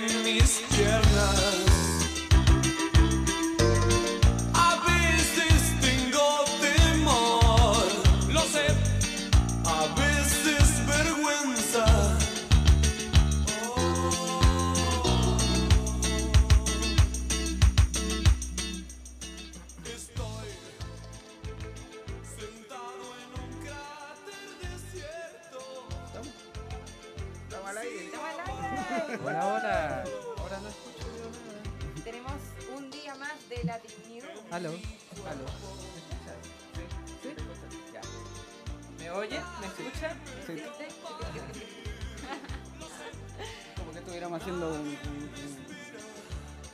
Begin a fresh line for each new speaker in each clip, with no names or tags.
mis piernas. A veces tengo temor, lo sé, a veces vergüenza. Estoy sentado en un cráter desierto.
Estamos al aire.
Estamos al aire.
Buena hora. Ahora no escucho yo nada.
Tenemos un día más de Latin News.
Aló. Aló. ¿Me escuchas? ¿Sí? ¿Sí? Ya. ¿Me oye? ¿Me escucha? Sí. Como que estuviéramos haciendo un, un-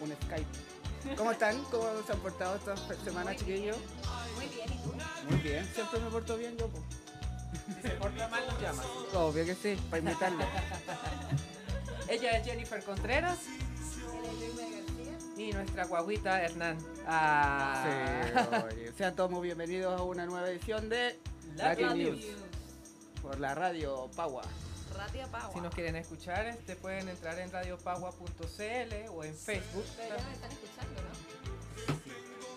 un- un Skype.
¿Cómo están? ¿Cómo se han portado estas semanas,
Muy bien.
chiquillos?
Muy bien, ¿y tú?
Muy bien. Siempre me porto bien, yo, po.
Si se porta mal, nos llama.
Obvio que sí, para imitarlo.
Ella es Jennifer Contreras
¿Eres Luis María García?
y nuestra guaguita Hernán. Ah.
Sí, oye. Sean todos muy bienvenidos a una nueva edición de
Latin
Latin
News.
News por la radio Paua.
Radio Pagua.
Si nos quieren escuchar, este, pueden entrar en radiopagua.cl o en Facebook.
Pero ya me están escuchando, ¿no?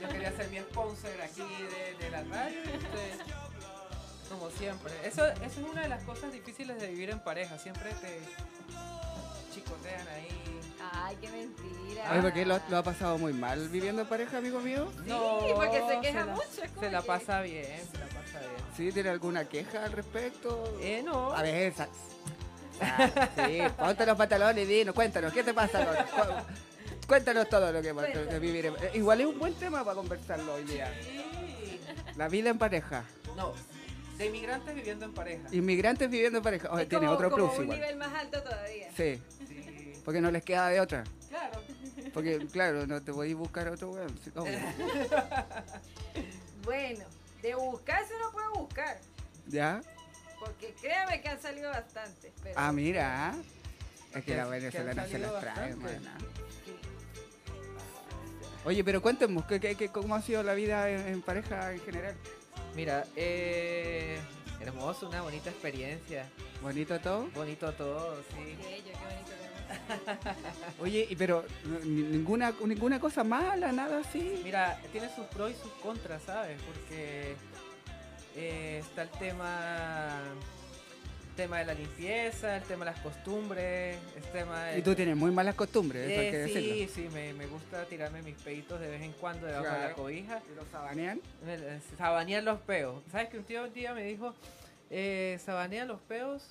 Yo quería ser mi sponsor aquí de, de la radio. este, como siempre. Eso, eso es una de las cosas difíciles de vivir en pareja. Siempre te chicotean ahí.
Ay, qué mentira.
Ay, porque lo, lo ha pasado muy mal viviendo en pareja, amigo mío.
Sí, porque se queja
la-
mucho, es como
Se la
que-
pasa bien, se la pasa bien.
¿Sí? ¿Tiene alguna queja al respecto?
Eh, no.
A ver, sa- sa- Ah, sí, ponte los pantalones y dinos, cuéntanos, ¿qué te pasa? Lore? Cu- Cuéntanos todo lo que, lo que
Cuéntanos.
vivir en- eh, Igual es un buen tema para conversarlo hoy día.
Sí.
La vida en pareja.
No, de inmigrantes viviendo en pareja.
Inmigrantes viviendo en pareja. Oye,
Es
tiene
como-
otro
como
plus
un
igual.
nivel más alto todavía.
Sí,
Sí,
porque no les queda de otra.
claro.
Porque, claro, no te podéis buscar otro weón. sí, obvio.
Bueno, de buscarse no puede buscar.
¿Ya?
Porque créame que han salido bastantes. Pero
Ah, mira. Es que
Que-
la
que
venezolana
han
se
salido
las trae,
bastante.
hermana.
sí.
Oye, pero cuéntenos, ¿qué, qué- qué- cómo ha sido la vida en, en pareja en general?
Mira, eh, hermoso, una bonita experiencia.
¿Bonito todo?
Bonito todo,
Qué
sí.
bello, qué bonito. qué hermoso.
Oye, y pero n- ninguna, ninguna cosa mala, nada así.
Mira, tiene sus pros y sus contras, ¿sabes? Porque eh, está el tema tema de la limpieza, el tema de las costumbres, el tema de...
Y tú tienes muy malas costumbres, eso hay que
Eh, sí,
decirlo.
sí, me, me gusta tirarme mis peitos de vez en cuando debajo de la
Claro.
cobija.
¿Y los sabanean?
El- Sabanear los peos. ¿Sabes que un tío un día me dijo, eh, sabanea los peos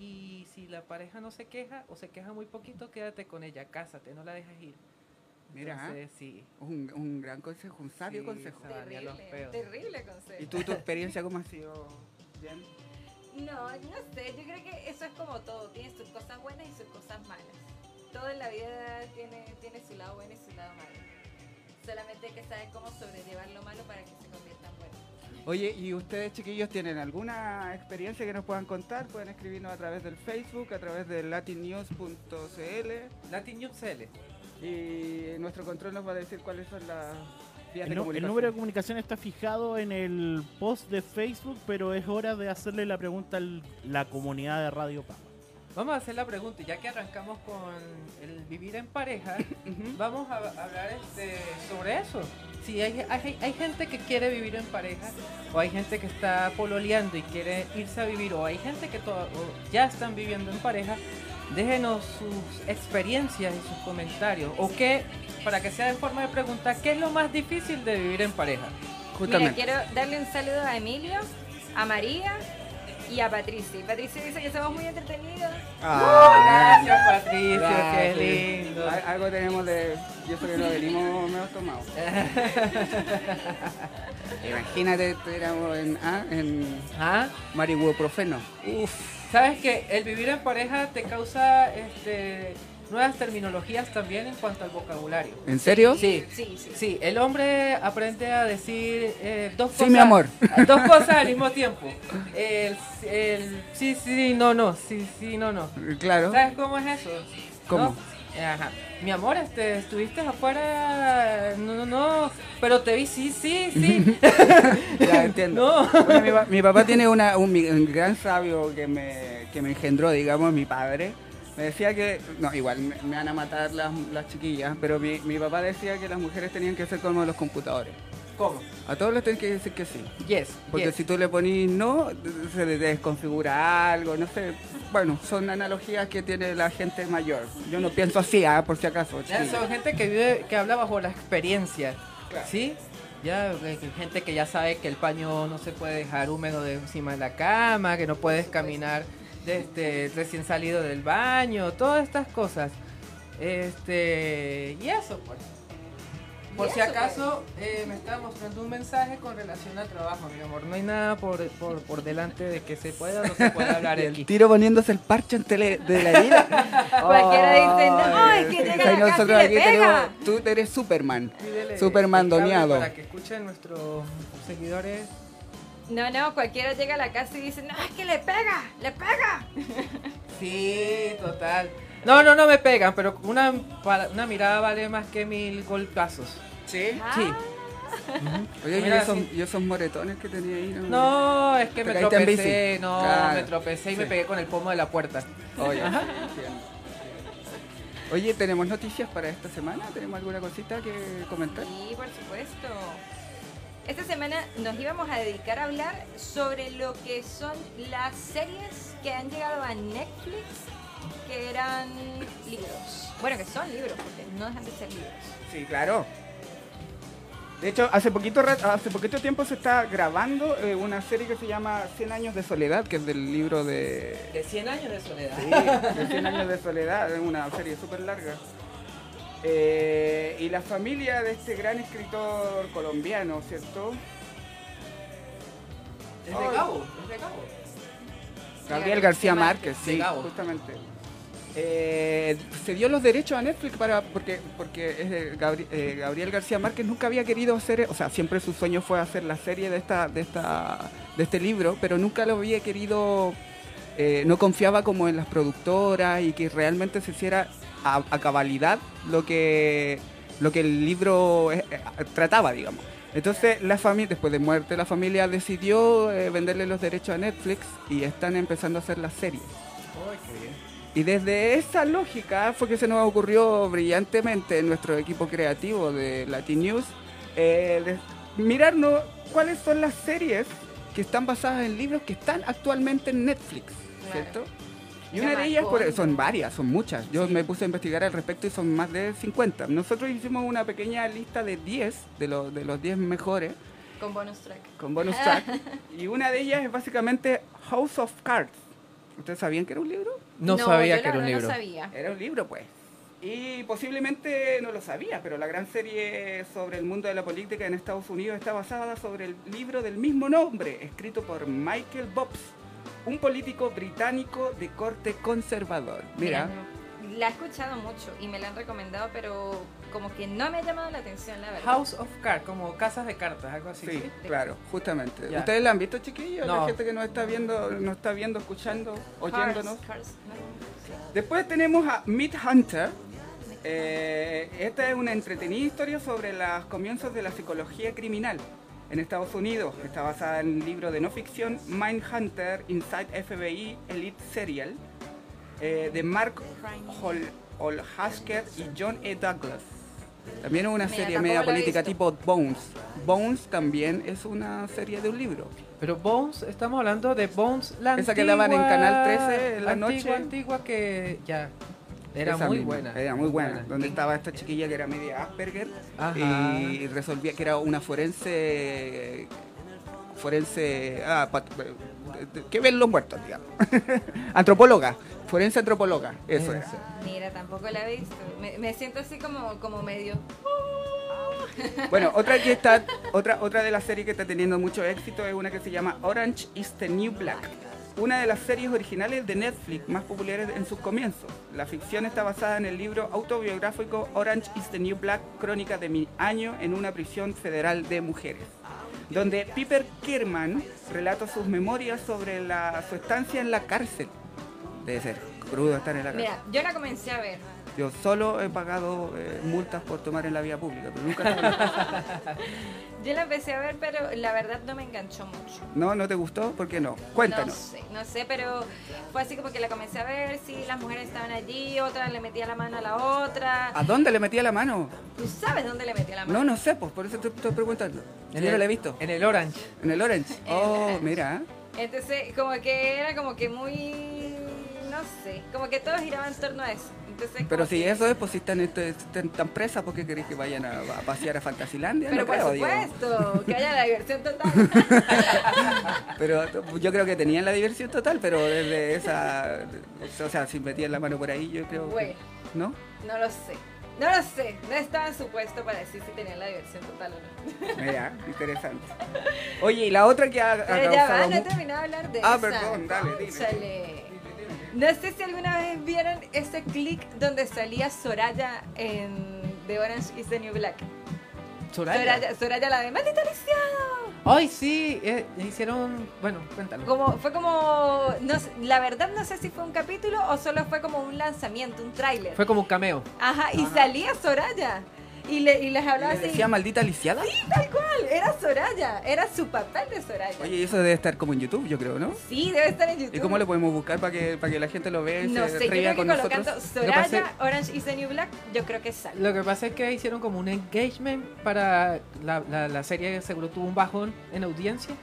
y si la pareja no se queja o se queja muy poquito, quédate con ella, cásate, no la dejes ir.
Mira,
Entonces, sí.
un, un gran consejo, un sabio
Sí,
consejo.
sabio. Todavía los
Terrible,
peos.
terrible consejo.
¿Y tú, tu experiencia cómo ha sido? ¿Bien?
No, no sé, yo creo que eso es como todo, tiene sus cosas buenas y sus cosas malas. Todo en la vida tiene, tiene su lado bueno y su lado malo. Solamente hay que saber cómo sobrellevar lo malo para que se convierta en bueno.
Oye, ¿y ustedes chiquillos tienen alguna experiencia que nos puedan contar? Pueden escribirnos a través del Facebook, a través de latinnews.cl
Latin News L.
y nuestro control nos va a decir cuáles son las vías de
El, nu- el
comunicación.
número de comunicación está fijado en el post de Facebook, pero es hora de hacerle la pregunta a la comunidad de Radio Pama.
Vamos a hacer la pregunta, y ya que arrancamos con el vivir en pareja, vamos a a hablar este, sobre eso. Si hay, hay, hay gente que quiere vivir en pareja, o hay gente que está pololeando y quiere irse a vivir, o hay gente que to- o ya están viviendo en pareja, déjenos sus experiencias y sus comentarios. O qué, para que sea en forma de pregunta, ¿qué es lo más difícil de vivir en pareja?
Justamente.
Mira, quiero darle un saludo a Emilio, a María y a Patricia. Y Patricia dice que somos muy entretenidos.
Ah,
Gracias, Patricio,
gracias.
qué lindo.
Al- Algo tenemos de... Yo sé que no venimos menos tomados. Imagínate, estuviéramos en, ah, en
¿Ah?
marihuoprofeno.
Sabes que el vivir en pareja te causa este nuevas terminologías también en cuanto al vocabulario.
¿En serio?
Sí,
Sí, sí.
sí, el hombre aprende a decir eh, dos
Sí,
cosas.
mi amor.
Dos cosas al mismo tiempo. El, el sí, sí, no, no, sí, sí, no, no.
Claro.
¿Sabes cómo es eso?
¿Cómo?
¿No? Eh, Ajá. Mi amor, este, estuviste afuera. No, no, no. Pero te vi, sí, sí, sí.
Ya entiendo.
No.
Bueno, mi, pa- mi papá tiene una, un, mi- un gran sabio que me, que me engendró, digamos, mi padre. Me decía que, no, igual me, me van a matar las, las chiquillas, pero mi, mi papá decía que las mujeres tenían que ser como los computadores.
¿Cómo?
A todos les tienen que decir que sí.
Yes.
Porque
yes.
si tú le ponís no, se le desconfigura algo, no sé. Bueno, son analogías que tiene la gente mayor. Yo no pienso así, ah, por si acaso.
Ya,
chiquillos.
son gente que vive, que habla bajo la experiencia.
Claro.
¿Sí? Ya, eh, gente que ya sabe que el paño no se puede dejar húmedo de encima de la cama, que no puedes caminar desde recién salido del baño, todas estas cosas. Este, y eso, pues. Por
Y
si
eso,
pues.
acaso eh, me estaba mostrando un mensaje con relación al trabajo, mi amor. No hay nada por, por, por delante de que se pueda o no se pueda hablar
Y el
aquí.
tiro poniéndose el parche en tele- de la herida.
Cualquiera dice, no,
Ay,
es que llega
o sea,
acá
nosotros
y le
aquí
pega.
tenemos- Tú eres Superman.
Pídele
Superman
el cable
doñado.
Para que escuchen nuestros seguidores
No, no, cualquiera llega a la casa y dice, no, es que le pega, le pega.
Sí, total. No, no, no me pegan, pero una, para- una mirada vale más que mil golpazos.
Sí.
Ah.
Sí.
Oye,
Mira,
y esos,
sí.
y esos moretones que tenía ahí.
No, es
Te
que me
caíste en
tropecé,
bici.
no,
Claro.
me tropecé y me
Sí.
pegué con el pomo de la puerta.
Oye, entiendo. Oye, ¿tenemos noticias para esta semana? ¿Tenemos alguna cosita que comentar?
Sí, por supuesto. Esta semana nos íbamos a dedicar a hablar sobre lo que son las series que han llegado a Netflix, que eran libros. Bueno, que son libros, porque no dejan de ser libros.
Sí, claro. De hecho, hace poquito, ra- hace poquito tiempo se está grabando eh, una serie que se llama 100 años de soledad, que es del libro de...
De 100 años de soledad.
Sí, de 100 años de soledad, es una serie súper larga. Eh, y la familia de este gran escritor colombiano, ¿cierto?
Es de Gabo, es de Gabo.
Gabriel García Márquez,
De
sí,
Gabo.
justamente. Eh, se dio los derechos a Netflix para porque porque es de Gabri- eh, Gabriel García Márquez nunca había querido hacer, o sea, siempre su sueño fue hacer la serie de esta de esta de este libro, pero nunca lo había querido eh, no confiaba como en las productoras y que realmente se hiciera a, a cabalidad lo que lo que el libro eh, eh, trataba, digamos. Entonces, la familia, después de muerte, la familia decidió eh, venderle los derechos a Netflix y están empezando a hacer la serie. Y desde esa lógica fue que se nos ocurrió brillantemente en nuestro equipo creativo de Latin News eh, de- mirarnos cuáles son las series que están basadas en libros que están actualmente en Netflix, ¿cierto? Y una de ellas, por- son varias, son muchas. Yo me puse a investigar al respecto y son más de 50. Nosotros hicimos una pequeña lista de 10, de, los de los 10 mejores,
Con bonus track.
con bonus track. y una de ellas es básicamente House of Cards. ¿Ustedes sabían que era un libro?
No,
yo
sabía que
la
era un
verdad
libro. Eh,
No sabía.
Era un libro, pues. Y posiblemente no lo sabía, pero la gran serie sobre el mundo de la política en Estados Unidos está basada sobre el libro del mismo nombre, escrito por Michael Bobs, un político británico de corte conservador. Mira,
La he escuchado mucho y me la han recomendado, pero como que no me ha llamado la atención, la verdad.
House of Cards, como casas de cartas, algo así.
sí, claro, justamente.
Ya.
¿Ustedes la han visto, chiquillos? La
No.
gente que nos está viendo, nos está viendo, escuchando, oyéndonos.
Cars, Cars, no,
Después tenemos a Meat Hunter. Eh, esta es una entretenida historia sobre los comienzos de la psicología criminal en Estados Unidos. Está basada en el libro de no ficción Mindhunter Inside FBI Elite Serial eh, de Mark Hol- Olhasker y John E. Douglas. También es una
Mira,
serie
tampoco
media
la he
política
visto.
tipo Bones. Bones también es una serie de un libro.
Pero Bones, estamos hablando de Bones, la
Esa que
antigua-
daban en Canal 13 en la
antigua,
noche.
antigua que ya era
Esa
muy
misma,
buena.
Era muy buena. Donde estaba esta chiquilla que era media Asperger
Ajá.
y resolvía que era una forense. Forense. Ah, pat- eh, que ven los muertos, digamos. antropóloga. Forense antropóloga. Eso es.
Eso.
Mira, tampoco la he visto. Me, me siento así como, como medio.
Bueno, otra que está. Otra, otra de las series que está teniendo mucho éxito es una que se llama Orange is the New Black. una de las series originales de Netflix más populares en sus comienzos. La ficción está basada en el libro autobiográfico Orange is the New Black, crónica de mi año en una prisión federal de mujeres, donde Piper Kierman relata sus memorias sobre la, su estancia en la cárcel. Debe ser crudo estar en la cárcel.
Mira, yo la comencé a ver.
Yo solo he pagado eh, multas por tomar en la vía pública, pero nunca... estaba-
Yo la empecé a ver, pero la verdad no me enganchó mucho.
No, no te gustó, ¿por qué no? Cuéntanos.
No sé, no sé, pero fue así como que la comencé a ver, sí, las mujeres estaban allí, otra le metía la mano a la otra.
¿A dónde le metía la mano?
¿Tú sabes dónde le metía la mano?
No, no sé, pues por eso te estoy preguntando. Yo
el-
no la he visto.
En el Orange.
En el Orange.
En el
Oh,
Orange.
mira.
Entonces, como que era como que muy, no sé, como que todo giraba en torno a eso. Entonces,
Pero
como
si
que-
eso es, pues si están, este- están tan presas, ¿por qué queréis que vayan a, a pasear a Fantasilandia?
Pero
no
por
creo, digo.
supuesto, que haya la diversión total.
Pero yo creo que tenían la diversión total, pero desde esa. O sea, si metían la mano por ahí, yo creo. que-
Bueno.
¿No?
No lo sé. No lo sé, no estaba en su puesto para decir si tenía la diversión total o no.
Mira, interesante. Oye, y la otra que ha,
Pero
ha
ya este va,
causado
no he
mu-
terminado de hablar de
Ah,
esa.
perdón, dale, dime.
Chale. No sé si alguna vez vieron ese clip donde salía Soraya en The Orange is the New Black. Soraya, Soraya la de ¡Maldita lisiado!
Ay, sí, eh, hicieron. Bueno, cuéntalo.
Como, fue como... no sé, la verdad no sé si fue un capítulo o solo fue como un lanzamiento, un tráiler.
Fue como un cameo.
Ajá, y salía Soraya. Y, le, y les hablaba
¿Le
así.
decía maldita lisiada?
Tal cual, era Soraya, era su papel de Soraya.
Oye, eso debe estar como en YouTube, yo creo, ¿no?
Sí, debe estar en YouTube.
¿Y cómo lo podemos buscar para que, para que la gente lo vea y
No
se
sé, yo
ría
creo que
con
colocando
nosotros?
Lo pasé-
Soraya, Orange is the New Black, yo creo que sale.
Lo que pasa es que hicieron como un engagement para la, la, la serie que seguro tuvo un bajón en audiencia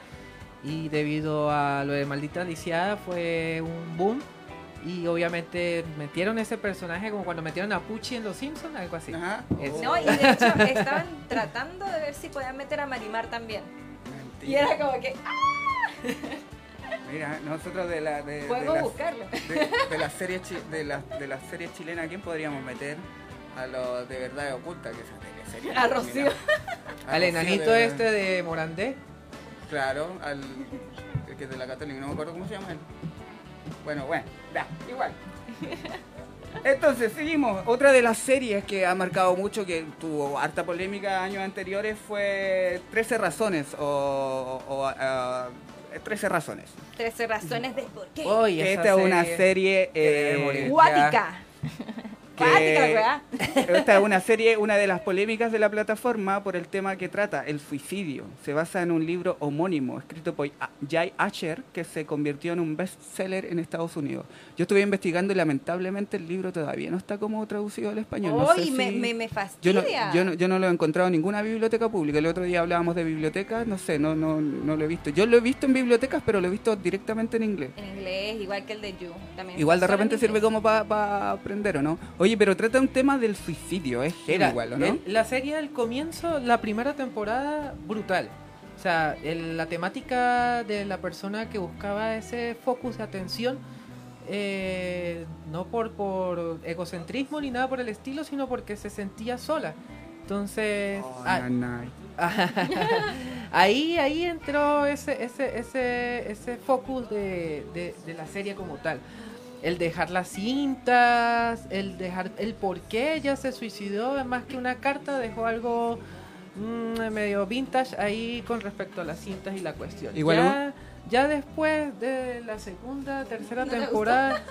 y debido a lo de Maldita Lisiada fue un boom y obviamente metieron ese personaje como cuando metieron a Pucci en Los Simpsons, algo así.
Ajá.
Eso.
No, y de hecho estaban tratando de ver si podían meter a Marimar también. Y era como que, ah,
Mira, nosotros de la de, de
podemos
las-
buscarlo.
de- de las series chi- de las de las series chilenas, ¿a quién podríamos meter? A los de verdad oculta que esa serie- serie
A Rocío.
mira. A
Al
Rocío
enanito
Ah, de-
este de Morandé.
Claro, al el que es de la Católica, no me acuerdo cómo se llama él. Bueno, bueno, da, igual. Entonces, seguimos. Otra de las series que ha marcado mucho, que tuvo harta polémica años anteriores, fue 13 Razones o, o, ah, 13 Razones.
13 razones de por qué.
Uy,
Que
esa
esta es una serie...
debe
eh,
morir.
Guática.
que-
Guática, weá.
Esta es una serie, una de las polémicas de la plataforma por el tema que trata, el suicidio. Se basa en un libro homónimo escrito por A- Jay Asher que se convirtió en un bestseller en Estados Unidos. Yo estuve investigando y lamentablemente el libro todavía no está como traducido al español. No sé
Uy, me,
si-
me, me
yo no,
fastidia.
yo, no, yo no lo he encontrado en ninguna biblioteca pública. El otro día hablábamos de bibliotecas, no sé, no, no, no lo he visto. Yo lo he visto en bibliotecas, pero lo he visto directamente en inglés.
En inglés, igual que el de You. También
Igual de
Solo en
repente sirve
inglés.
como para aprender, ¿o no? Oye, pero trata un tema del suicidio, es heavy
Mira, eh,
igual, ¿o no?
el- la serie al comienzo, la primera temporada, brutal. O sea, el- la temática de la persona que buscaba ese focus de atención, eh, no por, por egocentrismo ni nada por el estilo, sino porque se sentía sola. Entonces,
Oh,
ah,
nanay.
ahí, ahí entró ese, ese, ese, ese focus de, de- de la serie como tal. El dejar las cintas, el dejar el por qué ella se suicidó, más que una carta, dejó algo mm, medio vintage ahí con respecto a las cintas y la cuestión.
Igual
ya, ya después de la segunda, tercera
No me
temporada,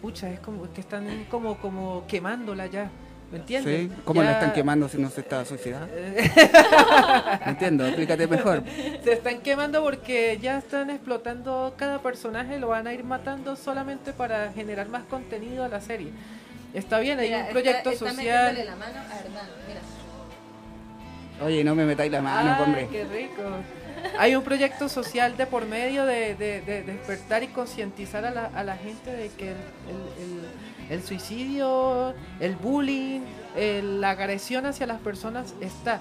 pucha, es como que están como, como quemándola ya. ¿Me entiendes?
Sí, ¿cómo la
Ya- eh,
están quemando si no se está suicidando? No entiendo, explícate mejor.
Se están quemando porque ya están explotando cada personaje, lo van a ir matando solamente para generar más contenido a la serie. Está bien, hay
Mira,
un
está-
proyecto
está
social.
metiéndole la mano a Hernán, mira.
Oye, no me metáis la mano,
Ay,
hombre.
qué rico. Hay un proyecto social de por medio de, de- de despertar y concientizar a la, a la gente de que el, el- el- el suicidio, el bullying, el- la agresión hacia las personas está.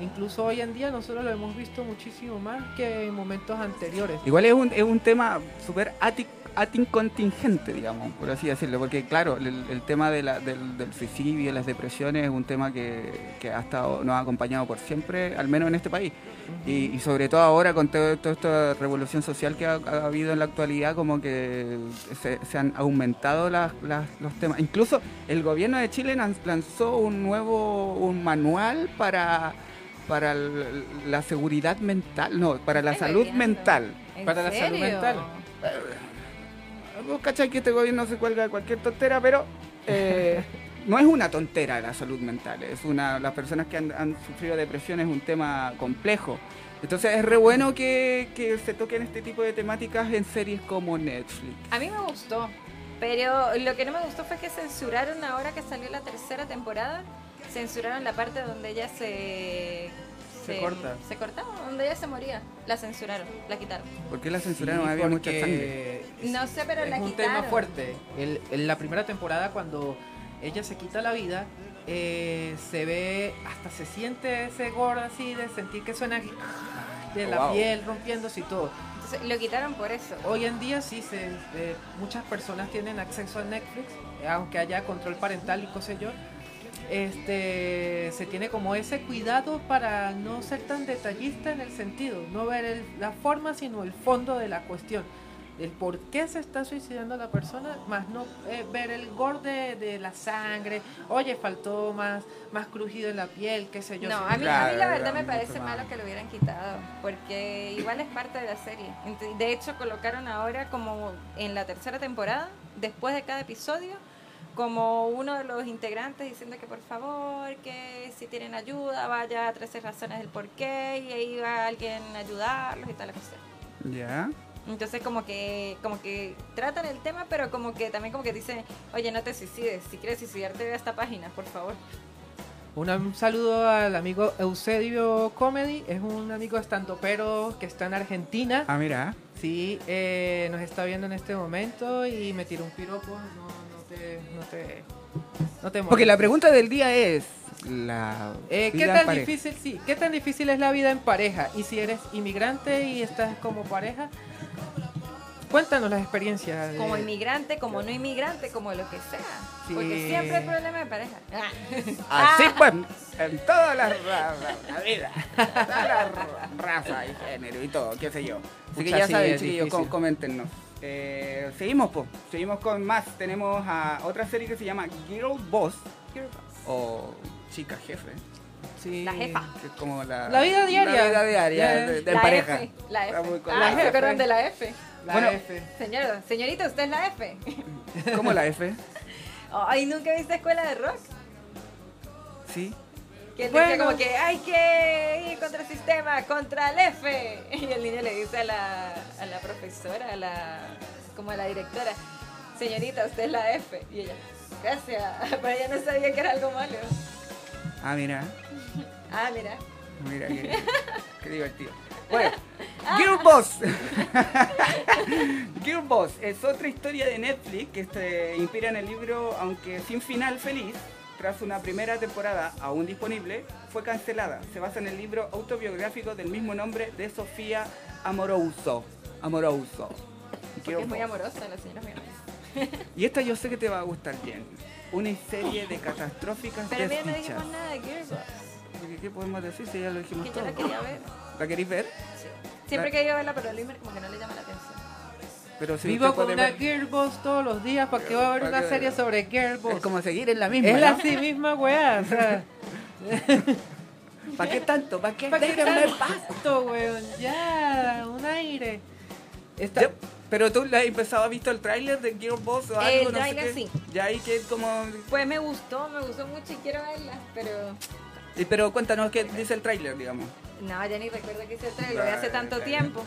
Incluso hoy en día nosotros lo hemos visto muchísimo más que en momentos anteriores.
Igual es un, es un tema súper atic- atincontingente, digamos, por así decirlo, porque claro, el, el tema de la- del, del suicidio y de las depresiones es un tema que, que ha estado, nos ha acompañado por siempre, al menos en este país, y, y sobre todo ahora con todo- toda esta revolución social que ha, ha habido en la actualidad, como que se, se han aumentado las- las- los temas. Incluso el gobierno de Chile lan- lanzó un nuevo un manual para para el- la seguridad mental, no, para la
Ay,
salud
gobierno.
mental.
¿En
Para la salud
serio?
mental.
Vos cachai que este gobierno se cuelga de cualquier tontera, pero eh, no es una tontera la salud mental. Es una, las personas que han, han sufrido depresión es un tema complejo. Entonces es re bueno que, que se toquen este tipo de temáticas en series como Netflix.
A mí me gustó, pero lo que no me gustó fue que censuraron ahora que salió la tercera temporada, censuraron la parte donde ella se...
Se corta.
Se cortaba, donde ella se moría. La censuraron, la quitaron.
¿Por qué la
Sí,
censuraron? Había mucha
porque
sangre.
es-
No sé, pero
es
la
un
quitaron.
tema fuerte. El- en la primera temporada, cuando ella se quita la vida, eh, se ve, hasta se siente ese gordo así de sentir que suena de la
Wow.
piel rompiéndose y todo.
Entonces lo quitaron por eso.
Hoy en día sí, se, eh, muchas personas tienen acceso a Netflix, eh, aunque haya control parental y qué sé yo. Este, se tiene como ese cuidado para no ser tan detallista en el sentido, no ver el- la forma sino el fondo de la cuestión, el por qué se está suicidando la persona, más no eh, ver el gorde de la sangre, oye, faltó más, más crujido en la piel, qué sé yo.
No,
Sí.
a mí, a
Claro,
mí la
era
verdad me
mucho
parece
más.
malo que lo hubieran quitado, porque igual es parte de la serie. Ent- De hecho, colocaron ahora como en la tercera temporada, después de cada episodio, como uno de los integrantes diciendo que por favor, que si tienen ayuda, vaya a 13 razones del por qué, y ahí va alguien a ayudarlos y tal la cosa.
¿Ya?
Entonces como que como que tratan el tema, pero como que también como que dicen, oye, no te suicides, si quieres suicidarte ve a esta página, por favor.
Una- un saludo al amigo Eusebio Comedy, es un amigo estandopero que está en Argentina.
Ah, mira.
Sí, eh, nos está viendo en este momento y me tiró un piropo. No, no te. No te. No te
Porque la
molestes.
pregunta del día es... La
Eh, ¿Qué
vida
tan
en pareja.
difícil, sí? ¿Qué tan difícil es la vida en pareja? Y si eres inmigrante y estás como pareja, cuéntanos las experiencias. de-
Como inmigrante, como no inmigrante, como lo que sea.
Sí.
Porque siempre hay problema de pareja. Ah.
Así pues, en todas las razas, la vida, todas las ra- razas y género y todo, qué sé yo. Así que
Pucha,
ya
sí,
saben,
es
chiquillos,
difícil.
com- coméntenos. Eh, seguimos, po. seguimos con más. Tenemos a otra serie que se llama Girl Boss o Chica Jefe,
Sí.
La jefa.
que es como la,
La vida diaria.
La vida diaria
Ya.
de, de
la
pareja.
F, la
Está muy
F.
con-
Ah,
La
¿se
F.
acuerdan de la F?
La
Bueno.
F.
Señor, señorita, usted es la F.
¿Cómo la F?
Ay, ¿nunca viste Escuela de Rock?
Sí.
Que él
Bueno.
decía como que hay que ir contra el sistema, contra el F. Y el niño le dice a la, a la profesora, a la, como a la directora, señorita, usted es la F. Y ella, gracias. Pero ella no sabía que era algo malo.
Ah, mira,
Ah, mira.
mira, qué, qué divertido. Bueno,
Ah.
Girl Boss. Girl Boss es otra historia de Netflix que se inspira en el libro Aunque sin final feliz, tras una primera temporada aún disponible, fue cancelada. Se basa en el libro autobiográfico del mismo nombre de Sofía Amoroso. Amoroso.
Porque es muy amorosa la señora mía.
Y esta yo sé que te va a gustar bien. Una serie de catastróficas
Pero mira, no
desdichas.
dijimos nada de Gearbox.
Porque, ¿Qué podemos decir si ya lo dijimos
Que yo
todo?
la quería ver.
¿La queréis ver?
Sí. Siempre
La-
he querido verla, pero Limer como que no le llama la atención.
Pero si
Vivo
usted
con
puede
una
ver-
Girl Boss todos los días para que va a haber
Para
una
que-
serie sobre Girl Boss.
Es como seguir en la misma.
Es la
¿no?
sí misma weá. O sea.
¿Para qué tanto? ¿Para qué?
¿Para qué
Déjenme
tanto,
en paz.
weón? Ya, un aire. Está,
Ya, pero tú la has empezado, has visto el tráiler de Gearbox o
El
algo, no sé
tráiler
qué.
sí.
Ya ahí que como
Pues me gustó, me gustó mucho y quiero verla, pero
y- pero cuéntanos qué dice el tráiler, digamos.
no, ya ni recuerdo que hice el trailer, lo vi hace
Ay,
tanto
ay.
tiempo.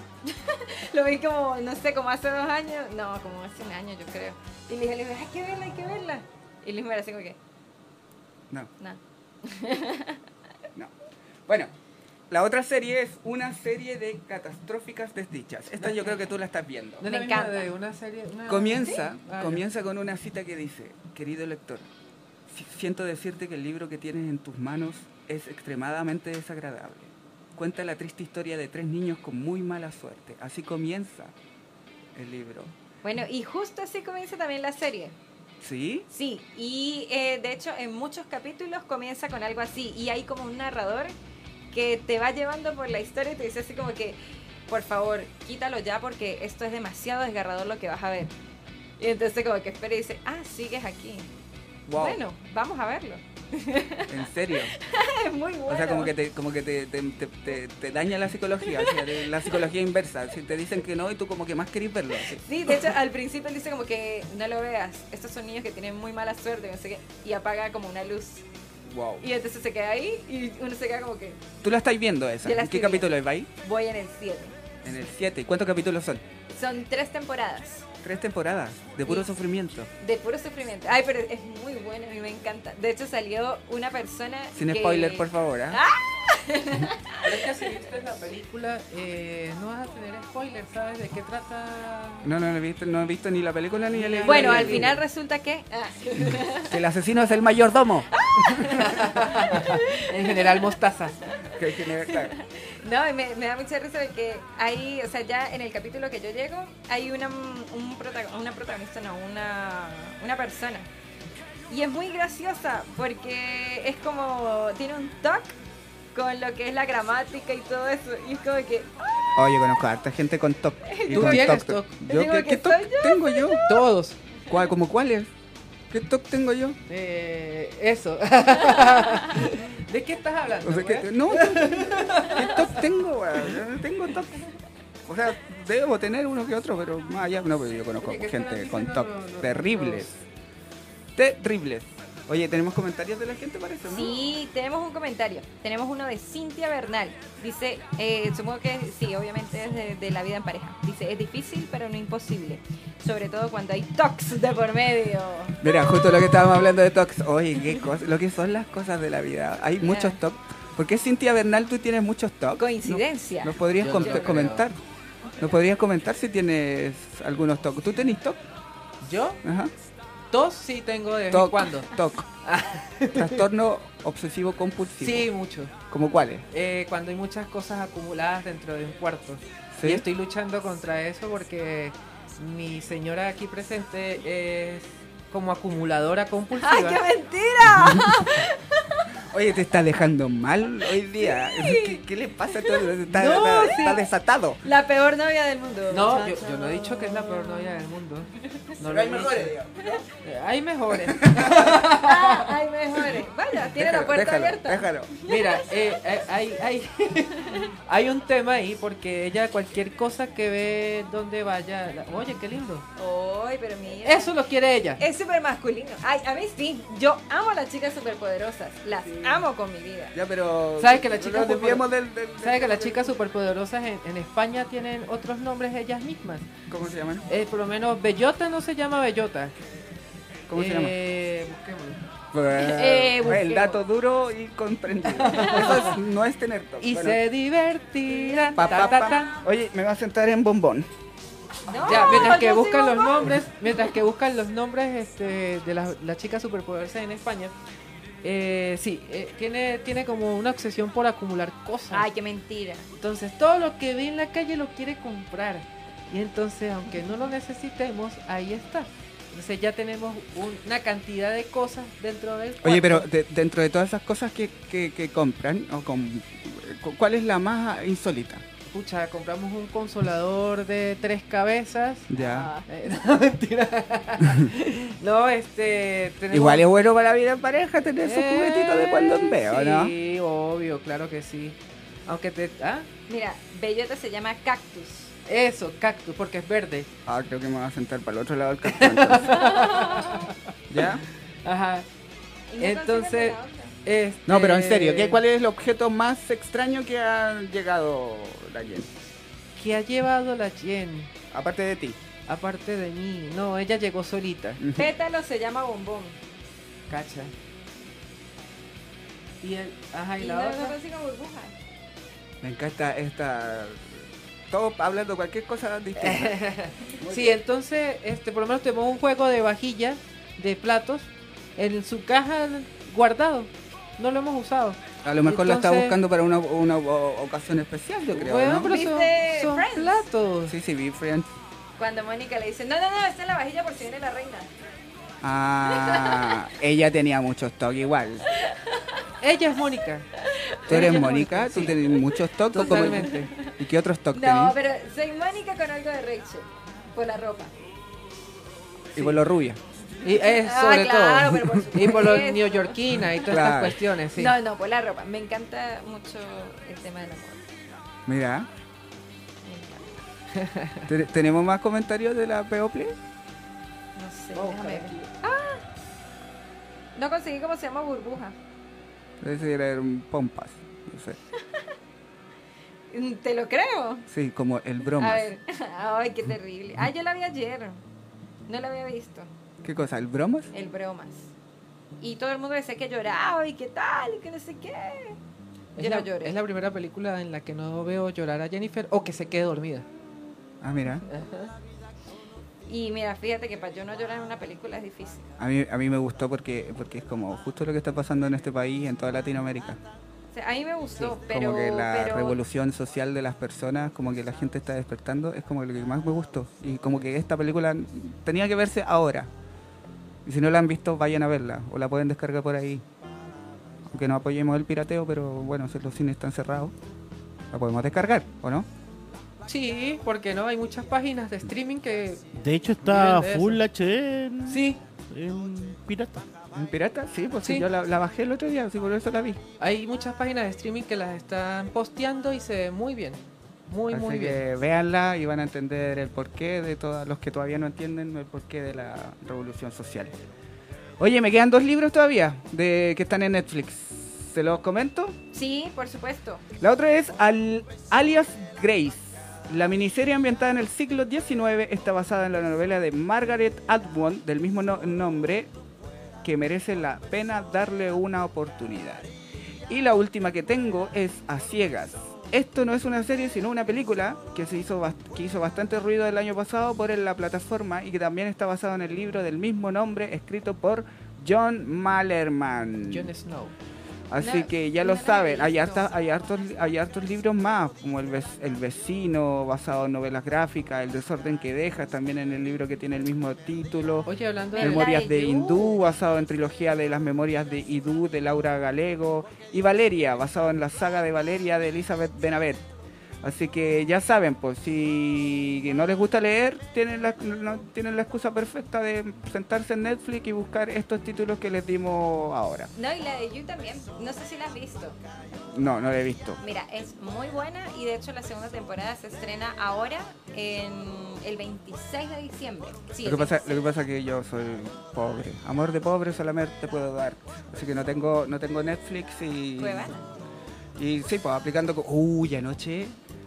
lo vi como, no sé, como hace dos años, no, como hace un año yo creo. Y le dije, le dije, hay que verla, hay que verla. Y Limer así como que,
No,
no.
no. Bueno, la otra serie es una serie de catastróficas desdichas. Esta yo creo que tú la estás viendo.
no es
Me
la misma
encanta.
de una serie. una-
Comienza,
¿Sí? Ah, ya.
comienza con una cita que dice, querido lector, si- siento decirte que el libro que tienes en tus manos es extremadamente desagradable. Cuenta la triste historia de tres niños con muy mala suerte. Así comienza el libro.
Bueno, y justo así comienza también la serie.
¿Sí?
Sí, y eh, de hecho en muchos capítulos comienza con algo así y hay como un narrador que te va llevando por la historia y te dice así como que, por favor, quítalo ya porque esto es demasiado desgarrador lo que vas a ver. Y entonces como que espera y dice, ah, sigues aquí.
Wow.
Bueno, vamos a verlo.
En serio.
Es muy bueno.
O sea, como que te, como que te, te, te- te- te daña la psicología, o sea, de- la psicología inversa. Si te dicen que no y tú como que más querés verlo. así.
Sí, de hecho al principio él dice como que no lo veas, estos son niños que tienen muy mala suerte, no sé qué, y apaga como una luz.
Wow.
Y entonces se queda ahí y uno se queda como que
¿Tú la estás viendo esa?
Yo la
¿En qué
estoy viendo.
capítulo va ahí?
voy en el 7.
En el 7. ¿Cuántos capítulos son?
Son tres temporadas.
Tres temporadas de puro
Sí.
sufrimiento.
De puro sufrimiento. Ay, pero es muy bueno, a mí me encanta. De hecho, salió una persona.
Sin
que-
spoiler, por favor. ¿ah?
Pero es que si viste la película, eh, no vas a tener spoiler, ¿sabes? ¿De qué trata?
No, no, no he visto, no he visto ni la película ni el
Bueno,
ni
al
el libro.
final resulta que. ah,
Que el asesino es el mayordomo.
En general, mostaza.
Que- que me- claro.
no, y me, me da mucha risa de que ahí, o sea, ya en el capítulo que yo llego, hay una, un prota- una protagonista, no, una, una persona. Y es muy graciosa porque es como. Tiene un toque con lo que es la gramática y todo eso. Y es como que.
Oye, conozco a harta gente con TOC. y
Tú
con
tienes
TOC.
TOC.
Yo,
Digo
¿qué,
que
qué TOC
soy yo,
tengo yo?
Todos.
¿Cuál, ¿Como cuáles? ¿Qué TOC tengo yo?
Eh, eso. ¿De qué estás hablando?
O sea, que,
güey?
no, ¿qué TOC tengo? weón? Yo no tengo TOC. O sea, debo tener uno que otro, pero más allá no, pero yo conozco
Oye, ¿qué
gente
estarán
con
diciendo
TOC
los- los-
terribles. Terribles. Oye, ¿tenemos comentarios de la gente, parece? no?
Sí, tenemos un comentario. Tenemos uno de Cintia Bernal. Dice, eh, supongo que sí, obviamente es de, de la vida en pareja. Dice, es difícil, pero no imposible. Sobre todo cuando hay tox de por medio.
Mira, justo lo que estábamos hablando de TOCs. Oye, qué cosa, lo que son las cosas de la vida. Hay muchos TOC. ¿Por qué Cintia Bernal tú tienes muchos TOC?
Coincidencia.
¿Nos podrías
Yo
com-
no creo.
comentar? ¿Nos podrías comentar si tienes algunos TOC? ¿Tú tenés TOC?
Yo,
Ajá.
tos sí tengo de vez en
TOC.
cuando.
TOC. Trastorno obsesivo compulsivo.
Sí, mucho.
¿Como cuáles?
Eh, cuando hay muchas cosas acumuladas dentro de un cuarto.
¿Sí?
Y estoy luchando contra eso porque mi señora aquí presente es como acumuladora compulsiva.
¡Ay, qué mentira!
Oye, te está dejando mal hoy día. ¿Qué, qué le pasa a todo? Está,
No,
está-
sí.
está desatado.
La peor novia del mundo.
No, yo, yo no he dicho que es la peor novia del mundo. No lo he dicho. Eh, Hay mejores.
Ah, ay, mejores. Vaya, tiene la puerta
déjalo,
abierta.
Déjalo.
Mira, eh, eh, hay, hay, hay un tema ahí porque ella cualquier cosa que ve donde vaya... la- Oye, qué lindo.
Ay, pero mira.
Eso lo quiere ella.
Es súper masculino. Ay, a mí sí. Yo amo a las chicas superpoderosas. Las amo con mi vida.
Ya, pero.
¿Sabes que la
no
chica
nos
fue-
desviemos del- del- del-
¿Sabes que las chicas superpoderosas en, en España tienen otros nombres ellas mismas?
¿Cómo se llaman?
Eh, por lo menos Bellota no se llama Bellota.
¿Cómo se llama?
Eh, busquémoslo.
Eh,
el
busquemos.
dato duro y comprendido. Eso es- no es tener TOC.
Y
Bueno,
se divertirán.
pa,
ta,
pa,
ta,
pa.
ta.
Oye, me va a sentar en bombón.
No,
Ya, mientras que
yo sí
buscan los
amo.
nombres, mientras que buscan los nombres este, de las las chicas superpoderosas en España, eh, sí, eh, tiene, tiene como una obsesión por acumular cosas.
Ay, qué mentira.
Entonces todo lo que ve en la calle lo quiere comprar. Y entonces, aunque no lo necesitemos, ahí está. Entonces ya tenemos un- una cantidad de cosas dentro del
Oye,
cuarto.
pero de- dentro de todas esas cosas que, que- que compran, o con, cu- ¿cuál es la más insólita?
Pucha, compramos un consolador de tres cabezas.
Ya.
Eh, no, mentira. no, este... tenemos-
Igual es bueno para la vida en pareja tener sus
Eh,
juguetitos de cuando en veo, ¿no?
Sí, obvio, claro que sí. Aunque te... Ah,
Mira, bellota se llama cactus.
eso, cactus, porque es verde.
Ah, creo que me va a sentar para el otro lado del cartón. entonces. ¿Ya?
Ajá.
Y no
Entonces-
consigues la otra.
Este...
No, pero en serio, ¿qué, ¿cuál es el objeto más extraño que ha llegado la Jen?
¿Qué ha llevado la Jen?
Aparte de ti.
Aparte de mí. No, ella llegó solita.
Pétalo se llama bombón.
Cacha. Y el... Ajá, y
Y
la
no no
otra...
consigo burbuja.
Me encanta esta... Todo hablando cualquier cosa
Eh,
distinta.
Sí, entonces, este, por lo menos tenemos un juego de vajilla, de platos, en su caja guardado. No lo hemos usado.
A lo mejor lo estaba
Entonces-
buscando para una, una o- ocasión especial, yo creo,
Bueno,
¿no?
pero son,
¿Viste
son
Friends?
platos.
Sí, sí, vi Friends.
Cuando Mónica le dice, no, no, no, esa es la vajilla por si viene la reina.
Ah, ella tenía mucho stock igual.
Ella es Mónica.
Tú
Ella
eres
es
Mónica, tú
sí.
tenés mucho stock. ¿o cómo-
Totalmente.
¿Y qué otro stock
No,
tenés?
pero soy Mónica con algo de Rachel, por la ropa.
Y por lo rubia.
Y es
Ah,
sobre
claro, pero
todo.
por supuesto.
y por los neoyorquina y todas
Claro.
estas cuestiones, sí.
No, no, por la ropa. Me encanta mucho el tema del amor.
Mira,
Me encanta.
¿te- ¿tenemos más comentarios de la People?
No sé,
Vamos a
déjame
buscar
ver. ¡Ah!
aquí.
No conseguí cómo se llama burbuja.
Parece que eran pompas. No sé.
Mm, Te lo creo.
Sí, como el
A
bromas.
ver. Ay, qué terrible. Ah, yo la vi ayer. No la había visto.
¿Qué cosa? ¿El bromas?
El bromas. Y todo el mundo decía que lloraba y que tal, y que no sé qué. Yo
Es la,
no lloré.
es la primera película en la que no veo llorar a Jennifer o que se quede dormida.
Ah, mira.
Y mira, fíjate que para yo no llorar en una película es difícil.
A mí, a mí me gustó porque, porque es como justo lo que está pasando en este país, en toda Latinoamérica.
O sea, a mí me gustó, pero.
como que la
pero-
revolución social de las personas, como que la gente está despertando, es como lo que más me gustó. Y como que esta película tenía que verse ahora. Y si no la han visto, vayan a verla o la pueden descargar por ahí. Aunque no apoyemos el pirateo, pero bueno, si los cines están cerrados, la podemos descargar, ¿o no?
Sí, porque no, hay muchas páginas de streaming que...
De hecho, está
Miren de eso.
Full HD en,
Sí,
en pirata.
¿En pirata? Sí, pues sí,
Sí.
yo la, la bajé el otro día, sí, por eso la vi.
hay muchas páginas de streaming que las están posteando y se ve muy bien. Muy,
Así
muy bien.
que véanla y van a entender el porqué de todos los que todavía no entienden el porqué de la revolución social. Oye, me quedan dos libros todavía de que están en Netflix. Se los comento.
Sí, por supuesto.
La otra es Al- Alias Grace. La miniserie ambientada en el siglo XIX está basada en la novela de Margaret Atwood del mismo no- nombre que merece la pena darle una oportunidad. Y la última que tengo es A Ciegas. Esto no es una serie, sino una película que, se hizo bast- que hizo bastante ruido el año pasado por la plataforma y que también está basado en el libro del mismo nombre escrito por John Malerman.
Jon Snow.
Así
No,
que ya
no
lo
la he
saben, hay,
visto.
harta- hay, hartos, hay hartos libros más, como el, Vec- el vecino, basado en novelas gráficas, El desorden que dejas, también en el libro que tiene el mismo título,
Oye, hablando de...
Memoria.
Memorias de
Yu.
Hindú, basado en trilogía de las memorias de Hidú de Laura Galego, y Valeria, basado en la saga de Valeria de Elizabeth Benavent. Así que ya saben, pues si no les gusta leer, tienen la, no- tienen la excusa perfecta de sentarse en Netflix y buscar estos títulos que les dimos ahora.
No, y la de You también. No sé si la has visto.
No, no lo he visto.
Mira, es muy buena y de hecho la segunda temporada se estrena ahora en el 26 de diciembre. Sí,
Lo
el
que, pasa,
26.
lo que pasa es que yo soy pobre. Amor de pobre solamente te puedo dar. Así que no tengo, no tengo Netflix y.
Cuevana.
Y sí, pues aplicando. co- Uy, anoche,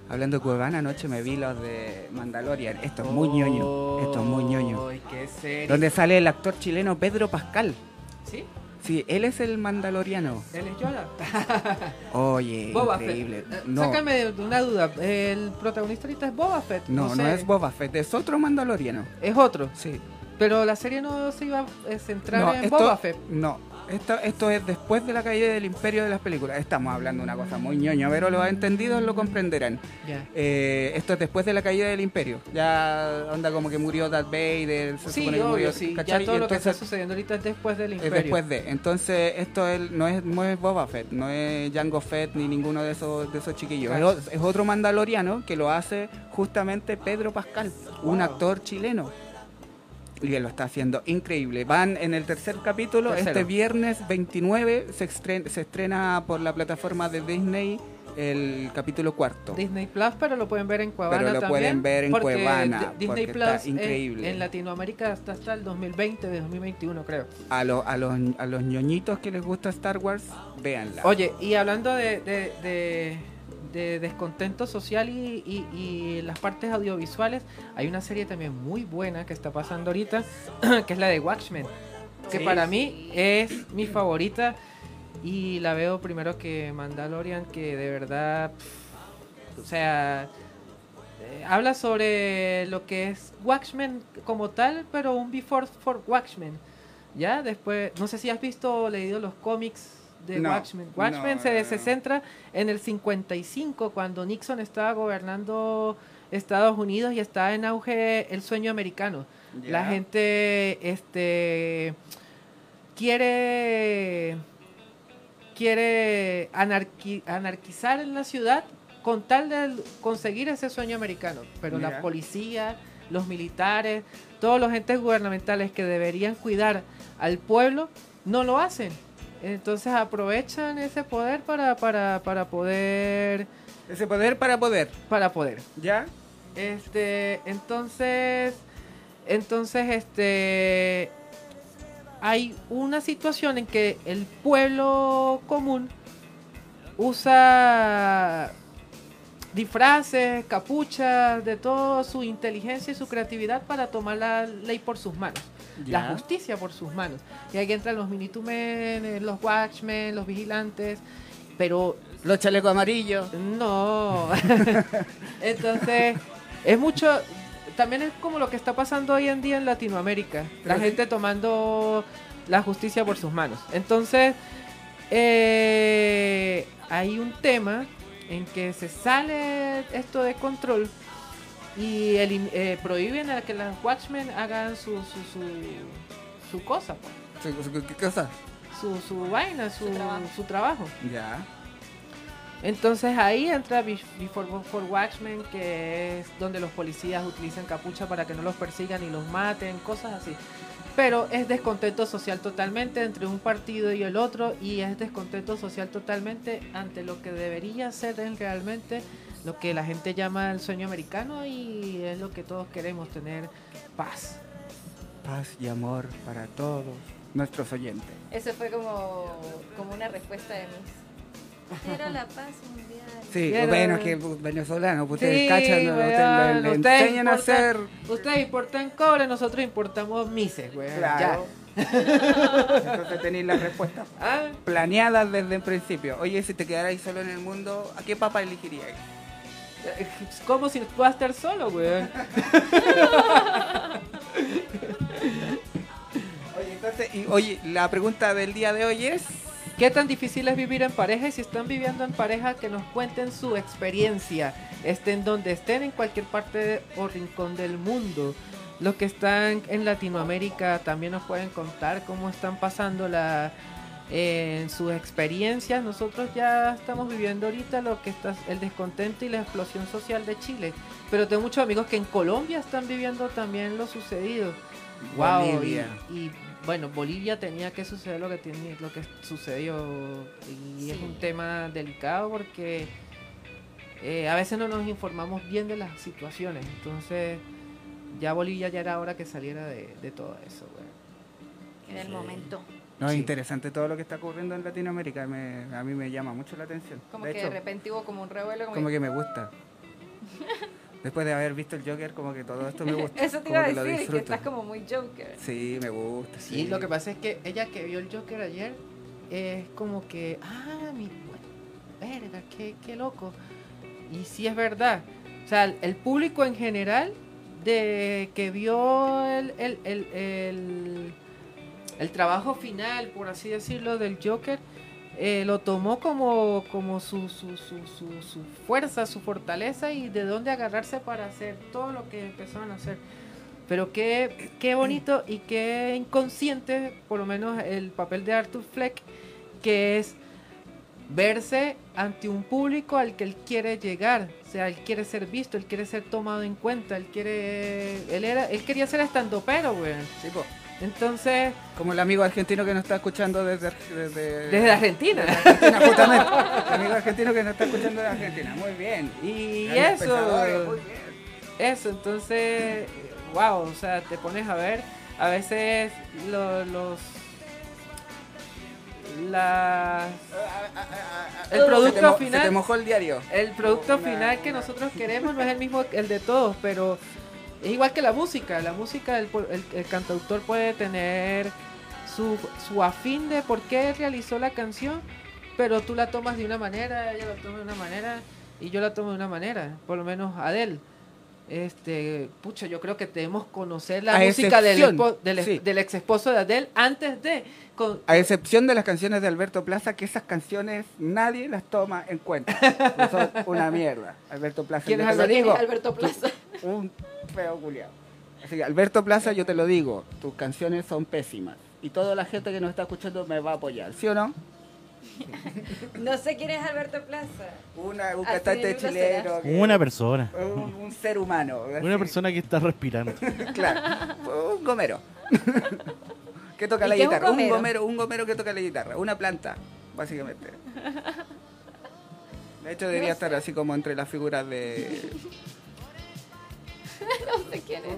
hablando de Cuevana, anoche me vi los de Mandalorian. Esto es muy ñoño. Esto es muy ñoño.
Ay, qué serio.
Donde sale el actor chileno Pedro Pascal.
¿Sí?
Sí, él es el mandaloriano.
Él es Yoda.
Oye,
Boba
increíble.
Fett. Eh,
No,
Sácame de de una duda. El protagonista ahorita es Boba Fett.
no, no
sé.
es Boba Fett, es otro mandaloriano.
Es otro.
Sí.
Pero la serie no se iba a eh, centrar
No,
en
esto,
Boba Fett.
No, esto, esto es después de la caída del imperio de las películas. Estamos hablando de una cosa muy ñoña, pero los entendidos lo comprenderán.
Ya.
Eh, esto es después de la caída del imperio. Ya onda como que murió Darth Vader, se
Sí,
supone que
obvio,
murió,
sí.
¿cachai?
Ya todo
Y
lo que está
entonces
sucediendo ahorita es después del
es
imperio.
después de. Entonces esto es- no, es, no es Boba Fett, no es Jango Fett ni ninguno de esos, de esos chiquillos. Es,
Cacho.
o- es otro mandaloriano que lo hace justamente Pedro Pascal, un
Wow.
actor chileno. Y que lo está haciendo increíble. Van en el tercer capítulo,
Tercero.
este viernes 29 se estrena, se estrena por la plataforma de Disney el capítulo cuarto.
Disney Plus, pero lo pueden ver en Cuevana
Pero lo
también.
pueden ver en
porque
Cuevana,
Di- Disney
porque
Plus
está
en-
increíble.
En, Latinoamérica está hasta el 2020, de 2021 creo.
A, los a, los, a los ñoñitos que les gusta Star Wars, véanla.
Oye, y hablando de, de- de- de descontento social y, y- y las partes audiovisuales, hay una serie también muy buena que está pasando ahorita, que es la de Watchmen, que
Sí.
para mí es mi favorita y la veo primero que Mandalorian, que de verdad, pff, o sea, eh, habla sobre lo que es Watchmen como tal, pero un before for Watchmen. Ya después, no sé si has visto o leído los cómics de
No,
Watchmen. Watchmen
no,
se,
no,
se
no.
centra en el 55, cuando Nixon estaba gobernando Estados Unidos y está en auge el sueño americano. La
Ya.
gente este quiere quiere anarqui- anarquizar en la ciudad con tal de conseguir ese sueño americano, pero
Ya.
la policía, los militares, todos los entes gubernamentales que deberían cuidar al pueblo no lo hacen. Entonces aprovechan ese poder para para para poder
Ese poder para poder.
para poder.
¿Ya?
Este, entonces, entonces, este, hay una situación en que el pueblo común usa disfraces, capuchas, de todo su inteligencia y su creatividad para tomar la ley por sus manos, la
Ya.
justicia por sus manos. Y ahí entran los Minutemen, eh, los Watchmen, los vigilantes, pero
Los chalecos amarillos.
no. Entonces, es mucho. También es como lo que está pasando hoy en día en Latinoamérica. La gente tomando la justicia por sus manos. Entonces, eh, hay un tema en que se sale esto de control y elim- eh, prohíben a que las Watchmen hagan su, su, su- su cosa, pues,
¿Qué cosa?
su, su vaina,
Su
su
trabajo.
su trabajo.
Ya.
Entonces ahí entra Be- Before, Before Watchmen, que es donde los policías utilizan capucha para que no los persigan y los maten, cosas así. Pero es descontento social totalmente entre un partido y el otro y es descontento social totalmente ante lo que debería ser el- realmente lo que la gente llama el sueño americano y es lo que todos queremos tener, paz.
Paz y amor para todos nuestros oyentes.
Eso fue como, como una respuesta de mis. Era la paz mundial.
Sí,
Quiero-
bueno, que pues, venezolanos, pues, ustedes
eh. Sí,
cachan, no, ustedes
weón,
le- le
ustedes
enseñan a
importan-
hacer.
Ustedes importan cobre, nosotros importamos mises, güey.
Claro. Entonces tenéis las respuestas
Ya. Ah,
planeadas desde el principio. Oye, si te quedarais solo en el mundo, ¿a qué papa elegiríais?
como si tú vas a estar solo, güey.
Oye, entonces, y, oye, la pregunta del día de hoy es.
¿Qué tan difícil es vivir en pareja? Y si están viviendo en pareja, que nos cuenten su experiencia. Estén donde estén, en cualquier parte o rincón del mundo. Los que están en Latinoamérica también nos pueden contar cómo están pasando la, en sus experiencias. Nosotros ya estamos viviendo ahorita lo que está el descontento y la explosión social de Chile. Pero tengo muchos amigos que en Colombia están viviendo también lo sucedido. Wow, y-
Bolivia.
Y, bueno, Bolivia tenía que suceder lo que tiene, lo que sucedió y es
Sí.
un tema delicado porque eh, a veces no nos informamos bien de las situaciones, entonces ya Bolivia ya era hora que saliera de, de todo eso. güey.
Era el momento.
No, es
Sí.
interesante todo lo que está ocurriendo en Latinoamérica. me- a mí me llama mucho la atención.
Como
de
que
hecho,
de repente hubo como un revuelo. Como,
como que me gusta. Después de haber visto el Joker, como que todo esto me gusta.
Eso te
como
iba a
lo
decir, que
disfruto.
estás como muy Joker.
Sí, me gusta. Sí,
Y lo que pasa es que ella que vio el Joker ayer es como que, ah, mi, bueno, verga, qué, qué loco. Y sí es verdad. O sea, el- el público en general de que vio el, el, el, el- el trabajo final, por así decirlo, del Joker, eh, lo tomó como, como su, su, su, su, su fuerza, su fortaleza y de dónde agarrarse para hacer todo lo que empezaron a hacer. Pero qué, qué bonito y qué inconsciente, por lo menos el papel de Arthur Fleck, que es verse ante un público al que él quiere llegar, o sea, él quiere ser visto, él quiere ser tomado en cuenta, él quiere, él era, él quería ser estandopero, güey.
Sí, po.
Entonces,
Como el amigo argentino que nos está escuchando desde, Ar- Eh, desde,
desde Argentina.
Argentina, justamente. El amigo argentino que nos está escuchando de Argentina. Muy bien.
Y
Gran pensador,
eso,
muy bien.
eso, entonces, wow, o sea, te pones a ver, a veces lo- los, las El producto
Se te mo-
final-
Se te mojó el diario.
El producto
Una-
final que
una-
nosotros queremos no es el mismo el de todos, pero es igual que la música. La música, el, po- el- el cantautor puede tener su, su afín de por qué realizó la canción, pero tú la tomas de una manera, ella la toma de una manera y yo la tomo de una manera, por lo menos Adele. Este, pucha, yo creo que debemos conocer la
A
música del,
excepción,
expo- del, ex-
sí.
del ex esposo de Adele antes de. con-
A excepción de las canciones de Alberto Plaza, que esas canciones nadie las toma en cuenta. porque Son una mierda. Alberto Plaza,
¿Quién
yo
es
te lo digo,
Alberto Plaza.
un feo culiado. Así que, Alberto Plaza, yo te lo digo, tus canciones son pésimas. Y toda la gente que nos está escuchando me va a apoyar, ¿sí o no?
No sé quién es Alberto Plaza.
Una, un
Así
cantante
no será.
chileno. que-
Una persona.
Un, un ser humano.
Una
así,
persona que está respirando.
Claro. Un gomero. que toca
¿Y
la
qué es un
guitarra. Un
gomero?
gomero, un gomero que toca la guitarra. Una planta, básicamente. De hecho, debería estar así como entre las figuras de.
No sé quién es.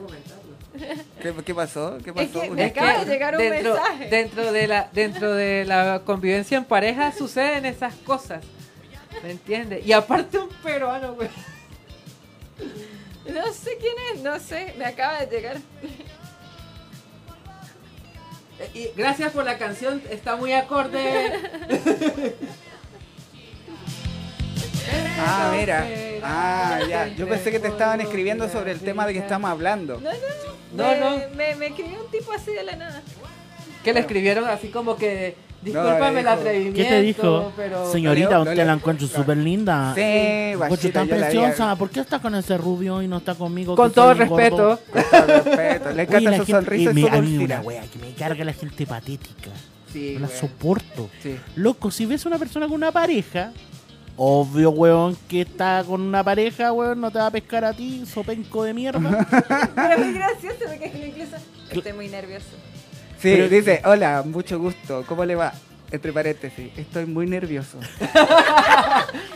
¿Qué, qué pasó? ¿Qué pasó?
que
Una
me acaba de
historia.
llegar un
dentro,
mensaje.
Dentro de, la, dentro de la convivencia en pareja suceden esas cosas. ¿Me entiendes? Y aparte un peruano, güey.
No sé quién es, no sé. Me acaba de llegar.
Y gracias por la canción, está muy acorde.
Ah, mira. Ah, ya. Yo pensé que te estaban escribiendo sobre el tema de que estamos hablando.
No, no,
No,
me,
no.
Me, me escribió un tipo así de la nada.
Que le escribieron así como que,
No,
discúlpame
le
el
dijo-
atrevimiento.
¿Qué te dijo?
Pero...
Lo
Señorita,
leo, lo
usted
leo.
la encuentro súper linda.
Sí,
Oye,
Bachita,
tan
yo la vi-
preciosa. ¿Por qué está con ese rubio y no está conmigo?
Con
que
todo
soy un
respeto,
gordo?
Con todo respeto. Le
Oye,
encanta
la
su
gente-
sonrisa
eh,
y
me-
su
a mí una
dulzura.
wea que me carga la gente patética.
sí,
no la
güey.
soporto.
Sí.
Loco, si ves una persona con una pareja, obvio, weón, que está con una pareja, weón, no te va a pescar a ti, sopenco de mierda.
Pero es muy gracioso porque escribió incluso. Estoy muy nervioso.
Sí,
Pero- eh,
dice, hola, mucho gusto, ¿cómo le va? Entre paréntesis, estoy muy nervioso.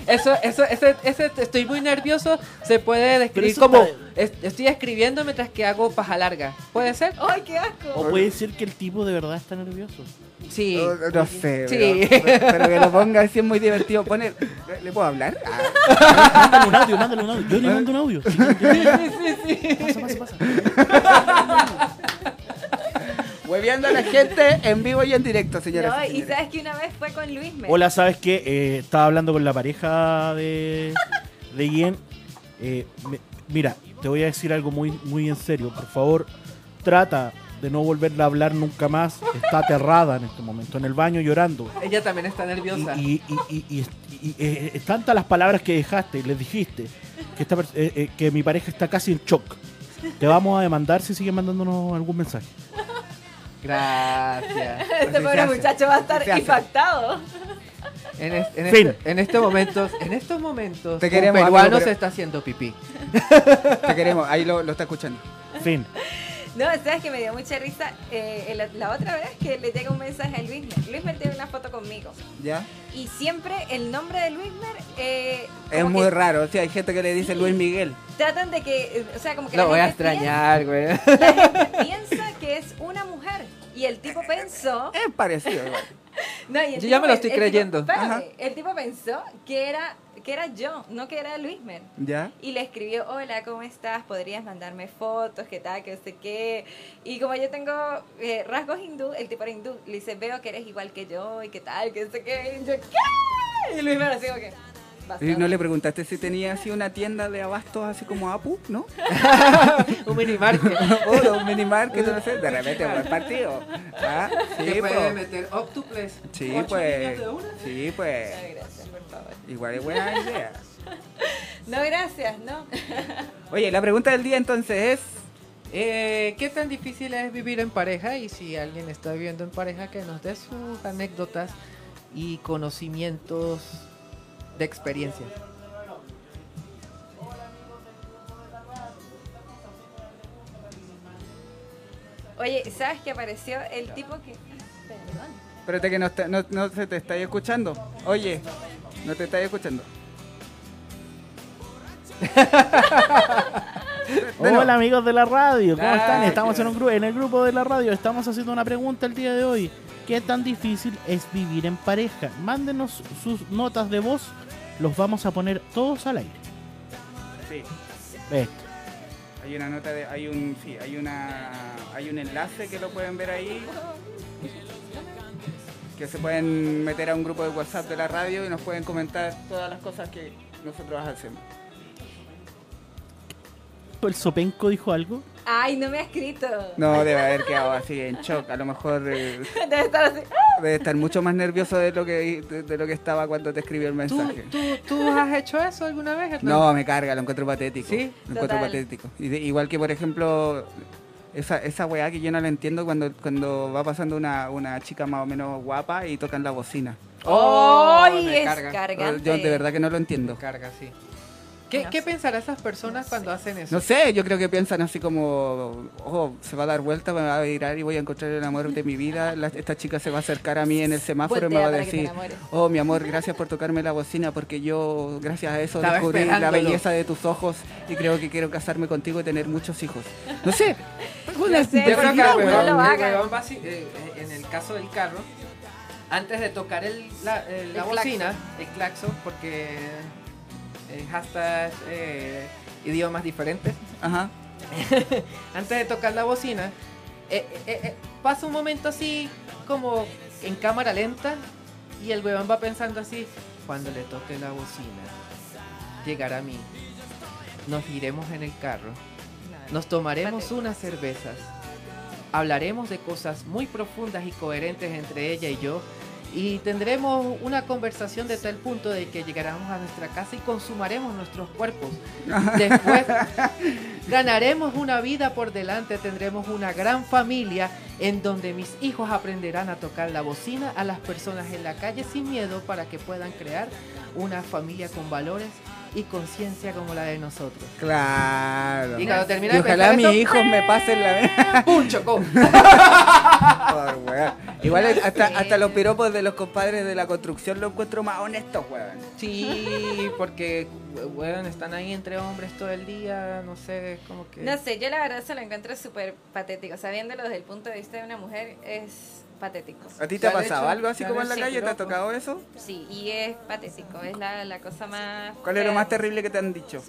Eso, eso, ese, ese estoy muy nervioso. Se puede describir
eso
como
está-
"Es- estoy escribiendo mientras que hago paja larga. ¿Puede ser?
¡Ay, qué asco!
Oh,
o puede ser que el tipo de verdad está nervioso.
Sí.
No, no sé,
Sí.
pero, pero que lo ponga así es muy divertido. Pone, ¿le- ¿Le puedo hablar? Ah,
Mándale un audio, mándale un audio. Yo le mando un audio. Sí, Pasa, pasa, pasa.
hueveando a la gente en vivo y en directo, señoras
No,
y
y
señores.
sabes que una vez fue con Luis
Hola, ¿sabes qué? Eh, estaba hablando con la pareja de, de Guillén. Eh, me- mira, te voy a decir algo muy, muy en serio. Por favor, trata de no volverla a hablar nunca más. Está aterrada en este momento, en el baño llorando.
Ella también está nerviosa.
Y, y, y, y- y- y- eh, eh, tantas las palabras que dejaste y les dijiste que, esta pers- eh, eh, que mi pareja está casi en shock. Te vamos a demandar si sigues mandándonos algún mensaje.
Gracias.
Este
Así se
pobre
hace.
muchacho va a
Así se
estar
hace.
impactado.
En, es- en
Fin.
este, en este momento, en estos momentos,
Te
un
queremos,
peruano
amigo, pero-
se está haciendo pipí.
Te queremos, ahí lo, lo está escuchando.
Fin.
No, sabes que me dio mucha risa eh, la, la otra vez que le llega un mensaje a Luismer. Luismer tiene una foto conmigo.
¿Ya?
Y siempre el nombre de Luismer eh,
Es
como
muy
que
raro, o sea, hay gente que le dice Luis Miguel.
tratan de que, eh, o sea, como que
Lo
la
voy a
gente
extrañar, güey.
piensa- la gente piensa que es una mujer y el tipo pensó
Es parecido. igual.
No, y el
Yo
tipo
ya me lo
pen-
estoy
el tipo-
creyendo.
espérate,
Ajá.
el tipo pensó que era, que era yo, no que era Luismer.
¿Ya?
Y le escribió, hola, ¿cómo estás? ¿Podrías mandarme fotos? ¿Qué tal? ¿Qué sé qué? Y como yo tengo eh, rasgos hindú, el tipo era hindú, le dice, veo que eres igual que yo y qué tal, qué sé qué. Y yo, ¿qué? Y Luismer así como que...
¿Y no le preguntaste si tenía así una tienda de abastos así como Apu, no?
Un minimarket.
O un minimarket, no sé, de repente por el partido. Ah,
Te
sí,
puede
pues.
meter octuples.
Sí,
Ocho
pues.
niños de una.
Sí, pues.
No, gracias, por favor.
Igual es buena idea.
No, gracias, no.
Oye, la pregunta del día entonces es.
Eh, ¿Qué tan difícil es vivir en pareja? Y si alguien está viviendo en pareja, que nos dé sus anécdotas y conocimientos de experiencia.
Oye, ¿sabes que apareció el tipo que... Perdón.
Espérate que no, está- no, no se te estáis escuchando. Oye, no te estáis escuchando. De nuevo.
Hola amigos de la radio, ¿cómo están?
Gracias.
Estamos en, un gru- en el grupo de la radio, estamos haciendo una pregunta el día de hoy. ¿Qué tan difícil es vivir en pareja? Mándenos sus notas de voz, los vamos a poner todos al aire.
Sí,
Esto.
hay una nota de. Hay un. Sí, hay una. Hay un enlace que lo pueden ver ahí. Que se pueden meter a un grupo de WhatsApp de la radio y nos pueden comentar todas las cosas que nosotros hacemos.
dijo? ¿El Sopenco dijo algo?
Ay, no me ha escrito.
No, debe haber quedado así en shock. A lo mejor eh,
Debe estar así.
debe estar mucho más nervioso de lo que de, de lo que estaba cuando te escribió el
¿Tú,
mensaje.
tú, tú has hecho eso alguna vez, Hernán?
No, me carga, lo encuentro patético.
Sí.
lo encuentro
Total.
patético. Y de- igual que, por ejemplo, esa, esa weá que yo no la entiendo cuando, cuando va pasando una, una chica más o menos guapa y tocan la bocina.
Oh,
¡Ay,
me
es
carga.
cargante!
Yo de verdad que no lo entiendo.
Carga, sí. ¿Qué,
No
qué
sé.
pensarán esas personas cuando hacen eso?
No sé, yo creo que piensan así como, oh, se va a dar vuelta, me va a virar y voy a encontrar el amor de mi vida. La- esta chica se va a acercar a mí en el semáforo y me
Voltea
va a
para que te
decir,
enamores.
oh, mi amor, gracias por tocarme la bocina porque yo, gracias a eso,
Estaba
descubrí la
esperándolo.
belleza de tus ojos y creo que quiero casarme contigo y tener muchos hijos. No sé.
No sé,
Yo creo que
no, no
el
lo
huevón- el
hagan.
huevón va así, eh, eh, en el caso del carro, antes de tocar el, la, eh, la
El
bocina, el claxon, porque es hasta eh, idiomas diferentes,
Ajá.
antes de tocar la bocina, eh, eh, eh, pasa un momento así como en cámara lenta y el huevón va pensando así, cuando le toque la bocina, llegará a mí, nos iremos en el carro. Nos tomaremos
Patético.
unas cervezas. Hablaremos de cosas muy profundas y coherentes entre ella y yo. Y tendremos una conversación de tal punto de que llegaremos a nuestra casa y consumaremos nuestros cuerpos. Después ganaremos una vida por delante, tendremos una gran familia en donde mis hijos aprenderán a tocar la bocina a las personas en la calle sin miedo para que puedan crear una familia con valores y conciencia como la de nosotros.
Claro.
Y cuando termina
Y
de
ojalá
pensar
mis
eso,
hijos me pasen la
¡Pum! Chocó. ¡Ah!
Por weá. Igual hasta, hasta los piropos de los compadres de la construcción lo encuentro más honestos, weón.
Sí, porque, bueno, están ahí entre hombres todo el día, no sé, es como que...
No sé, yo la verdad se lo encuentro súper patético. O sea, viéndolo desde el punto de vista de una mujer, es patético.
¿A ti te
Se
ha
han
pasado
hecho-
algo así
se han
como en la
hecho
calle? ¿Te ha
piropos.
tocado eso?
Sí, y es patético. Es la, la cosa más.
¿Cuál es lo
Eh,
fea.
más terrible que te han dicho?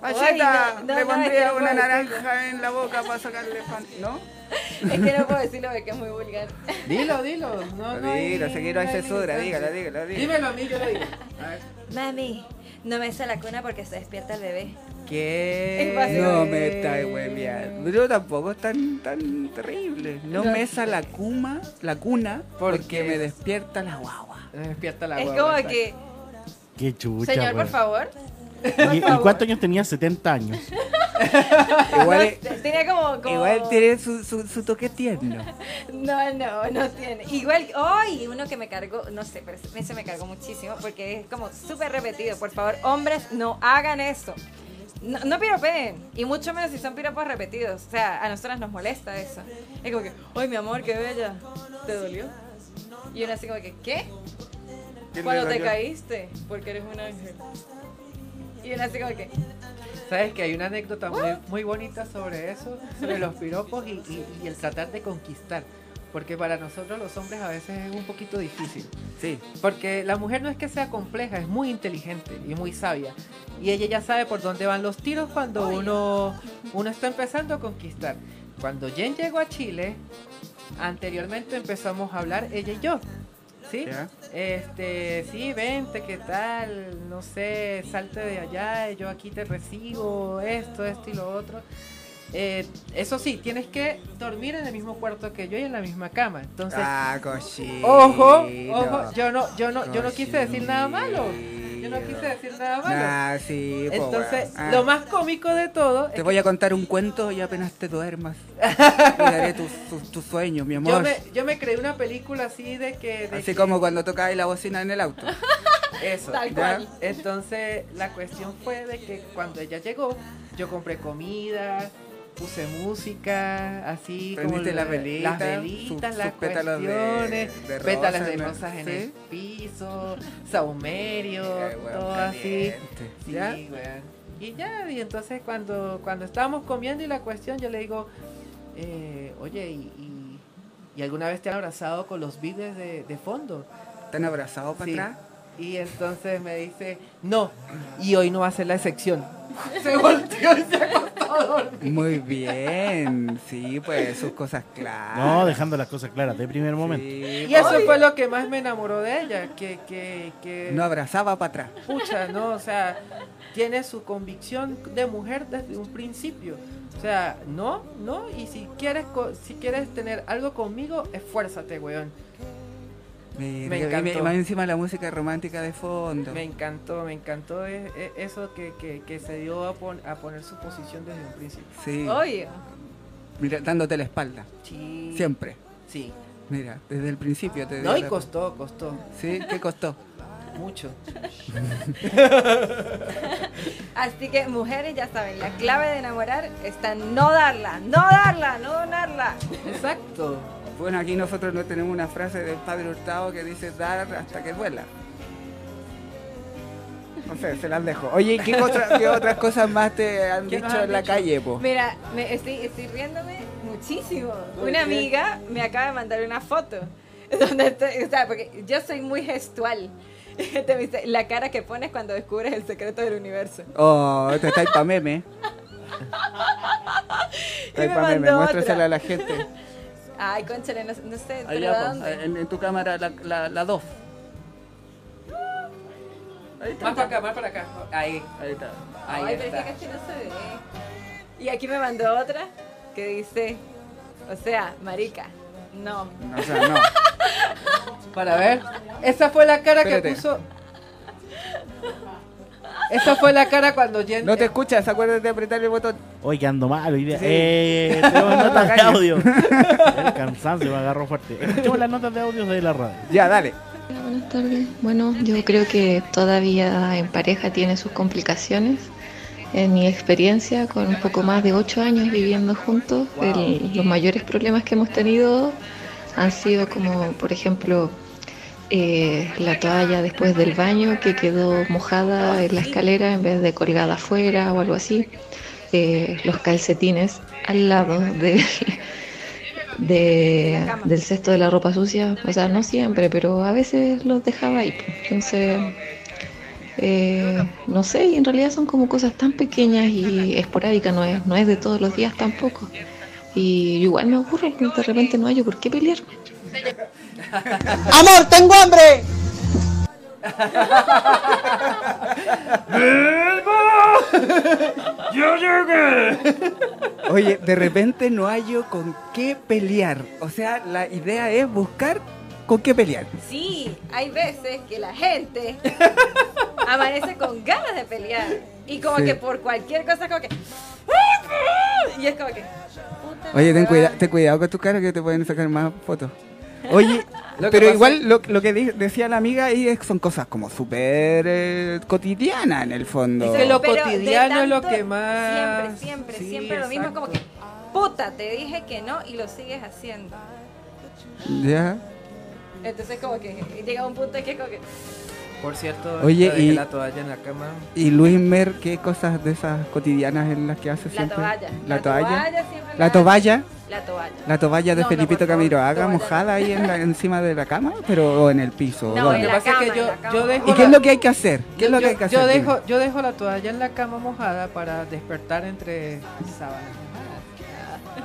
Ay,
Macheta,
no, no,
le
no,
pondría
es que no
una
puedo
naranja en la boca para sacarle fan. ¿No?
Es que no puedo decirlo porque es muy vulgar.
Dilo, dilo. No, no hay-
Dilo, seguir no hay
hay
censura, dígala,
militancia.
dígala, dígala.
Dímelo a mí, yo le digo. A ver.
Mami, no me des a la cuna porque se despierta el bebé.
¿Qué?
Es fácil.
No me estáis hueveando. Yo tampoco es tan, tan terrible. No
No.
mesa la cuna, la cuna
¿Por
porque
qué?
me despierta la guagua.
Me despierta la
es
guagua,
como
exacto.
que,
Qué chucha.
señor, por
weón.
favor.
¿Y,
por
y cuántos años tenía? 70 años.
Igual,
No, tenía como, como-
igual tiene su, su, su toque tierno.
No, no, no tiene. Igual, hoy uno que me cargó, no sé, pero ese ese me cargó muchísimo porque es como súper repetido. Por favor, hombres, no hagan eso. No, no piropeen, y mucho menos si son piropos repetidos. O sea, a nosotras nos molesta eso. Es como que, ¡ay, mi amor, qué bella! ¿Te dolió? Y uno así como que, ¿qué? Cuando te caíste, porque eres un ángel. Y uno así como que,
¿Sabes que hay una anécdota muy, muy bonita sobre eso? Sobre los piropos y, y- y el tratar de conquistar. Porque para nosotros los hombres a veces es un poquito difícil.
Sí.
Porque la mujer no es que sea compleja, es muy inteligente y muy sabia. Y ella ya sabe por dónde van los tiros cuando uno, uno está empezando a conquistar. Cuando Jen llegó a Chile, anteriormente empezamos a hablar ella y yo. ¿Sí?
Ya.
Este, sí, vente, ¿qué tal? No sé, salte de allá, yo aquí te recibo, esto, esto y lo otro. Eh, eso sí, tienes que dormir en el mismo cuarto que yo y en la misma cama. Entonces,
Ah, cochino.
Ojo, ojo, yo no, yo no, yo no quise decir nada malo. Yo no quise decir nada malo.
Ah, sí, po,
Entonces,
weón. Ah.
lo más cómico de todo
Te
es
voy a contar un cuento y apenas te duermas. Cuidaré tus tus- tus sueños, mi
yo
amor.
me, yo me creé una película así de que. de
Así
que-
como cuando tocabas la bocina en el auto.
Eso.
Tal
¿ya?
cual.
Entonces, la cuestión fue de que cuando ella llegó, yo compré comida, puse música, así
Prendiste
como
las
la-
velitas,
las velitas,
sus-
las
sus pétalos de-
cuestiones,
de
pétalas
rosa
de
en el-
rosas en
¿sí?
el piso, saumerio,
Ay, weón,
todo así.
caliente.
Sí,
¿Ya?
weón. Y ya, y entonces cuando, cuando estábamos comiendo y la cuestión, yo le digo, eh, oye, ¿y, y, y alguna vez te han abrazado con los vides de, de fondo?
¿Te han abrazado para
Sí.
atrás?
Y entonces me dice, no, y hoy no va a ser la excepción. Se volteó y se acostó.
Muy bien, sí, pues sus cosas claras.
No, dejando las cosas claras de primer momento.
Ah. Sí,
Y eso
pues,
fue lo que más me enamoró de ella, que, que, que
No abrazaba para atrás.
pucha, ¿no? O sea, tiene su convicción de mujer desde un principio. O sea, no, no, y si quieres, co- si quieres tener algo conmigo, esfuérzate, weón.
Mira,
Me
y
encantó.
más encima la música romántica de fondo.
Me encantó, me encantó e- e- eso que, que- que se dio a, pon- a poner su posición desde un principio.
Sí.
Obvio.
Mira, dándote la espalda.
Sí.
Siempre.
Sí.
Mira, desde el principio te
No,
dio
y
la-
costó, costó
¿Sí? ¿Qué costó?
mucho.
Así que mujeres ya saben, la clave de enamorar está en no darla, no darla, no darla.
Exacto.
Bueno, aquí nosotros no tenemos una frase del padre Hurtado que dice dar hasta que vuela. No sé, se las dejo. Oye, ¿qué, otra- qué otras cosas más te han
¿Qué
dicho
nos
en
han
la
dicho?
calle, po?
Mira, me estoy, estoy riéndome muchísimo.
Muy
Una
bien.
amiga me acaba de mandar una foto. Donde estoy- o sea, porque yo soy muy gestual. Te dice, la cara que pones cuando descubres el secreto del universo.
Oh, te estáis pa' meme. Estáis
me
pa' meme,
mandó
muéstrasela
otra.
a la pues, gente.
Ay, conchale, no, no sé, pero
Allá,
¿a
po,
dónde?
en, en tu cámara, la, la, la dos. Ahí está.
Más para acá, más para acá. Ahí,
Ahí está.
ahí
Ay, pero es que
está.
casi no se ve. Y aquí me mandó otra que dice, o sea, marica, no.
O sea, no.
Para ver. Esa fue la cara
Espérate.
que puso. Esa fue la cara cuando Jen. Eh,
No te escuchas, acuérdate de apretar el botón.
Oye, que ando mal hoy día.
Sí.
Eh, tenemos notas de
Caña.
audio. El cansancio me agarró fuerte. Escuchemos las notas de audio de la radio.
Ya, dale.
Hola, buenas tardes. Bueno, yo creo que todavía en pareja tiene sus complicaciones. En mi experiencia, con un poco más de ocho años viviendo juntos, el- los mayores problemas que hemos tenido han sido como, por ejemplo, eh, la toalla después del baño que quedó mojada en la escalera en vez de colgada afuera o algo así. Eh, los calcetines al lado de, de- del cesto de la ropa sucia. O sea, no siempre, pero a veces los dejaba ahí. pues. Entonces, eh, no sé, y en realidad son como cosas tan pequeñas y esporádicas, no es, no es de todos los días tampoco. Y igual me ocurre, de repente no hay por qué pelear.
Oye, de repente no hallo con qué pelear. O sea, la idea es buscar con qué pelear.
Sí, hay veces que la gente amanece con ganas de pelear. Y como
Sí.
que por cualquier cosa es como que... Y es como que... puta
Oye, ten,
la
cuida-
weá.
ten cuidado con tu cara que te pueden sacar más fotos. Oye,
Lo que
pero
pasa-
igual lo, lo que di- decía la amiga ahí es- son cosas como súper eh, cotidianas en el fondo.
Es que lo
Pero de
cotidiano es lo
tanto,
que más.
Siempre, siempre,
Sí,
siempre lo mismo. Es como que...
exacto.
Puta, te dije que no y lo sigues haciendo.
¿Ya?
Entonces como que llega un punto en que es como que...
Por cierto,
Oye,
yo dejé
y-
la toalla en la cama.
Y Luis Mer, ¿qué cosas de esas cotidianas en las que hace
La
siempre?
toalla.
La toalla.
siempre
La toalla.
La toalla.
La toalla de
No, no,
Felipito
por favor,
Camiroaga
toalla.
mojada ahí en la- encima de la cama, pero o en el piso. ¿o
No,
dónde?
en
Lo que
la
pasa es
cama,
que yo,
en la cama.
yo dejo.
¿Y qué
la-
es lo que hay que hacer? ¿Qué es lo
yo-
que hay que hacer?
yo
Dime.
dejo, yo dejo la toalla en la cama mojada para despertar entre sábanas.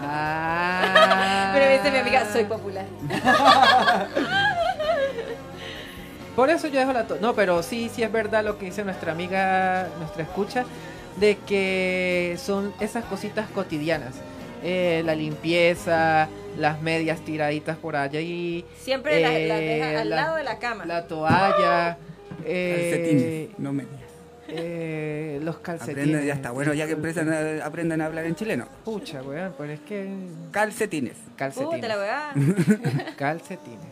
Ah.
Pero me dice mi amiga, soy popular.
Por eso yo dejo la to- No, pero sí, sí es verdad lo que dice nuestra amiga, nuestra escucha, de que son esas cositas cotidianas. Eh, la limpieza, las medias tiraditas por allá y
Siempre la- la,
Eh,
deja al
la-
lado de la cama.
la toalla. eh,
¡Oh! Calcetines, no me digas.
eh, los calcetines.
Aprenden, ya está, bueno, ya que empiezan a- aprendan a hablar en chileno.
Pucha, weón, pero es que.
Calcetines.
Calcetines.
Puta la weá.
Calcetines.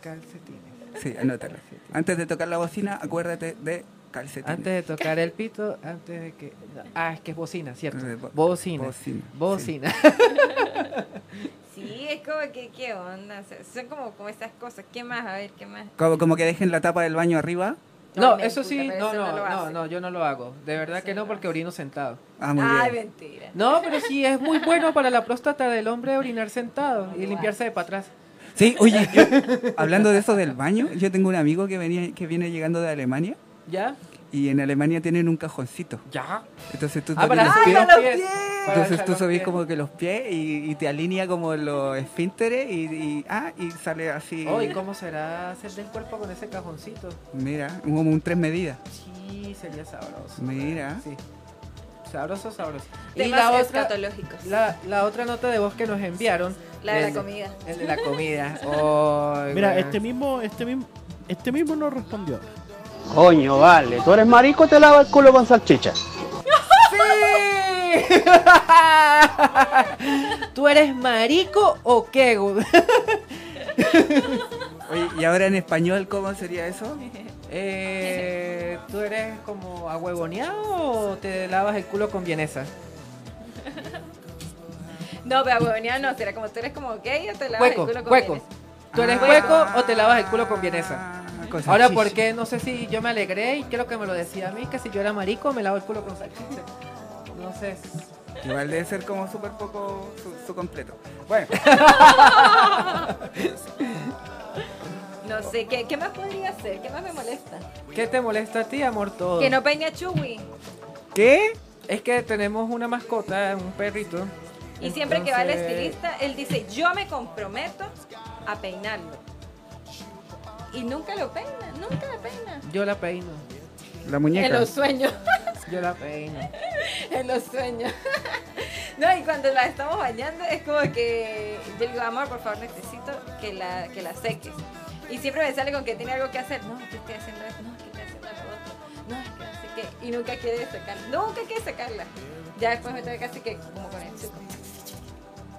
Calcetines.
Sí, anótalo. Antes de tocar la bocina, acuérdate de calcetines.
Antes de tocar el pito, antes de que. Ah, es que es bocina, ¿cierto?
Eh, bo-
Bocina.
bocina, sí.
Bocina.
Sí, es como que, ¿qué onda? O sea, son como, como esas cosas. ¿Qué más? A ver, ¿qué más?
Como, como que dejen la tapa del baño arriba.
No,
Ay, me
eso
puta,
sí,
pero
no,
eso no
no,
lo
no,
hace.
no, yo no lo hago. De verdad
Eso
que
no
no,
lo
porque
hace.
orino sentado.
Ah, muy
Ay,
bien.
mentira.
No, pero sí es muy bueno para la próstata del hombre orinar sentado y limpiarse de para atrás.
Sí, oye, yo- hablando de eso del baño, yo tengo un amigo que, venía, que viene llegando de Alemania
¿Ya?
y en Alemania tienen un cajoncito.
¿Ya?
Entonces tú
Ah,
te
para
tienes-
subir los pies. Para
Entonces
el
tú
salón
subís
que-
como que los pies y, y te alinea como los esfínteres y, y- ah, y sale así.
Oh, ¿y cómo será hacer del cuerpo con ese cajoncito?
Mira, como un tres medidas.
Sí, sería sabroso.
Mira.
Sí. Sabroso, sabroso. Y
Temas
la otra,
escatológicos. La,
la, la otra nota de voz que nos enviaron.
de
el-
la comida.
El de la comida. Ay,
Mira,
weón.
este mismo, este mismo, este mismo no respondió.
Coño, vale, tú eres marico, te lava el culo con salchicha.
¡Sí! ¿Tú eres marico o qué? güey?
Oye, ¿y ahora en español cómo sería eso?
Eh, ¿Tú eres como ahuevoneado o te lavas el culo con vienesa?
No, pero huevonía no, será como tú eres como gay o te lavas
Hueco,
el culo con
hueco.
vienesa.
¿Tú eres
Ah.
hueco o te lavas el culo con vienesa?
Ah, con
Ahora,
salchicha.
¿por qué? No sé si yo me alegré y creo que me lo decía a mí, que si yo era marico me lavo el culo con salchicha. No sé.
Igual debe ser como súper poco su, su completo. Bueno,
No sé, ¿qué, ¿qué más podría hacer? ¿Qué más me molesta?
¿Qué te molesta a ti, amor, todo?
Que no peine a Chuwi.
¿qué?
Es que tenemos una mascota, un perrito.
Y siempre que va al
Entonces-
estilista, él dice, yo me comprometo a peinarlo. Y nunca lo peina, nunca la peina.
Yo la peino.
La
En
muñeca.
los sueños,
Yo la peino.
en los sueños. No, y cuando la estamos bañando es como que yo le digo, amor, por favor, necesito que la, que la seques. Y siempre me sale con que tiene algo que hacer. No, es que estoy haciendo esto, no, es que estoy haciendo lo otro. No, es que así que... Y nunca quiere sacarla, nunca quiere sacarla. Ya después me trae casi que como con el chico.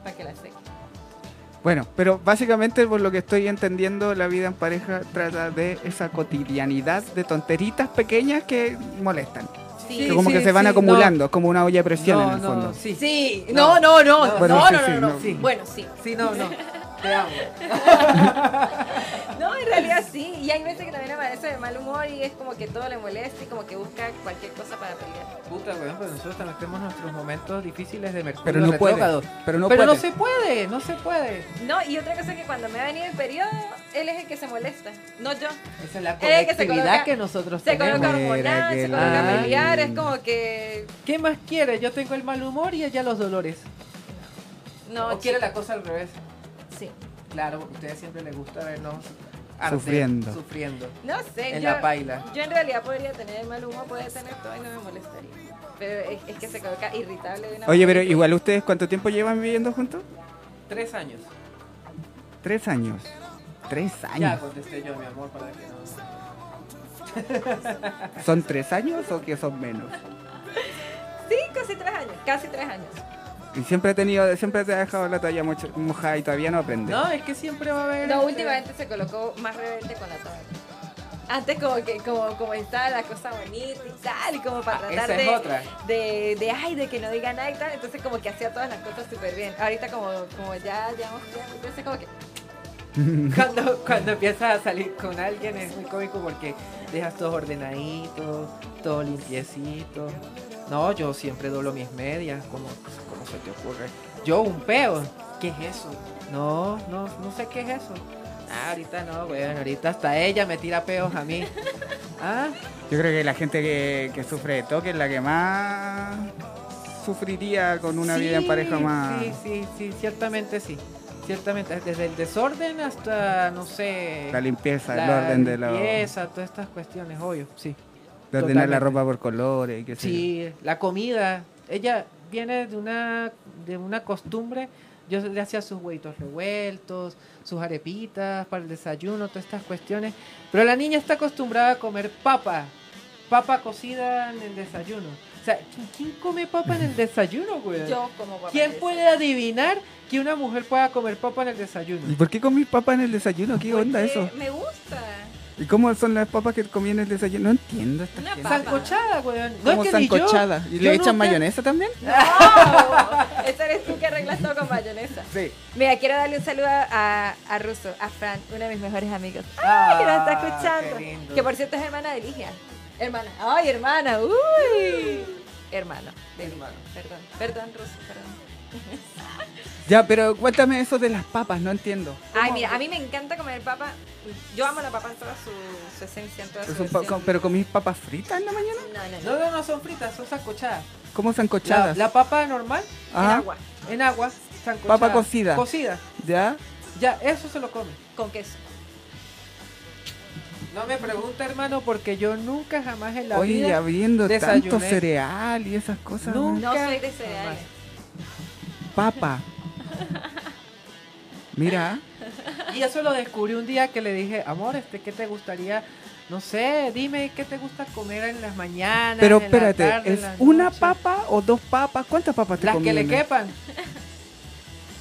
Para que la seque.
Bueno, pero básicamente por lo que estoy entendiendo, la vida en pareja trata de esa cotidianidad de tonteritas pequeñas que molestan.
Sí,
que como que
sí,
se van
sí,
acumulando, como una olla de presión
no,
en el
no,
fondo.
sí.
Sí, no, no, no, no,
Bueno,
no,
sí,
no,
sí,
no,
no.
sí. Bueno, sí.
Sí, no, no. Te amo.
No, en realidad sí. Y hay veces que también amanece de mal humor y es como que todo le molesta y como que busca cualquier cosa para pelear.
Puta, weón, pero nosotros también tenemos nuestros momentos difíciles de mercurio
Pero no puede.
retrógrado.
Pero no
pero
puede.
no se puede, no se puede.
No, y otra cosa es que cuando me ha venido el periodo, él es el que se molesta, no yo.
Esa es la
Eh, que se
conectividad
coloca-
que, nosotros
Se
tenemos.
coloca
Mira
hormonal,
que
se coloca
la-
familiar, es como que...
¿Qué más quiere? Yo tengo el mal humor y ella los dolores.
No,
o quiere
chica,
la cosa al revés.
Sí.
Claro, porque a ustedes siempre les gusta vernos arder,
Sufriendo.
sufriendo.
No sé,
En
yo,
la paila.
yo en realidad podría tener mal humor, podría tener todo y no me molestaría. Pero es, es que se coloca irritable de una
Oye, pero
manera que-
igual ustedes, ¿cuánto tiempo llevan viviendo juntos?
Tres años.
Tres años. Tres
Ya
años.
contesté yo, mi amor, para que no. pues.
¿Son tres años o que son menos?
Sí, casi tres años, casi tres años.
Y siempre he tenido, siempre te ha dejado la toalla mocha- mojada y todavía no aprende.
No, es que siempre va a haber.
No,
este,
últimamente se colocó más rebelde con la toalla. Antes como que como, como estaba la cosa bonita y tal, y como para
Ah,
tratar
esa es
de,
otra.
de, de, ay, de que no diga nada y tal, entonces como que hacía todas las cosas súper bien. Ahorita como, como ya llevamos tiempo, entonces como que,
Cuando, cuando empiezas a salir con alguien es muy cómico porque dejas todo ordenadito, todo limpiecito. No, yo siempre doblo mis medias, como, como se te ocurre. Yo un peo. ¿Qué es eso? No, no, no sé qué es eso. Ah, ahorita no, weón, ahorita hasta ella me tira peos a mí. Ah,
Yo creo que la gente que, que sufre de toque es la que más sufriría con una
sí,
vida en pareja más.
Sí, sí, sí, ciertamente sí. Ciertamente, desde el desorden hasta, no sé,
La limpieza,
la
el orden de, la, de
limpieza, todas estas cuestiones, obvio, sí.
ordenar
totalmente.
la ropa por colores. y qué sé
Sí, la comida. Ella viene de una, de una costumbre. Yo le hacía sus huevitos revueltos, sus arepitas para el desayuno, todas estas cuestiones. Pero la niña está acostumbrada a comer papa. Papa cocida en el desayuno. O sea, ¿qui- ¿quién come papa en el desayuno, güey?
yo como papá
¿Quién
de
puede adivinar que una mujer pueda comer papa en el
yo. ¿Y
desayuno?
por qué comí papas en el desayuno? ¿Qué
Porque
onda eso?
Me gusta.
¿Y cómo son las papas que comí en el desayuno? No entiendo esta
Una
gente.
papa.
Sancochada, güey. No
Como
es que ni yo.
sancochada. ¿Y
yo
le echan
nunca-
mayonesa también?
No, esa eres tú que arreglas todo con mayonesa.
Sí.
Mira, quiero darle un saludo a, a Russo, a Fran, una de mis mejores amigas.
Ah,
que nos está
qué
escuchando.
lindo.
Que por cierto es hermana de Ligia. Hermana. Ay, hermana.
Uh.
Uy. Hermano. de Ligia. Perdón. Perdón, Russo, perdón.
Ya, pero cuéntame eso de las papas, no entiendo.
Ay, mira, a mí me encanta comer papa. Yo amo la papa en toda su, su esencia, en toda su
Es un pa-
versión.
¿Pero comís papas fritas en la mañana?
No, no,
No,
no.
no, no son fritas, son sancochadas.
¿Cómo
La,
sancochadas?
la papa normal
En
Ah,
agua,
en agua, sancochada.
Papa cocida.
Cocida.
¿Ya?
Ya, eso se lo come.
con queso.
No me pregunta, hermano, porque yo nunca jamás en la
Oye,
vida.
habiendo tanto
desayuné.
cereal y esas cosas.
No
Nunca.
soy de
Ah,
cereales.
Papa. Mira,
Y eso lo descubrí un día que le dije, amor, este, ¿qué te gustaría? No sé, dime qué te gusta comer en las mañanas.
pero
en la
espérate,
tarde, en
¿es
las
una
noches?"
papa o dos papas? ¿Cuántas papas te
Las que le
conviene?
quepan.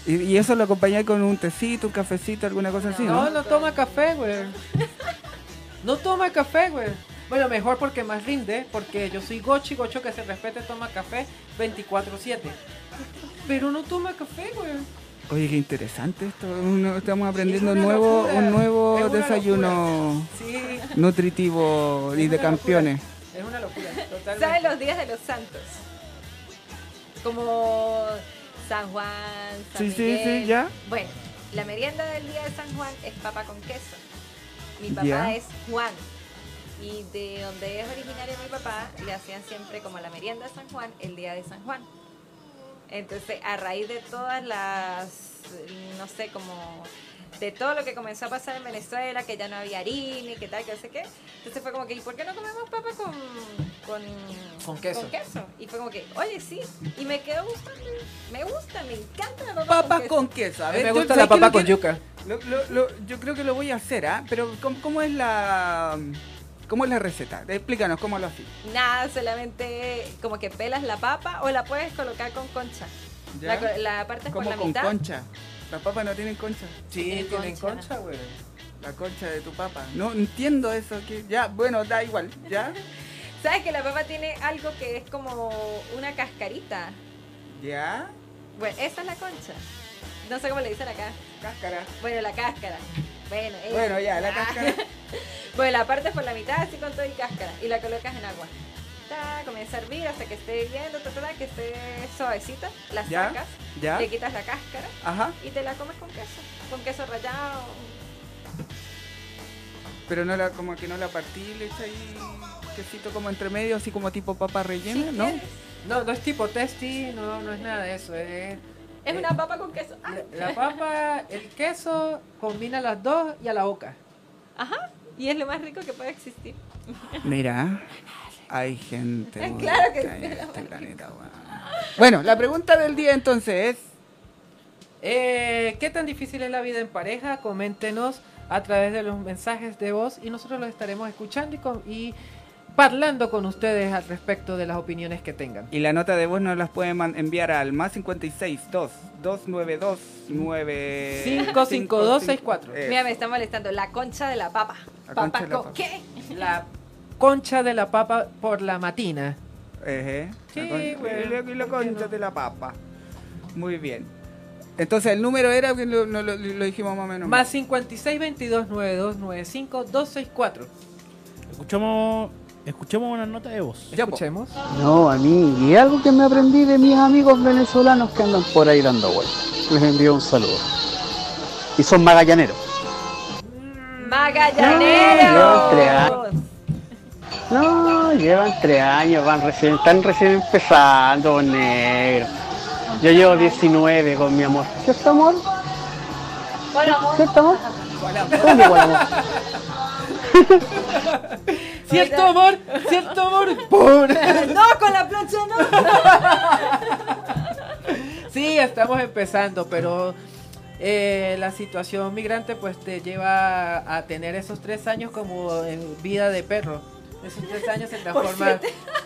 Y, y eso lo acompañáis con un tecito, un cafecito, alguna cosa así,
No,
¿no?
no toma café, güey. No toma café, güey. Bueno, mejor porque más rinde, porque yo soy gochi, gocho que se respete, toma café 24-7. Pero no toma café, güey.
Oye, qué interesante esto. uno- estamos aprendiendo
una
un nuevo,
locura,
un
es
nuevo
una
desayuno
Sí,
nutritivo
Es
y de
una locura.
campeones.
es una locura,
¿Sabes
totalmente.
los días de los santos? Como San Juan, San
Sí, sí,
Miguel.
sí, ya.
Bueno, la merienda del día de San Juan es papa con queso. Mi papá
Ya.
es Juan. Y de donde es originario mi papá, le hacían siempre como la merienda de San Juan, el día de San Juan. Entonces, a raíz de todas las, no sé, como de todo lo que comenzó a pasar en Venezuela, que ya no había harina y que tal, que no sé qué. Entonces fue como que, ¿y por qué no comemos papa con, con,
Con queso.
Y fue como que, oye, sí, y me quedó gustando, me gusta, me encanta la papa
Papas
con queso.
con queso. A ver,
me
yo-
gusta
¿sabes
la
qué?
papa
Lo
con
quiero-
yuca.
Lo- lo- lo- yo creo que lo voy a hacer, ¿ah? Pero ¿cómo, cómo es la cómo es la receta? Explícanos cómo lo haces.
Nada, solamente como que pelas la papa o la puedes colocar con concha. La, co- la partes por
Como
la
con
mitad.
concha. Las papas no tienen concha.
Sí,
Tiene
tienen
concha.
concha, güey.
La concha de tu papa. No entiendo eso. Que ya, bueno, da igual. Ya,
¿Sabes que la papa tiene algo que es como una cascarita?
ya.
Bueno, esa es la concha. No sé cómo le dicen acá.
Cáscara.
Bueno, la cáscara. Bueno, eh.
Bueno, ya, la
Ah.
cáscara.
Bueno, la partes por la mitad así con todo y cáscara y la colocas en agua. Ta, comienza a hervir hasta que esté hirviendo, ta, ta, ta, que esté suavecita. La
Ya.
sacas,
Ya.
le quitas la cáscara
Ajá.
y te la comes con queso. Con queso rallado.
Pero no la, como que no la partí, le eché ahí quesito como entre medio, así como tipo papa rellena,
Si
¿no?
quieres.
No, no es tipo testi, no, no es nada de eso. Es
Es
Eh,
una papa con queso. Ah,
la, la papa, el queso, combina las dos y a la boca.
Y es lo más rico que puede existir.
Mira, hay gente.
Claro
buena
que
hay
sí,
en
la
este
verdad.
planeta, weón. Bueno, la pregunta del día entonces es.
Eh, ¿Qué tan difícil es la vida en pareja? Coméntenos a través de los mensajes de voz y nosotros los estaremos escuchando y, con- y parlando con ustedes al respecto de las opiniones que tengan.
Y la nota de voz nos las pueden man- enviar al más 56 2 292 9
55264.
Mira, me está molestando. La concha de la papa.
La
papa
concha de la
con
papa.
qué?
La concha de la papa por la matina.
eh,
Sí,
Sí,
güey.
Y la concha de la papa. Muy bien. Entonces el número era que lo, no lo- lo dijimos más o menos.
Más 56 22 92 95 264.
Escuchamos, escuchemos una nota de voz.
Ya, po.
Escuchemos.
No, a mí. Y algo que me aprendí de mis amigos venezolanos que andan por ahí dando vueltas. Les envío un saludo. Y son magallaneros. Dios,
Magallaneros.
creado. No, llevan tres años, van recién, están recién empezando, negro. Yo llevo 19 con mi amor. ¿Cierto amor? ¿Cierto amor? ¿Cómo, buen amor?
Cierto amor, cierto amor. Por-
No, con la plancha no.
Sí, estamos empezando, pero eh, la situación migrante pues te lleva a tener esos tres años como en vida de perro. Esos tres años se transforman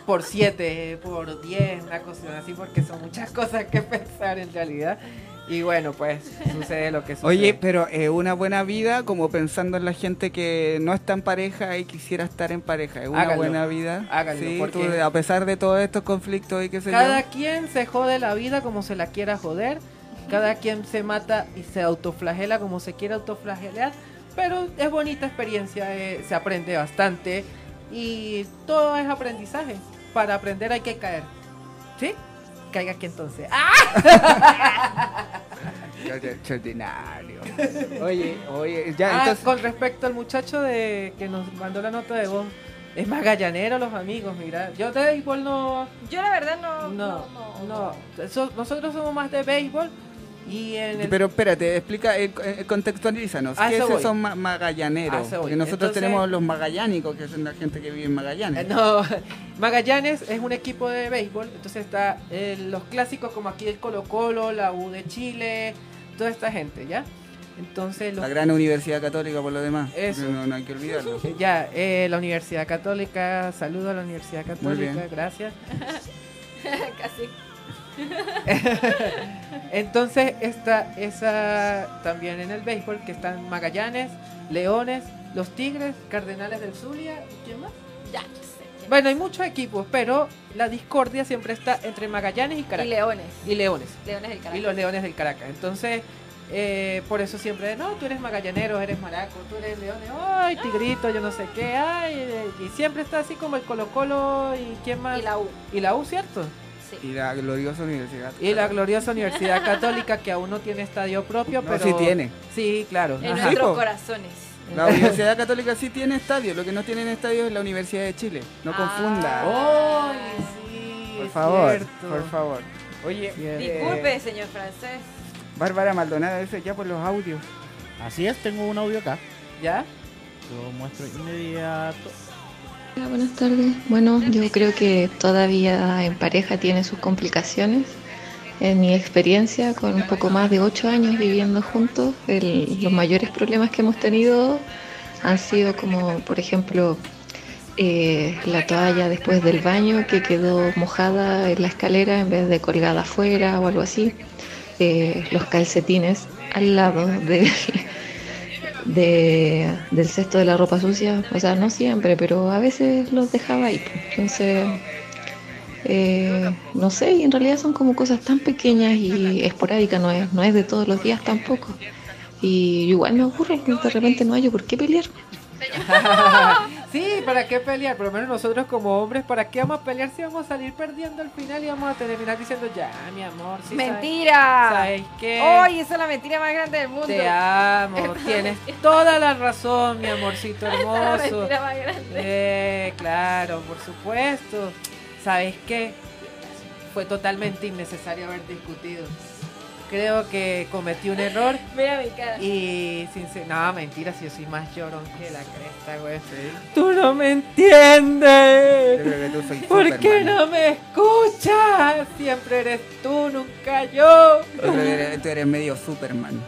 por siete, eh, por diez, una cosa así, porque son muchas cosas que pensar en realidad. Y bueno, pues sucede lo que sucede.
Oye, pero eh, una buena vida, como pensando en la gente que no está en pareja y quisiera estar en pareja, es una
Hágalo,
buena vida.
hágalo,
Sí,
porque-
tú, a pesar de todos estos conflictos y qué sé
cada
yo.
quien se jode la vida como se la quiera joder, cada quien se mata y se autoflagela como se quiera autoflagelar, pero es bonita experiencia, eh, se aprende bastante y todo es aprendizaje. Para aprender hay que caer, ¿sí? Caiga aquí entonces. ¡Ah!
Extraordinario. Oye, oye, ya,
Ah,
entonces.
con respecto al muchacho de que nos mandó la nota de voz, es magallanero los amigos, mira. Yo de béisbol no,
Yo la verdad no.
no, no. So- nosotros somos más de béisbol y en el
Pero espérate, explica, eh, eh, contextualízanos.
A
¿Qué
eso
esos
voy.
son ma-
A
magallaneros?
eso voy.
Porque nosotros
Entonces-
tenemos los magallánicos, que son la gente que vive en Magallanes.
Eh, No, Magallanes es un equipo de béisbol, entonces está eh, los clásicos como aquí el Colo Colo, la U de Chile, toda esta gente, ¿ya? Entonces los-
La gran universidad católica, por lo demás.
Eso.
No, no hay que olvidarlo.
eh, ya, eh, la Universidad Católica, saludo a la Universidad Católica,
bien.
gracias.
Casi.
Entonces está esa también en el béisbol que están Magallanes, Leones, los Tigres, Cardenales del Zulia, ¿quién más?
Ya, no sé.
Bueno, hay muchos equipos, pero la discordia siempre está entre Magallanes y
Y
Caracas
leones.
y Leones.
Leones del
y
Caracas.
los Leones del Caracas. Entonces, eh, por eso siempre, no, tú eres magallanero, eres maraco, tú eres leones, ay, tigrito, yo no sé qué, ay, eh, y siempre está así como el Colo Colo y quién más.
Y la U.
Y la U, ¿cierto?
Sí.
Y la gloriosa universidad.
Y la gloriosa Universidad Católica que aún no tiene estadio propio,
No,
pero...
sí tiene.
Sí, claro. Ah.
En
ajá.
nuestro-
nuestros
po.
corazones.
La Universidad Católica sí tiene estadio, lo que no tienen estadio es la Universidad de Chile. No
Ah.
confunda.
Ay, sí,
por
es
favor,
cierto.
por favor. Oye,
Cierto.
Oh, eh,
Disculpe, señor francés.
Bárbara Maldonado dice ya por los audios.
Así es, tengo un audio acá.
¿Ya?
Lo muestro inmediato.
Hola, buenas tardes. Bueno, yo creo que todavía en pareja tiene sus complicaciones. En mi experiencia, con un poco más de ocho años viviendo juntos, el- los mayores problemas que hemos tenido han sido como, por ejemplo, eh, la toalla después del baño que quedó mojada en la escalera en vez de colgada afuera o algo así. Eh, los calcetines al lado de, de- del cesto de la ropa sucia, o sea, no siempre, pero a veces los dejaba ahí. Entonces, eh, no sé, y en realidad son como cosas tan pequeñas y esporádicas, no es, no es de todos los días tampoco. Y igual me ocurre que de repente no hay por qué pelear.
Sí, ¿para qué pelear? Por lo menos nosotros como hombres, ¿para qué vamos a pelear si vamos a salir perdiendo al final y vamos a terminar diciendo, ya, mi amor, sí, sabes-
¡Mentira!
¿Sabes qué?
¡Ay, esa es la mentira más grande del mundo!
Te amo, tienes toda la razón, mi amorcito
La
hermoso.
mentira más grande.
Eh, claro, por supuesto. ¿Sabes qué? Fue totalmente innecesario haber discutido. Creo que cometí un error
Mira mi cara.
y sincer- No, mentira, si yo soy más llorón que la cresta, güey. Tú no me entiendes.
Yo creo que tú soy
¿Por qué
Superman.
no me escuchas? Siempre eres tú, nunca yo.
Yo creo que eres- tú eres medio Superman.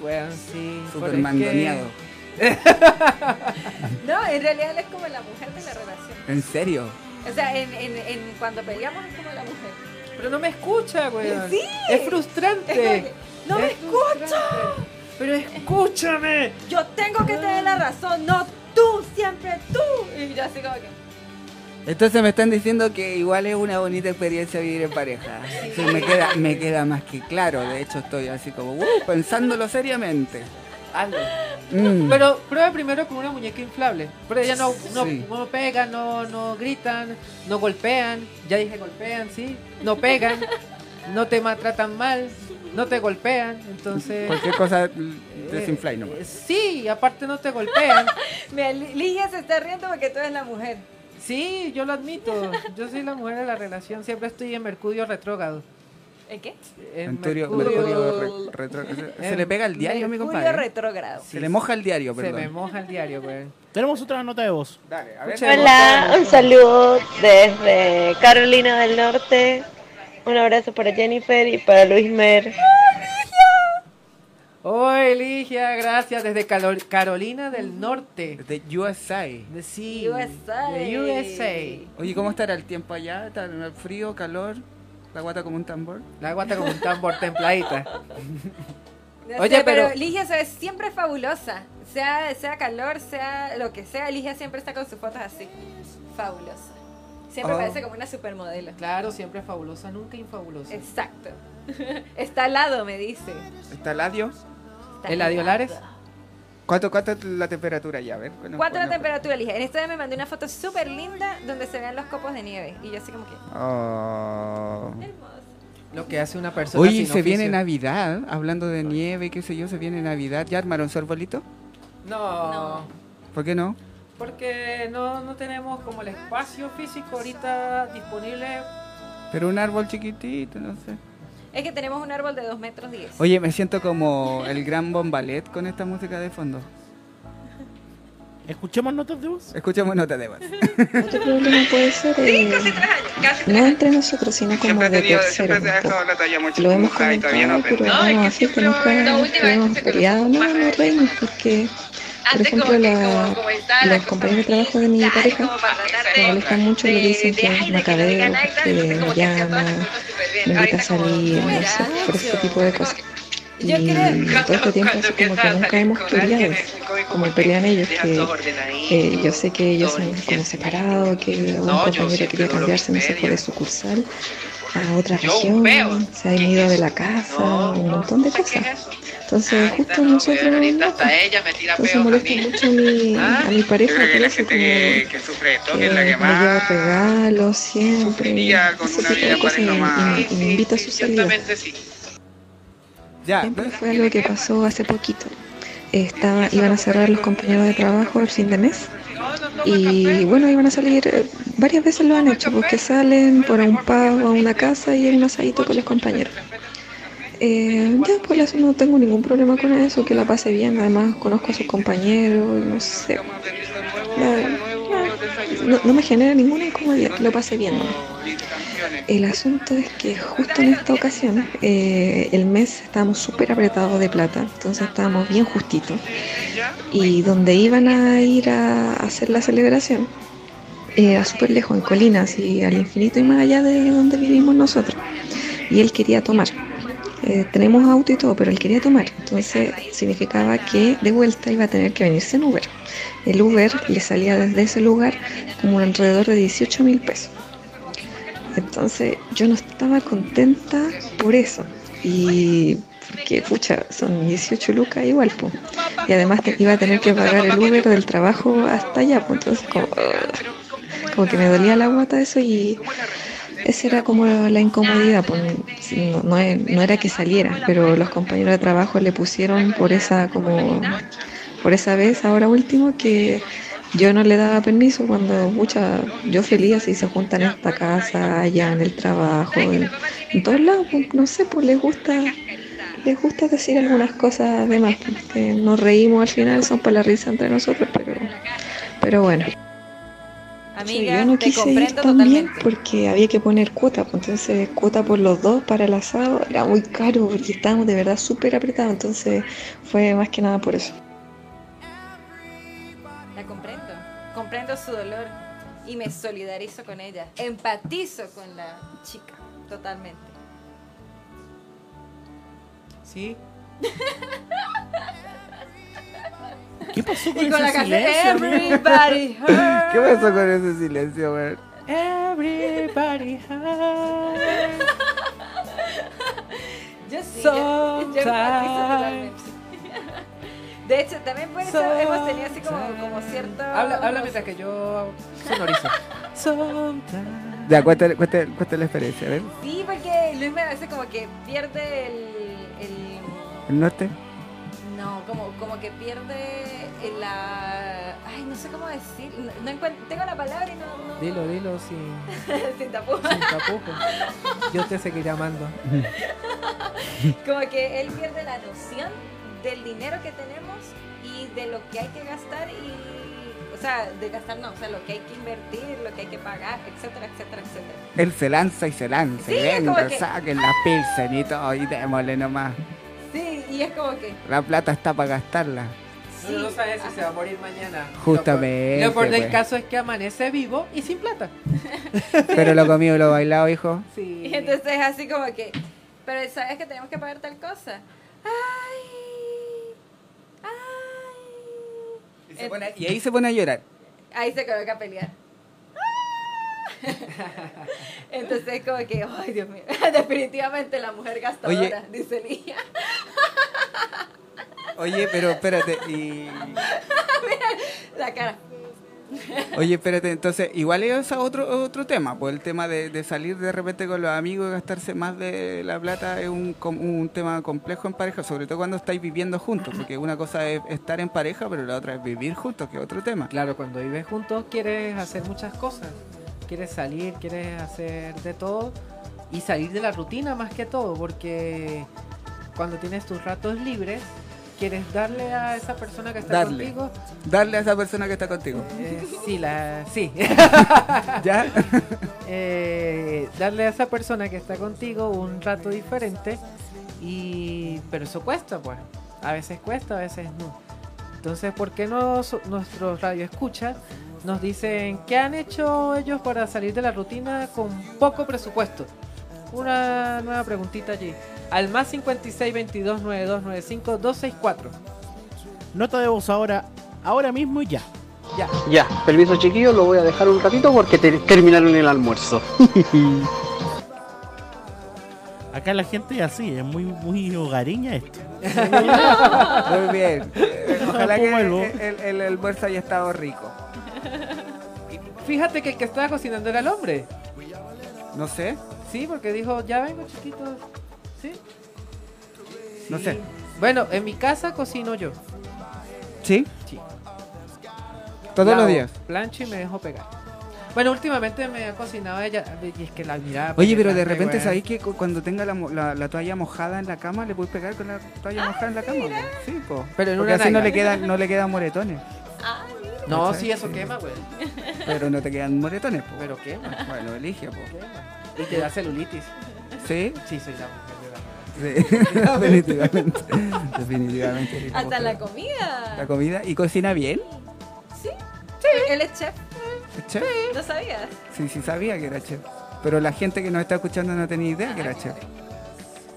Bueno, sí. pero es que-
Superman doneado.
No, en realidad él es como la mujer de la relación.
¿En serio?
O sea, en, en, en cuando peleamos es como la mujer.
Pero no me escucha, güey.
Eh, Sí.
Es
Es como
frustrante.
que, ¡No me
Es
escucho!
frustrante. Pero escúchame.
Yo tengo que tener la razón, no tú, siempre tú. Y yo así como que.
Entonces me están diciendo que igual es una bonita experiencia vivir en pareja. Sí, me queda, me queda más que claro. De hecho estoy así como uh, pensándolo seriamente.
Hazlo.
Mm.
Pero prueba primero con una muñeca inflable. Pero ella no, no,
Sí.
no pega, no, no gritan, no golpean. Ya dije golpean, sí. No pegan, no te maltratan mal, no te golpean. Entonces.
Cualquier cosa
eh,
desinflay nomás.
eh, Sí, aparte no te golpean.
Mira, Li- Ligia se está riendo porque tú eres la mujer.
Sí, yo lo admito. Yo soy la mujer de la relación. Siempre estoy en Mercurio retrógrado.
¿El qué?
En
Mercurio, Mercurio re- retro- se- se
Eh,
le pega el diario, mi
Mercurio
compadre.
retrógrado.
Se le moja el diario,
Se me
perdón.
moja el diario, güey.
Tenemos otra nota de voz.
Dale, a
Escucha,
Hola, un saludo desde Carolina del Norte. Un abrazo para Jennifer y para Luis Mer.
Hoy, Ligia, gracias. Desde Calo- Carolina del Norte.
De USA.
De, sí,
USA.
de USA.
Oye, ¿cómo estará el tiempo allá? ¿Está frío, calor? ¿La guata como un tambor?
La aguanta como un tambor templadita.
No
Oye,
sé, pero,
pero-
Ligia se ve siempre fabulosa. Sea, sea calor, sea lo que sea, Ligia siempre está con sus fotos así. Fabulosa. Siempre
Oh.
parece como una supermodelo.
Claro, siempre fabulosa, nunca infabulosa.
Exacto. Está al lado, me dice.
¿Está el adiós?
Está
¿El
al
Eladio
lado.
Lares?
¿Cuánto, ¿Cuánto es la temperatura ya? A ver. bueno,
¿Cuánto es la
bueno,
temperatura, Ligia? En esta vez me mandé una foto súper linda donde se vean los copos de nieve. Y yo así como que...
Oh.
Hermoso.
Lo que hace una persona.
Oye,
sin
se viene
oficio.
Navidad, hablando de nieve, qué sé yo, se viene Navidad. ¿Ya armaron su arbolito?
No,
¿Por qué no?
porque no, no tenemos como el espacio físico ahorita disponible.
Pero un árbol chiquitito, no sé.
Es que tenemos un árbol de 2 metros 10.
Oye, me siento como el gran bombalet con esta música de fondo.
Escuchemos notas de voz.
Escuchemos nota de voz.
Otro problema puede ser, eh, no entre nosotros, sino como de terceros. un poco. Lo hemos comentado, pero vamos a decir que nunca lo hemos peleado, no, no reímos, porque, por ejemplo, la- los compañeros de trabajo de mi pareja me molestan mucho lo que dicen que es macabeo, que me llama, me invita a salir, no sé, por ese tipo de cosas. Y
Yo creo-
todo este tiempo así como que nunca hemos peleado, como pelean ellos, que eh, yo sé que ellos se han como separado, que un compañero quería cambiarse, no sé, por de sucursal a otra región, se han ido de la casa, un montón de cosas. Entonces, justo nosotros, no, entonces molesta mucho a mi, a mi pareja, por eso como eh, me lleva regalos siempre, ese tipo de cosas, y, y- y me invita a su salida.
Ya,
Siempre fue algo que pasó hace poquito. Estaba, iban a cerrar los compañeros de trabajo el fin de mes y bueno, iban a salir, eh, varias veces lo han hecho, porque salen por un pub a una casa y hay un asadito con los compañeros. Eh, ya, pues eso no tengo ningún problema con eso, que la pase bien, además conozco a sus compañeros, no sé. Ya, ya, no, no me genera ninguna incomodidad, que lo pase bien. ¿no? El asunto es que justo en esta ocasión, eh, el mes estábamos súper apretados de plata, entonces estábamos bien justitos. Y donde iban a ir a hacer la celebración, eh, a súper lejos, en colinas y al infinito y más allá de donde vivimos nosotros. Y él quería tomar. Eh, tenemos auto y todo, pero él quería tomar. Entonces significaba que de vuelta iba a tener que venirse en Uber. El Uber le salía desde ese lugar como alrededor de 18 mil pesos. Entonces yo no estaba contenta por eso. Y que pucha, son 18 lucas igual, po. Y además te- iba a tener que pagar el Uber del trabajo hasta allá, po. Entonces como, ah, como que me dolía la guata eso y esa era como la incomodidad, po. Sí, No, no e- no era que saliera, pero los compañeros de trabajo le pusieron por esa como por esa vez ahora último que yo no le daba permiso cuando mucha, yo feliz así se juntan en esta casa, allá en el trabajo, en, en todos lados, pues, no sé, pues les gusta, les gusta decir algunas cosas de más, pues, que nos reímos al final, son para la risa entre nosotros, pero, pero bueno. Sí,
Amiga,
yo no
te
quise ir
comprendo
también
totalmente.
porque había que poner cuota, pues, entonces cuota por los dos para el asado era muy caro porque estábamos de verdad súper apretados, entonces fue más que nada por eso.
La comprendo. Comprendo su dolor y me solidarizo con ella. Empatizo con la chica. Totalmente.
Sí.
¿Qué pasó con
Y con
ese
la canción
silencio?
Everybody Hurts.
¿Qué pasó con ese silencio, güey?
Everybody has
Yo sí, yo- yo empatizo
Sometimes.
totalmente. De hecho, también por eso hemos tenido así como, como cierto...
Habla, habla mientras que yo sonorizo. Sometimes.
Ya, cuéntale, cuéntale, cuéntale la experiencia, a ver.
Sí, porque Luis me hace como que pierde el... el-
El norte.
no, como, como que pierde el la... Ay, no sé cómo decir. No, no encuent- tengo la palabra y no... no
Dilo, dilo sin,
sin tapujos.
sin tapujos. Yo te seguiré amando.
Como que él pierde la noción del dinero que tenemos y de lo que hay que gastar y, o sea, de gastar no, o sea, lo que hay que invertir, lo que hay que pagar, etcétera, etcétera, etcétera.
Él se lanza y se lanza. y
Sí, es
venga,
como que-
saquen la pilsen y todo, y démosle nomás.
Sí, y es como que,
La plata está para gastarla.
sí,
Uno no sabe si se va a morir mañana.
Justamente,
Lo peor, lo peor del
pues.
caso es que amanece vivo y sin plata.
Pero lo comido y lo bailado, hijo.
Sí.
y entonces es así como que, pero sabes que tenemos que pagar tal cosa. Ay, ay.
Y,
se pone-
ahí se pone a llorar.
Ahí se coloca a pelear. ¡Ah! Entonces como que, ay Dios mío, definitivamente la mujer gastadora, dice Lía.
Oye, pero espérate, y.
La cara.
Oye, espérate, entonces, igual es a otro, otro tema, pues el tema de, de salir de repente con los amigos y gastarse más de la plata es un, com- un tema complejo en pareja, sobre todo cuando estáis viviendo juntos, porque una cosa es estar en pareja, pero la otra es vivir juntos, que es otro tema.
Claro, cuando vives juntos quieres hacer muchas cosas. Quieres salir, quieres hacer de todo y salir de la rutina más que todo, porque cuando tienes tus ratos libres, quieres darle a esa persona que está
Darle.
contigo.
Darle a esa persona que está contigo.
eh, sí, la, sí.
¿Ya?
Eh, darle a esa persona que está contigo un rato diferente y pero eso cuesta pues a veces cuesta a veces no entonces por qué no so- nuestros radioescuchas nos dicen qué han hecho ellos para salir de la rutina con poco presupuesto una nueva preguntita allí al más 56 22 92 95 264
Nota de voz ahora, ahora mismo y ya.
ya
Ya, permiso chiquillo, lo voy a dejar un ratito porque te- terminaron el almuerzo.
Acá la gente es así, es muy, muy hogareña esto.
Muy bien. Eh, Ojalá que el,
Vuelvo.
el, el almuerzo haya estado rico.
fíjate que el que estaba cocinando era el hombre
No sé,
sí porque dijo ya vengo chiquitos sí
no sé.
Bueno, en mi casa cocino yo.
Pues ¿Sí?
Sí.
Todos
Lavo,
los días.
Plancho y me dejo pegar. Bueno, últimamente me ha cocinado ella. Y es que la mirada.
Oye, pero de
penetrante,
repente
weón.
sabéis que cu- cuando tenga la, mo- la- la toalla mojada en la cama, le puedes pegar con la toalla
Ah,
mojada en la cama. güey. Sí, po.
Pero en
Porque
una
así no
nalga.
le, quedan, no le quedan moretones.
No,
¿Cachai?
sí, eso
Sí.
quema, güey.
Pero no te quedan moretones, po.
Pero quema,
Bueno, elige, po.
quema. Y te da celulitis.
Sí,
Sí, soy la mujer de la
sí. definitivamente. definitivamente. elige
Hasta
vos,
la
pero- La
comida.
comida. ¿Y cocina bien?
Sí. Él es chef,
¿Chef?
¿no sabías?
Sí, sí, sabía que era chef. Pero la gente que nos está escuchando no tenía idea que era chef.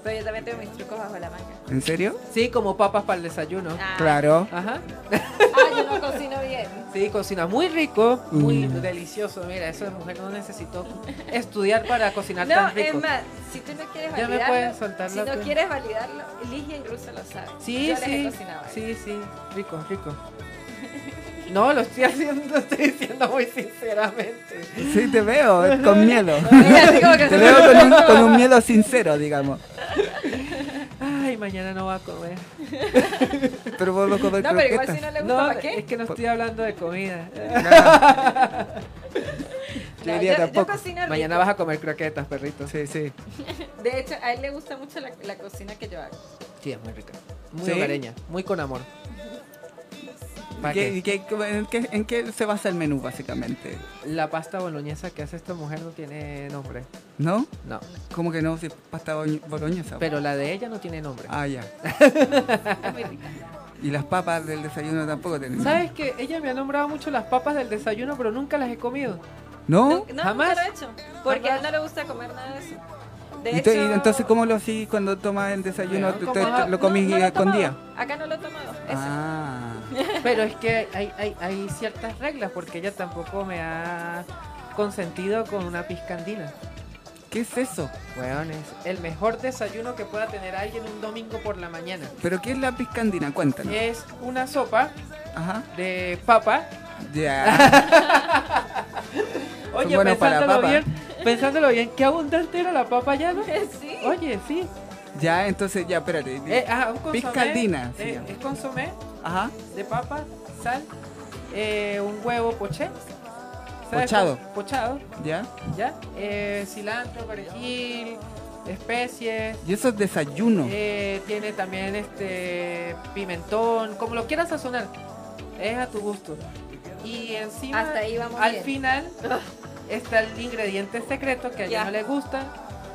Pero yo también tengo mis trucos bajo la manga.
¿En serio?
Sí, como papas para el desayuno.
Ah,
Claro.
Ajá.
ah, yo no cocino bien.
Sí, cocina muy rico, muy
Mm.
delicioso. Mira, esa mujer no necesitó estudiar para cocinar
No,
Ah, tan
es
rico.
más, si tú no quieres
Ya me
validarlo,
puedes soltar
si
la
no
pena.
quieres validarlo, Ligia y Russo lo saben.
Sí,
yo les
sí,
he cocinado. a ellos.
sí, sí, rico, rico. No, lo estoy haciendo, lo estoy diciendo muy sinceramente.
Sí, te veo, eh, con miedo.
Mira, así como que-
Te veo con un, con un miedo sincero, digamos.
Ay, mañana no va a comer.
Pero vos no comes
No, pero igual
croquetas.
si no le gusta,
No,
¿para qué?
es que no estoy hablando de comida.
No,
Yo
yo,
diría
yo
tampoco.
cocino rico.
Mañana vas a comer croquetas, perrito.
Sí, sí.
De hecho, a él le gusta mucho la, la cocina que yo hago.
Sí, es muy rica. Muy
¿Sí?
hogareña, muy con amor.
¿Y
¿Para
qué-
qué?
y qué- cómo- en, qué, en qué se basa el menú, básicamente?
La pasta boloñesa que hace esta mujer no tiene nombre.
¿No?
No,
¿Cómo que no? Si es pasta boñ- boloñesa.
pero la de ella no tiene nombre.
Ah, ya.
Es muy rica.
Y las papas del desayuno tampoco tenemos.
¿Sabes que Ella me ha nombrado mucho las papas del desayuno, pero nunca las he comido.
¿No?
No, no,
Jamás.
nunca lo he hecho. Porque
Jamás.
a él no le gusta comer nada de eso. De
¿Y te- y
hecho,
entonces cómo lo hacís cuando tomas el desayuno?
Bueno,
¿Te-
como-
te- te- ¿Lo comís
no, no lo he tomado.
escondida?
Acá no lo he tomado. Eso.
Ah.
Pero es que hay, hay, hay ciertas reglas, porque ella tampoco me ha consentido con una piscandina.
¿Qué es eso?
Weón, es el mejor desayuno que pueda tener alguien un domingo por la mañana.
¿Pero qué es la piscandina? Cuéntanos.
Eh.
Es una sopa
Ajá.
de papa.
Ya.
Oye,
buenos para la
pensándolo
papa.
bien, pensándolo bien, qué abundante era la papa ya, ¿no?
Sí.
Oye, sí.
ya, entonces, ya, espérate.
Eh, ah, un consomé.
Piscandina, se
eh,
llama.
es consomé
Ajá.
de papa, sal, eh, un huevo poché. ¿sabes?
Pochado.
Pochado,
Ya.
¿ya? Eh, cilantro, perejil, especies.
Y eso es desayuno.
Eh, tiene también este pimentón, como lo quieras sazonar. Es a tu gusto. Y encima,
Hasta ahí vamos
al
bien.
final, está el ingrediente secreto que a ella
Ya.
no le gusta.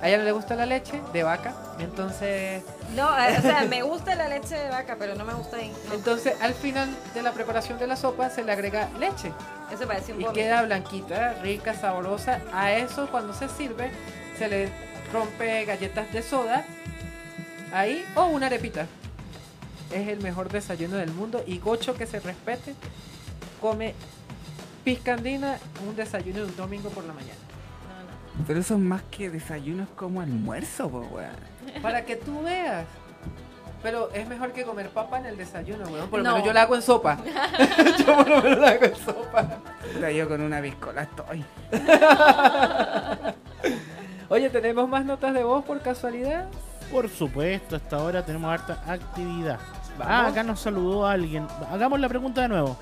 A ella no le gusta la leche de vaca. Entonces,
No, eh, o sea, me gusta la leche de vaca, pero no me gusta ahí. No,
entonces al final de la preparación de la sopa se le agrega leche.
eso parece un
Y
vómito.
queda blanquita, rica, sabrosa. A eso cuando se sirve, se le rompe galletas de soda. Ahí, o una arepita. Es el mejor desayuno del mundo. Y Gocho que se respete, come piscandina, un desayuno de un domingo por la mañana.
No, no.
Pero eso es más que desayuno, es como almuerzo, po, weón.
Para que tú veas. Pero es mejor que comer papa en el desayuno, weón. Por lo
No.
menos yo la hago en sopa. yo por lo menos la hago en sopa.
Puta, yo con una piscola estoy.
Oye, ¿tenemos más notas de voz por casualidad?
Por supuesto, hasta ahora tenemos harta actividad. Ah,
Vamos.
acá nos saludó alguien. Hagamos la pregunta de nuevo.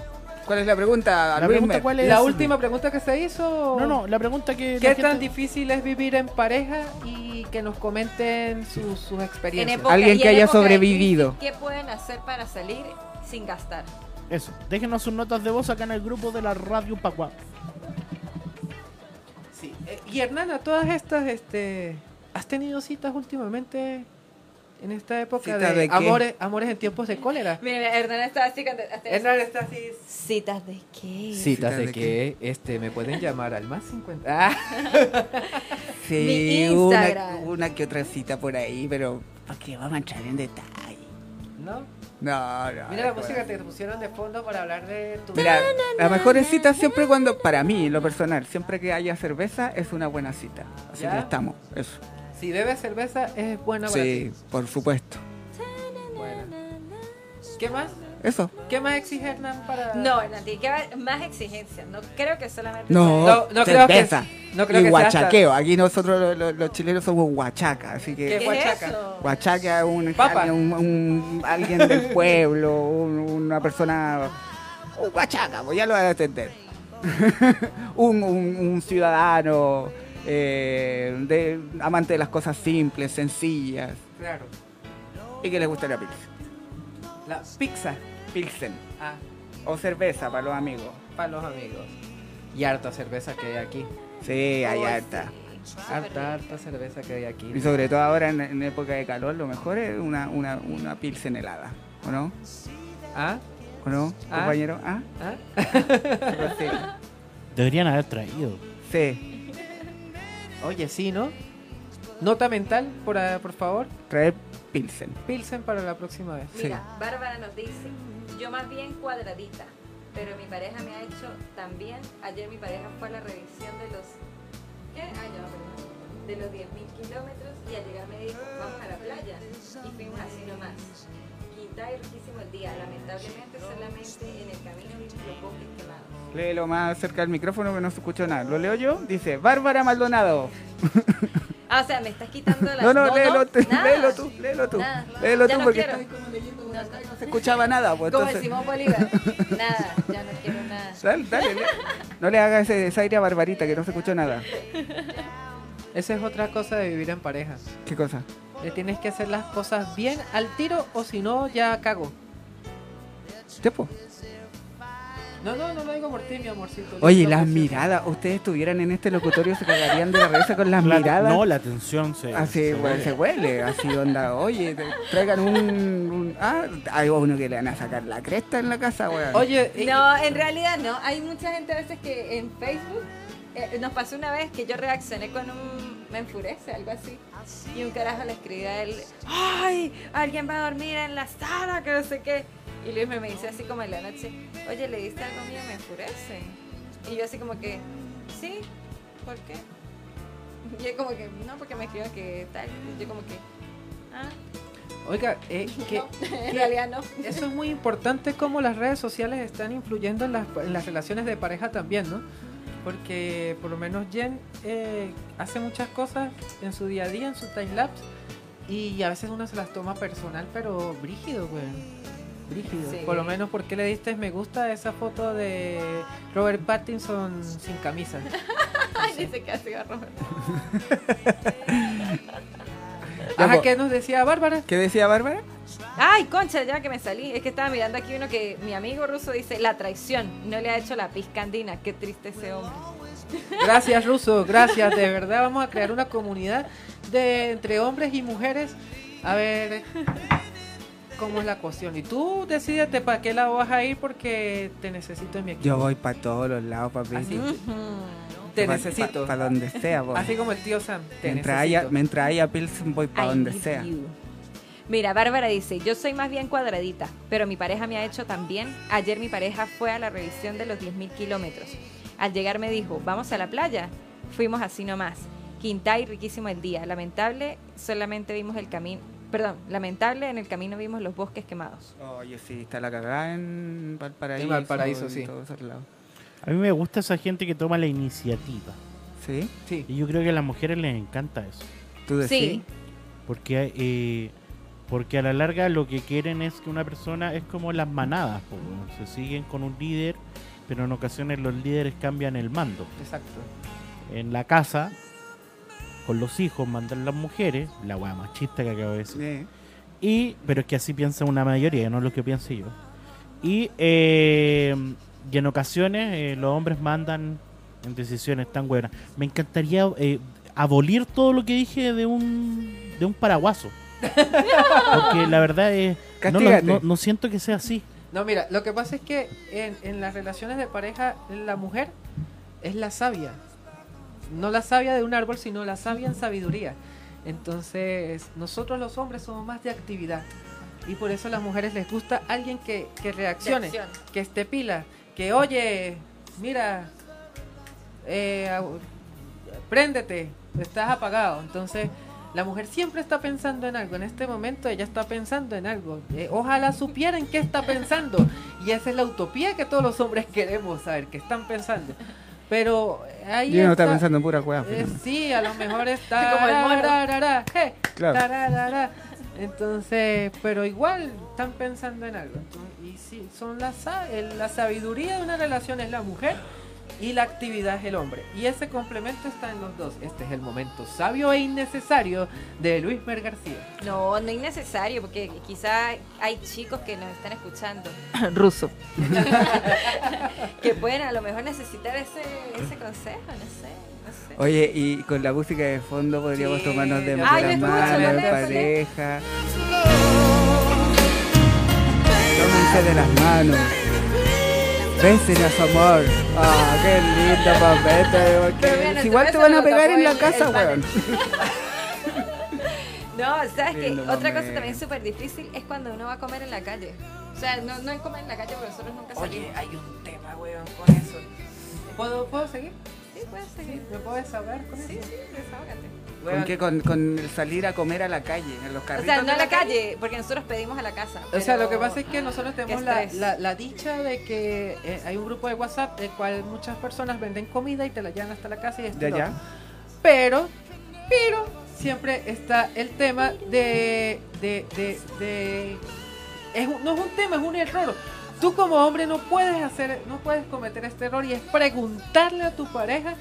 ¿Cuál es la pregunta?
La pregunta
Luismer?
cuál es.
La última pregunta que se hizo.
No, no, la pregunta que. la
¿Qué
gente-
tan difícil es vivir en pareja y que nos comenten sus- sus
En
experiencias?
época-
Alguien
y
que
en
haya
época de
sobrevivido.
crisis, ¿Qué pueden hacer para salir sin gastar?
Eso. Déjenos sus notas de voz acá en el grupo de la Radio Pacua.
Sí. Eh, Y Hernán, a todas estas, este, ¿has tenido citas últimamente en esta época
¿Cita
de,
de qué?
amores, amores en tiempos de cólera?
Mira, mira, Hernán está así. cuando- hasta-
Hernán está así.
Citas de qué.
Citas de
de
que este, me pueden llamar al más 50. Ah,
Sí,
Mi
una,
Instagram.
una que otra cita por ahí, pero ¿para qué vamos a entrar en detalle?
¿no? Ah,
No, no.
Mira la
bueno.
música que te pusieron de fondo para hablar de tu
Mira, la mejor es cita siempre cuando, para mí, lo personal, siempre que haya cerveza es una buena cita. Así
¿Ya?
que estamos, eso.
Si bebes cerveza, es buena para
sí, por supuesto.
ti. Bueno. ¿Qué más?
Eso.
¿Qué más exige Hernán para.?
No, Hernán, tiene que haber más exigencias. No creo que solamente.
No,
No, no creo que-
cerveza.
no creo
y
que sea
guachaqueo. Aquí nosotros lo- lo- los chilenos somos huachaca, así
¿Qué
que...
es
Huachaca.
eso?
Huachaca es un,
Papa.
un- un- alguien del pueblo, un- una persona... un huachaca, pues ya lo van a entender. un, un- un ciudadano eh, de, amante de las cosas simples, sencillas,
Claro.
y que les gusta la pizza.
La pizza.
Pilsen
Ah,
o cerveza para los amigos.
para los amigos. Y harta cerveza que hay aquí.
Sí, hay harta.
Harta, harta cerveza que hay aquí.
Y sobre todo ahora en, en época de calor, lo mejor es una, una, una pilsen helada. ¿O no?
¿Ah?
¿O no,
Ah.
compañero? ¿Ah?
¿Ah?
Sí.
Deberían haber traído.
Sí.
Oye, sí, ¿no? Nota mental, por, ah, por favor.
Traer pilsen.
Pilsen para la próxima vez.
Sí.
Mira, Bárbara nos dice, yo más bien cuadradita, pero mi pareja me ha hecho también. Ayer mi pareja fue a la revisión de los ¿qué? Ah, ya, perdón. de los 10.000 kilómetros y al llegar me dijo, vamos a la playa y fuimos así nomás. Quinta y riquísimo el día, lamentablemente solamente en el camino vi los bosques quemados.
Léelo más cerca del micrófono que no se escuchó nada. ¿Lo leo yo? Dice, Bárbara Maldonado.
Ah, o sea, me estás quitando la
No, no, léelo, tú,
nada.
léelo tú, léelo tú.
Nada.
Léelo
Ya
tú
no
porque
quiero.
estaba como leyendo
No, no, no.
no se escuchaba nada. Pues,
Como el
entonces-
Simón Bolívar. Nada, ya no quiero nada.
Dale, dale, lee. No le hagas ese desaire a Barbarita que no se escuchó nada.
Esa es otra cosa de vivir en pareja.
¿Qué cosa?
Le tienes que hacer las cosas bien al tiro o si no, ya cago.
Chepo.
No, no, no lo digo por ti, mi amorcito.
Oye,
Lo
las
siento.
miradas. Ustedes estuvieran en este locutorio, se cagarían de la risa con las
La-
miradas.
No, la atención se.
Así
se-
bueno, se huele, así onda, oye, te- traigan un, un- Ah, hay uno que le van a sacar la cresta en la casa, weón.
Oye, eh,
No, en realidad no. Hay mucha gente a veces que en Facebook eh, nos pasó una vez que yo reaccioné con un me enfurece, algo así. Y un carajo le escribía a él, ¡ay! Alguien va a dormir en la sala, que no sé qué. Y Luis me, me dice así como en la noche, oye, le diste algo mío, me enfurece. Y yo así como que, sí, ¿por qué? Y él como que, no, porque me escribió que tal. Y yo como que, ah,
oiga, eh, que,
en realidad no.
Eso es muy importante cómo las redes sociales están influyendo en las, en las relaciones de pareja también, ¿no? Porque por lo menos Jen eh, hace muchas cosas en su día a día, en su timelapse, y a veces uno se las toma personal, pero brígido, güey. Brígido.
Sí.
Por lo menos porque le diste me gusta a esa foto de Robert Pattinson sin camisa.
Ay, dice que así va Robert.
Ya,
Ajá,
po.
¿qué nos decía Bárbara?
¿Qué decía Bárbara?
Ay, concha, ya que me salí. Es que estaba mirando aquí uno que mi amigo ruso dice, la traición, no le ha hecho la pizca andina. Qué triste ese hombre.
Gracias, Ruso, gracias. De verdad, vamos a crear una comunidad de entre hombres y mujeres. A ver cómo es la cuestión. Y tú decídete para qué lado vas a ir porque te necesito en mi equipo.
Yo voy para todos los lados, papi.
Así, Mm, te necesito.
Para donde sea, voy.
Así como el tío Sam, te
mientras, haya,
necesito.
mientras haya Pilsen, voy para
I
donde
need
sea.
you. Mira, Bárbara dice, yo soy más bien cuadradita, pero mi pareja me ha hecho también. Ayer mi pareja fue a la revisión de los 10.000 kilómetros. Al llegar me dijo, vamos a la playa. Fuimos así nomás. Quintay, riquísimo el día. Lamentable, solamente vimos el camino. Perdón, lamentable, en el camino vimos los bosques quemados.
Oye, sí, está la cagada en Valparaíso.
En Valparaíso,
en
sí.
todos esos lados.
A mí me gusta esa gente que toma la iniciativa.
¿Sí?
Sí.
Y yo creo que a las mujeres les encanta eso.
¿Tú decís?
Sí.
Porque, eh, porque a la larga lo que quieren es que una persona es como las manadas. po, weón. Se siguen con un líder, pero en ocasiones los líderes cambian el mando.
Exacto.
En la casa, con los hijos, mandan las mujeres. La weá machista que acabo de decir.
Eh,
Y, pero es que así piensa una mayoría, no es lo que piense yo. Y, eh, y en ocasiones eh, los hombres mandan en decisiones tan buenas. Me encantaría eh, abolir todo lo que dije de un, de un paraguaso. Porque la verdad es... no lo-
Castígate.
No, no siento que sea así.
No, mira, lo que pasa es que en, en las relaciones de pareja, la mujer es la sabia. No la sabia de un árbol, sino la sabia en sabiduría. Entonces, nosotros los hombres somos más de actividad. Y por eso a las mujeres les gusta alguien que, que reaccione,
De acción.
que esté pila, que oye, mira, eh, au- préndete, estás apagado. Entonces, la mujer siempre está pensando en algo. En este momento ella está pensando en algo. Eh, ojalá supieran qué está pensando. Y esa es la utopía que todos los hombres queremos saber, qué están pensando. Pero ahí
Yo no
está-
estaba pensando en pura weá.
eh, sí, a lo mejor está
Como el mono.
tararara, je,
Claro.
tararara. Entonces, pero igual están pensando en algo. Entonces, Y sí, son la, sa- el- la sabiduría de una relación es la mujer y la actividad es el hombre. Y ese complemento está en los dos. Este es el momento sabio e innecesario de Luis Mer García.
No, no es necesario, porque quizá hay chicos que nos están escuchando
Ruso.
que pueden a lo mejor necesitar ese, ese consejo, no sé, no sé.
Oye, y con la música de fondo podríamos
Sí,
tomarnos de
yo-
la
Ay, yo
mano
escucho, con
en
eso, con
pareja. Tómense de las manos. Besen a su amor. Ah, qué lindo papete.
Pero mira,
porque-
no
Si Igual
te
te van a
besan,
pegar
no,
en la
el-
casa,
el
weón.
No, sabes que
Lindo
otra cosa
momento.
también súper difícil es cuando uno va a comer en la calle. O sea, no, no es comer en la calle porque nosotros nunca salimos.
hay un tema, weón, con eso. ¿Puedo, ¿puedo seguir?
Sí, puedes seguir.
¿Me puedo desahogar con
Sí,
eso?
sí, desahógate.
¿Con
Weón,
qué? Con, con el salir a comer a la calle, en los
O
carritos.
sea,
de
no en la calle, porque nosotros pedimos a la casa.
O sea,
pero-
lo que pasa es que nosotros tenemos la,
estrés.
la- la dicha de que eh, hay un grupo de WhatsApp el cual muchas personas venden comida y te la llevan hasta la casa y esto
Ya,
y lo
ya.
otro. Pero, pero, siempre está el tema de... de, de, de- es un- no es un tema, es un error. Tú como hombre no puedes hacer, no puedes cometer este error y es preguntarle a tu pareja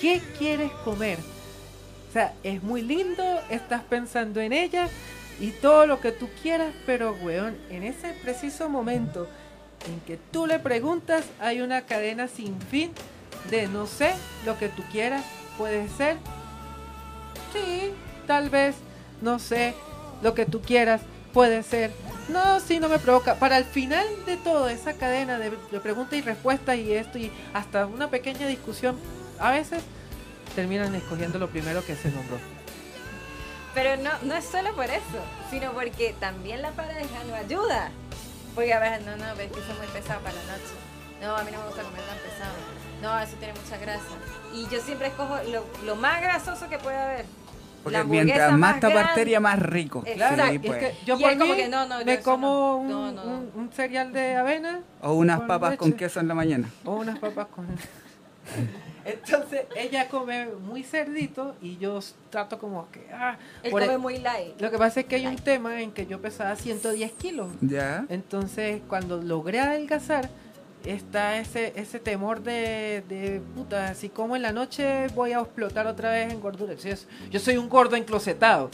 qué quieres comer. O sea, es muy lindo, estás pensando en ella y todo lo que tú quieras, pero weón, en ese preciso momento en que tú le preguntas, hay una cadena sin fin de no sé, lo que tú quieras, puede ser, sí, tal vez, no sé, lo que tú quieras, puede ser, no, sí, no me provoca. Para el final de todo, esa cadena de, de preguntas y respuestas y esto y hasta una pequeña discusión, a veces terminan escogiendo lo primero que se nombró.
Pero no, no es solo por eso, sino porque también la pareja no ayuda. Porque a ver, no, no, pero es que eso es muy pesado para la noche. No, a mí no me gusta comer tan pesado. No, eso tiene mucha grasa. Y yo siempre escojo lo, lo más grasoso que pueda haber.
Porque
La
mientras
hamburguesa
más
grande.
taparteria, más rico.
Exacto.
Sí,
Y es
pues.
que yo
Y
por
él como
mí
que, no, no, yo
me
eso
como
no.
Un,
No, no, no.
un- un cereal de avena
O unas
Con
papas con
leche.
queso en la mañana.
o unas papas con... Entonces ella come muy cerdito y yo trato como que... ah,
Él
por-
come muy light.
Lo que pasa es que hay un tema en que yo pesaba 110 kilos.
¿Ya?
Entonces, cuando logré adelgazar, está ese, ese temor de, de, puta, si como en la noche voy a explotar otra vez en gordura. Si es- Yo soy un gordo enclosetado.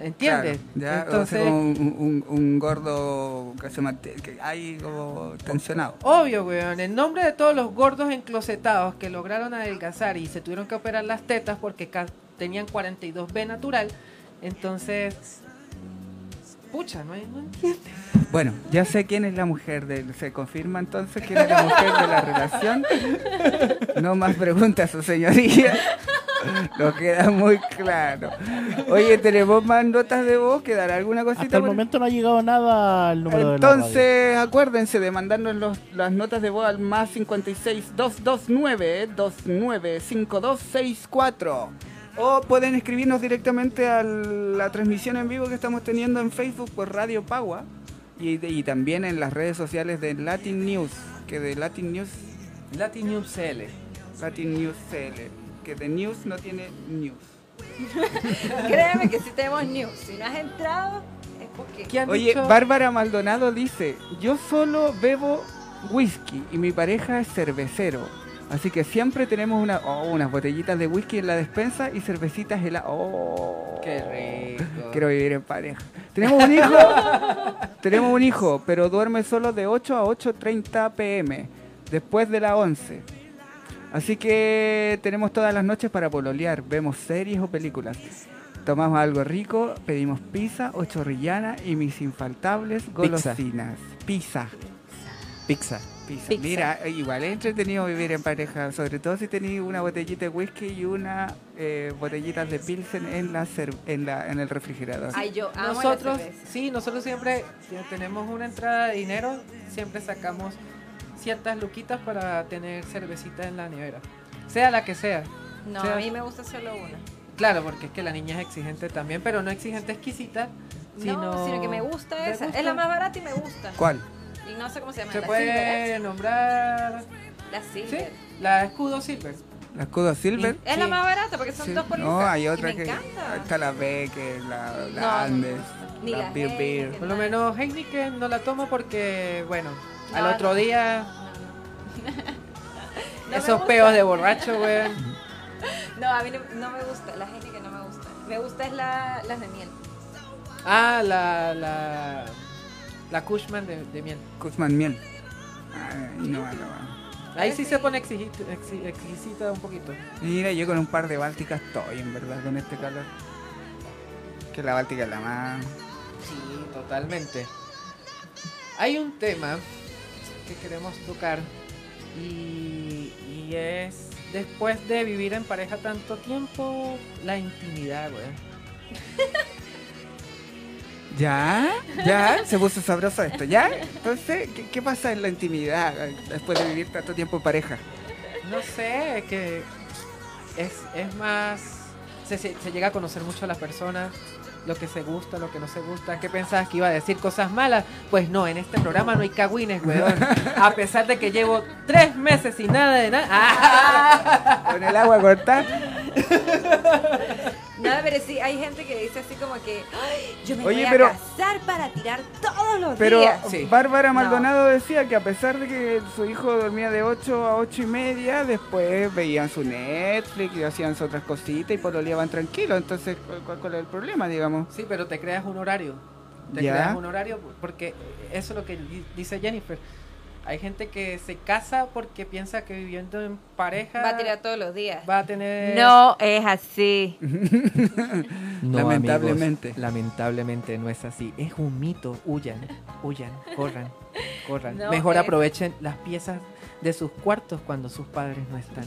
¿Entiendes?
Claro, ya,
Entonces,
o sea, como un, un- un gordo que se mantiene, que hay como tensionado.
obvio, weón, en nombre de todos los gordos enclosetados que lograron adelgazar y se tuvieron que operar las tetas porque ca- tenían 42B natural, entonces, pucha, no, hay- no entiendes.
Bueno, ya sé quién es la mujer, de, se confirma entonces quién es la mujer de la relación. No más preguntas, su señoría. Lo queda muy claro. Oye, tenemos más notas de voz, ¿quedará alguna cosita?
Hasta el
por-
momento no ha llegado nada al número de
Entonces, acuérdense de mandarnos los- las notas de voz al más 56 229 295264. O pueden escribirnos directamente a la transmisión en vivo que estamos teniendo en Facebook por Radio Pagua y, de- y también en las redes sociales de Latin News, que de Latin News
Latin News CL.
Latin News CL, que de news no tiene news.
Créeme que si tenemos news, si no has entrado, es porque.
¿Qué han
Oye,
dicho?
Bárbara Maldonado dice, yo solo bebo whisky y mi pareja es cervecero. Así que siempre tenemos una, oh, unas botellitas de whisky en la despensa y cervecitas heladas. Oh,
Qué rico.
Quiero vivir en pareja. Tenemos un hijo, tenemos un hijo, pero duerme solo de 8 a 8.30 pm, después de las 11. Así que tenemos todas las noches para pololear, vemos series o películas. Tomamos algo rico, pedimos pizza o chorrillana y mis infaltables golosinas. Pizza.
Pizza.
Pizza.
Pizza.
Mira, Ah, igual es entretenido vivir en pareja, sobre todo si tenéis una botellita de whisky y una eh, botellita de pilsen en la, cer- en la en el refrigerador.
Ay, yo amo
Nosotros,
la cerveza.
sí, nosotros siempre que tenemos una entrada de dinero, siempre sacamos ciertas luquitas para tener cervecita en la nevera. Sea la que sea.
No,
Sí.
a mí me gusta solo una.
Claro, porque es que la niña es exigente también, pero no exigente exquisita, sino...
no, sino que me gusta
¿Te
esa.
gusta?
Es la más barata y me gusta.
¿Cuál?
Y no sé cómo se llama.
Se
la
puede
Silver.
nombrar...
La
¿Sí?
Silver.
La escudo silver.
¿La escudo silver?
Es la
Sí.
más barata porque son
Sí.
dos por
No,
libra.
hay
Y
otra
me
que
encanta.
está la Becker, la, la
No,
Andes,
Ni
la
la
Beer Beer.
Heineken.
Por lo menos Heineken no la tomo porque, bueno, al
No,
otro
no.
día
No, no. No me
esos
gusta.
peos de borracho, güey.
No, a mí no, no me gusta. La gente que no me gusta. Me gusta es la, las de miel.
Ah, la, la, la Cushman de, de miel.
Guzmán Miel. Ay, no, no, no.
Ahí sí se pone exigita, exquisita un poquito.
Mira, yo con un par de bálticas estoy, en verdad, con este calor. Que la báltica es la más.
Sí, totalmente. Hay un tema que queremos tocar y, y es después de vivir en pareja tanto tiempo, la intimidad, güey.
¿Ya? ¿Ya? Se puso sabroso esto, ¿ya? Entonces, ¿qué, qué pasa en la intimidad eh, después de vivir tanto tiempo en pareja?
No sé, que es, es más... Se, se- se llega a conocer mucho a las personas, lo que se gusta, lo que no se gusta. ¿Qué pensabas que iba a decir cosas malas? Pues no, en este programa no hay cagüines, weón. A pesar de que llevo tres meses sin nada de nada. ¡Ah!
Con el agua cortada.
No, pero sí, hay gente que dice así como que "Ay, yo me
Oye,
voy a
pero-
casar para tirar todos los
Pero
días.
Sí.
Bárbara
No.
Maldonado decía que a pesar de que su hijo dormía de 8 a 8 y media, después veían su Netflix y hacían sus otras cositas y pololeaban tranquilo. Entonces, ¿cu- ¿cuál, cuál es el problema, digamos?
Sí, pero te creas un horario. Te
Ya.
creas un horario porque eso es lo que di- dice Jennifer. Hay gente que se casa porque piensa que viviendo en pareja
Va a tirar todos los días.
va a tener...
No es así.
No,
Lamentablemente.
amigos, lamentablemente no es así. Es un mito. Huyan, huyan, corran, corran.
No
Mejor
es-
aprovechen las piezas de sus cuartos cuando sus padres no están.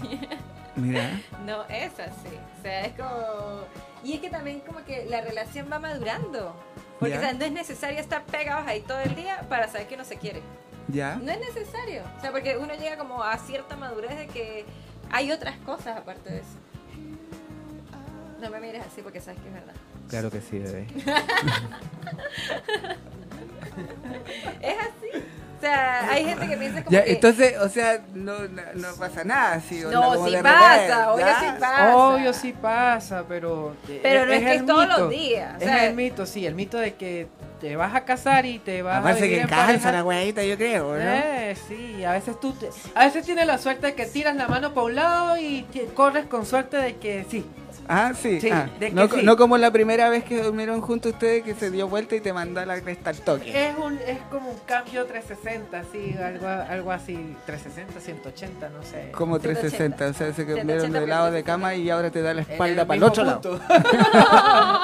Mira.
No es así. O sea, es como. Y es que también como que la relación va madurando. Porque
Ya.
o sea, no es necesario estar pegados ahí todo el día para saber que uno se quiere.
¿Ya?
No es necesario. O sea, porque uno llega como a cierta madurez de que hay otras cosas aparte de eso. No me mires así porque sabes que es verdad.
Claro que sí, bebé.
Es así. O sea, hay gente que piensa como
Ya,
que.
entonces, o sea, no, no, no pasa nada. Sí, onda,
no,
como
sí
de
pasa,
repente,
oye, sí
¿ya?
pasa.
Obvio sí pasa, pero...
Pero no es, que
el
es todos
mito.
los días. O
es
sea,
el mito, sí, el mito de que te vas a casar y te vas a
Aparte
vivir
que
en
calza
pareja.
la weadita, yo creo, ¿no?
Eh, sí, a veces tú te- a veces tienes la suerte de que tiras la mano para un lado y que corres con suerte de que sí.
Ah, sí.
Sí,
ah.
de que
No, co-
sí.
no como la primera vez que durmieron juntos ustedes que se dio vuelta y te mandó a la cresta al toque.
Es un es como un cambio 360, sí, algo algo así, 360, 180, no sé.
Como 360, o sea, se cambiaron de
180,
lado de cama y ahora te da la
En
espalda
el
para el
mismo
otro lado.
punto.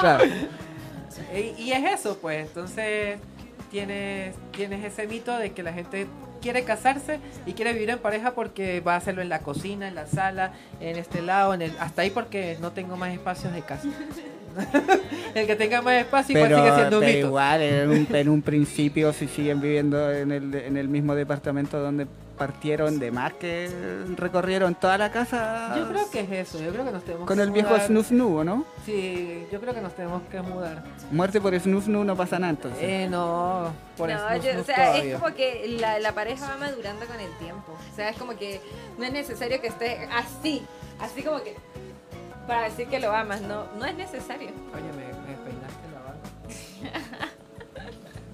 Claro.
Y, y es eso, pues, entonces tienes tienes ese mito de que la gente quiere casarse y quiere vivir en pareja porque va a hacerlo en la cocina, en la sala, en este lado, en el hasta ahí porque no tengo más espacios de casa. el que tenga más espacio igual pues, sigue
Pero,
siendo un
pero
mito.
igual, en un, en un principio, si siguen viviendo en el, en el mismo departamento donde partieron de más que recorrieron toda la casa
Yo creo que es eso, yo creo que nos tenemos
con
que
el viejo
mudar.
Snus Nu, ¿o ¿no?
Sí, yo creo que nos tenemos que mudar.
Muerte por Snus Nu no pasa nada entonces.
Eh, no, por
No,
snus,
yo-
snus
o sea,
todavía.
es como que la, la pareja va madurando con el tiempo. O sea, es como que no es necesario que esté así, así como que para decir que lo amas, no, no es necesario.
Oye, me, me peinaste la barba.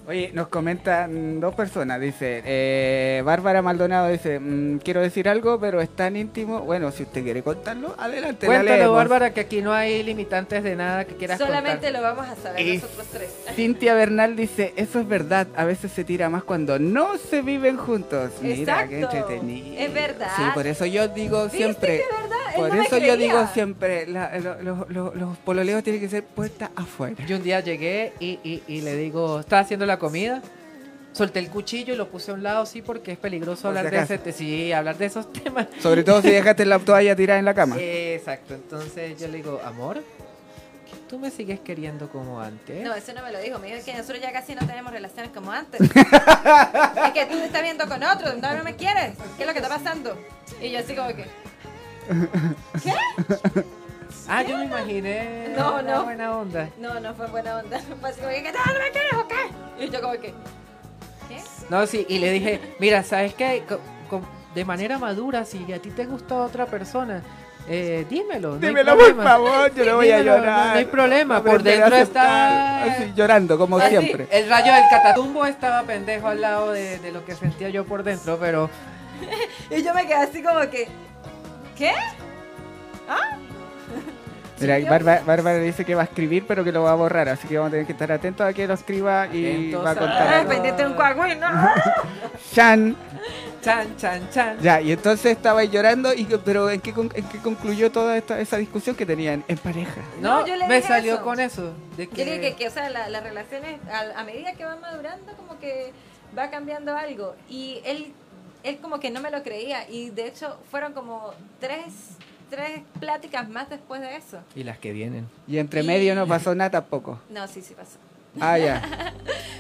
Oye, nos comentan dos personas, dice, eh, Bárbara Maldonado dice, mm, quiero decir algo, pero es tan íntimo, bueno, si usted quiere contarlo, adelante. la
Cuéntalo,
leemos.
Bárbara, que aquí no hay limitantes de nada que quieras
Solamente
contar.
lo vamos a saber
Y-
nosotros tres.
Cintia Bernal dice, eso es verdad, a veces se tira más cuando no se viven juntos. Mira, qué
Exacto,
entretenido.
es verdad.
Sí, por eso yo digo
¿Viste
siempre,
que es verdad? Él
por
no me
eso yo
creía.
digo siempre, la- lo- lo- lo- los pololeos tienen que ser puerta afuera.
Y un día llegué y, y- y le digo, ¿estás haciendo la comida? Solté el cuchillo y lo puse a un lado, sí, porque es peligroso
Por si
hablar de
acaso.
ese te- sí, hablar de esos temas.
Sobre todo si dejaste la toalla tirada en la cama.
Exacto, entonces yo le digo, amor, tú me sigues queriendo como antes.
No, eso no me lo dijo. Me dijo que nosotros ya casi no tenemos relaciones como antes. es que tú te estás viendo con otro, no, no me quieres. ¿Qué es lo que está pasando? Y yo así como que,
ah, yo me imaginé
No,
una
no.
buena onda.
no, no fue buena onda. Fue así como que, no, no me quieres o qué? Y yo como que, ¿qué?
No, sí, y le dije, mira, ¿sabes qué? Co- co- de manera madura, si a ti te gusta otra persona, eh, dímelo. no hay
Dímelo, por
problema".
favor, yo no voy a
Dímelo, no-
llorar.
No, hay problema, por
Aprender a
dentro
aceptar.
está...
Así, llorando, como
Así.
siempre.
Ah, El rayo del catatumbo estaba pendejo al lado de, de lo que sentía yo por dentro, pero
Y yo me quedé así como que, ¿qué?
Mira,
yo-
Bárbara, Bárbara dice que va a escribir, pero que lo va a borrar, así que vamos a tener que estar atentos a que lo escriba y
Atentos
va a
a-
contar.
Ah,
algo.
pendiente de un coagüín, ¿no? Ah.
Chan,
chan, chan, chan.
ya, y entonces estaba llorando, y, pero ¿en qué, con- en qué concluyó toda esta, esa discusión que tenían en pareja?
No,
No, yo le
me
dije
salió
eso.
con eso. De
Yo
que,
digo que, que, o sea, la- las relaciones a, a medida que van madurando como que va cambiando algo. Y él, él como que no me lo creía. Y de hecho fueron como tres, tres pláticas más después de eso.
Y las que vienen.
Y entre
Y-
medio no pasó nada tampoco.
No, sí, sí pasó.
Ah, ya.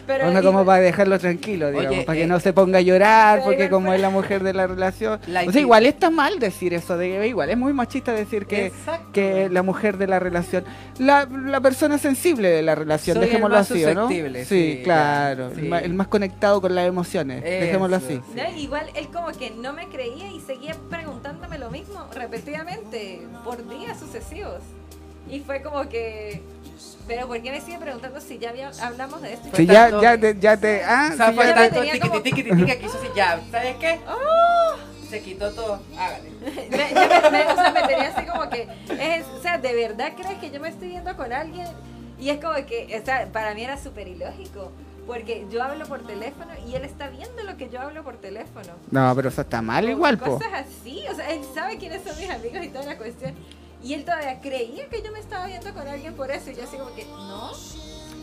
Pero
Bueno,
y-
como para dejarlo tranquilo,
Oye,
digamos, para que
eh,
no se ponga a llorar,
pero
porque
igual
como
fue-
es la mujer de la relación.
La
o sea,
inti-
igual está mal decir eso de que igual es muy machista decir que,
Exacto.
que la mujer de la relación, la, la persona sensible de la relación,
Soy el
dejémoslo
más
así, ¿o ¿no?
susceptible, sí,
claro,
ya,
el
sí.
ma- El, más conectado con las emociones,
Eso,
dejémoslo así.
sí.
No, Igual él como que no me creía y seguía preguntándome lo mismo repetidamente por días sucesivos. Y fue como que... Pero ¿por qué me sigue preguntando si ya había- hablamos de esto?
Si
Fue
ya,
tanto-
ya, te, ya te, ah,
O sea,
si
fue
ya
yo
te-
tanto
tenía
tiqui,
como-
tiqui, tiqui, tiqui, que hizo así, ya, ¿sabes qué? Se quitó todo, hágale.
Me, yo me, me- o sea, me tenía así como que, es- o sea, ¿de verdad crees que yo me estoy viendo con alguien? Y es como que, o sea, para mí era súper ilógico, porque yo hablo por teléfono y él está viendo lo que yo hablo por teléfono.
No, pero eso está mal igual, po.
Cosas así, o sea, él sabe quiénes son mis amigos y toda la cuestión. Y él todavía creía que yo me estaba viendo con alguien por eso, y yo así como que, no.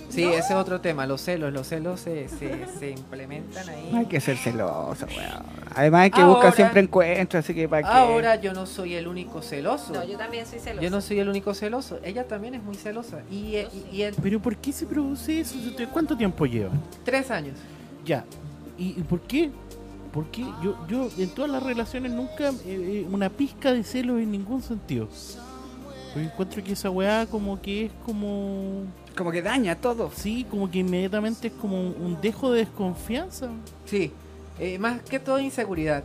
Sí,
¿No?
ese es otro tema, los celos, los celos se, se, se implementan
No hay
ahí.
que ser celoso, weón. Además, el que busca
Ahora-
siempre encuentra, así que para qué.
Ahora yo no soy el único celoso.
No,
yo,
yo también soy celosa.
no soy el único celoso. Ella también es muy celosa. Y,
Yo sí.
y, y en
Pero ¿por qué se produce eso? ¿Usted ¿Cuánto tiempo lleva?
tres años.
Ya. ¿Y y por qué? ¿Por qué? Yo, yo en todas las relaciones nunca eh, eh, una pizca de celos en ningún sentido. Porque encuentro que esa weá como que es como...
Como que daña todo.
Sí, como que inmediatamente es como un- un dejo de desconfianza.
Sí, eh, más que todo inseguridad.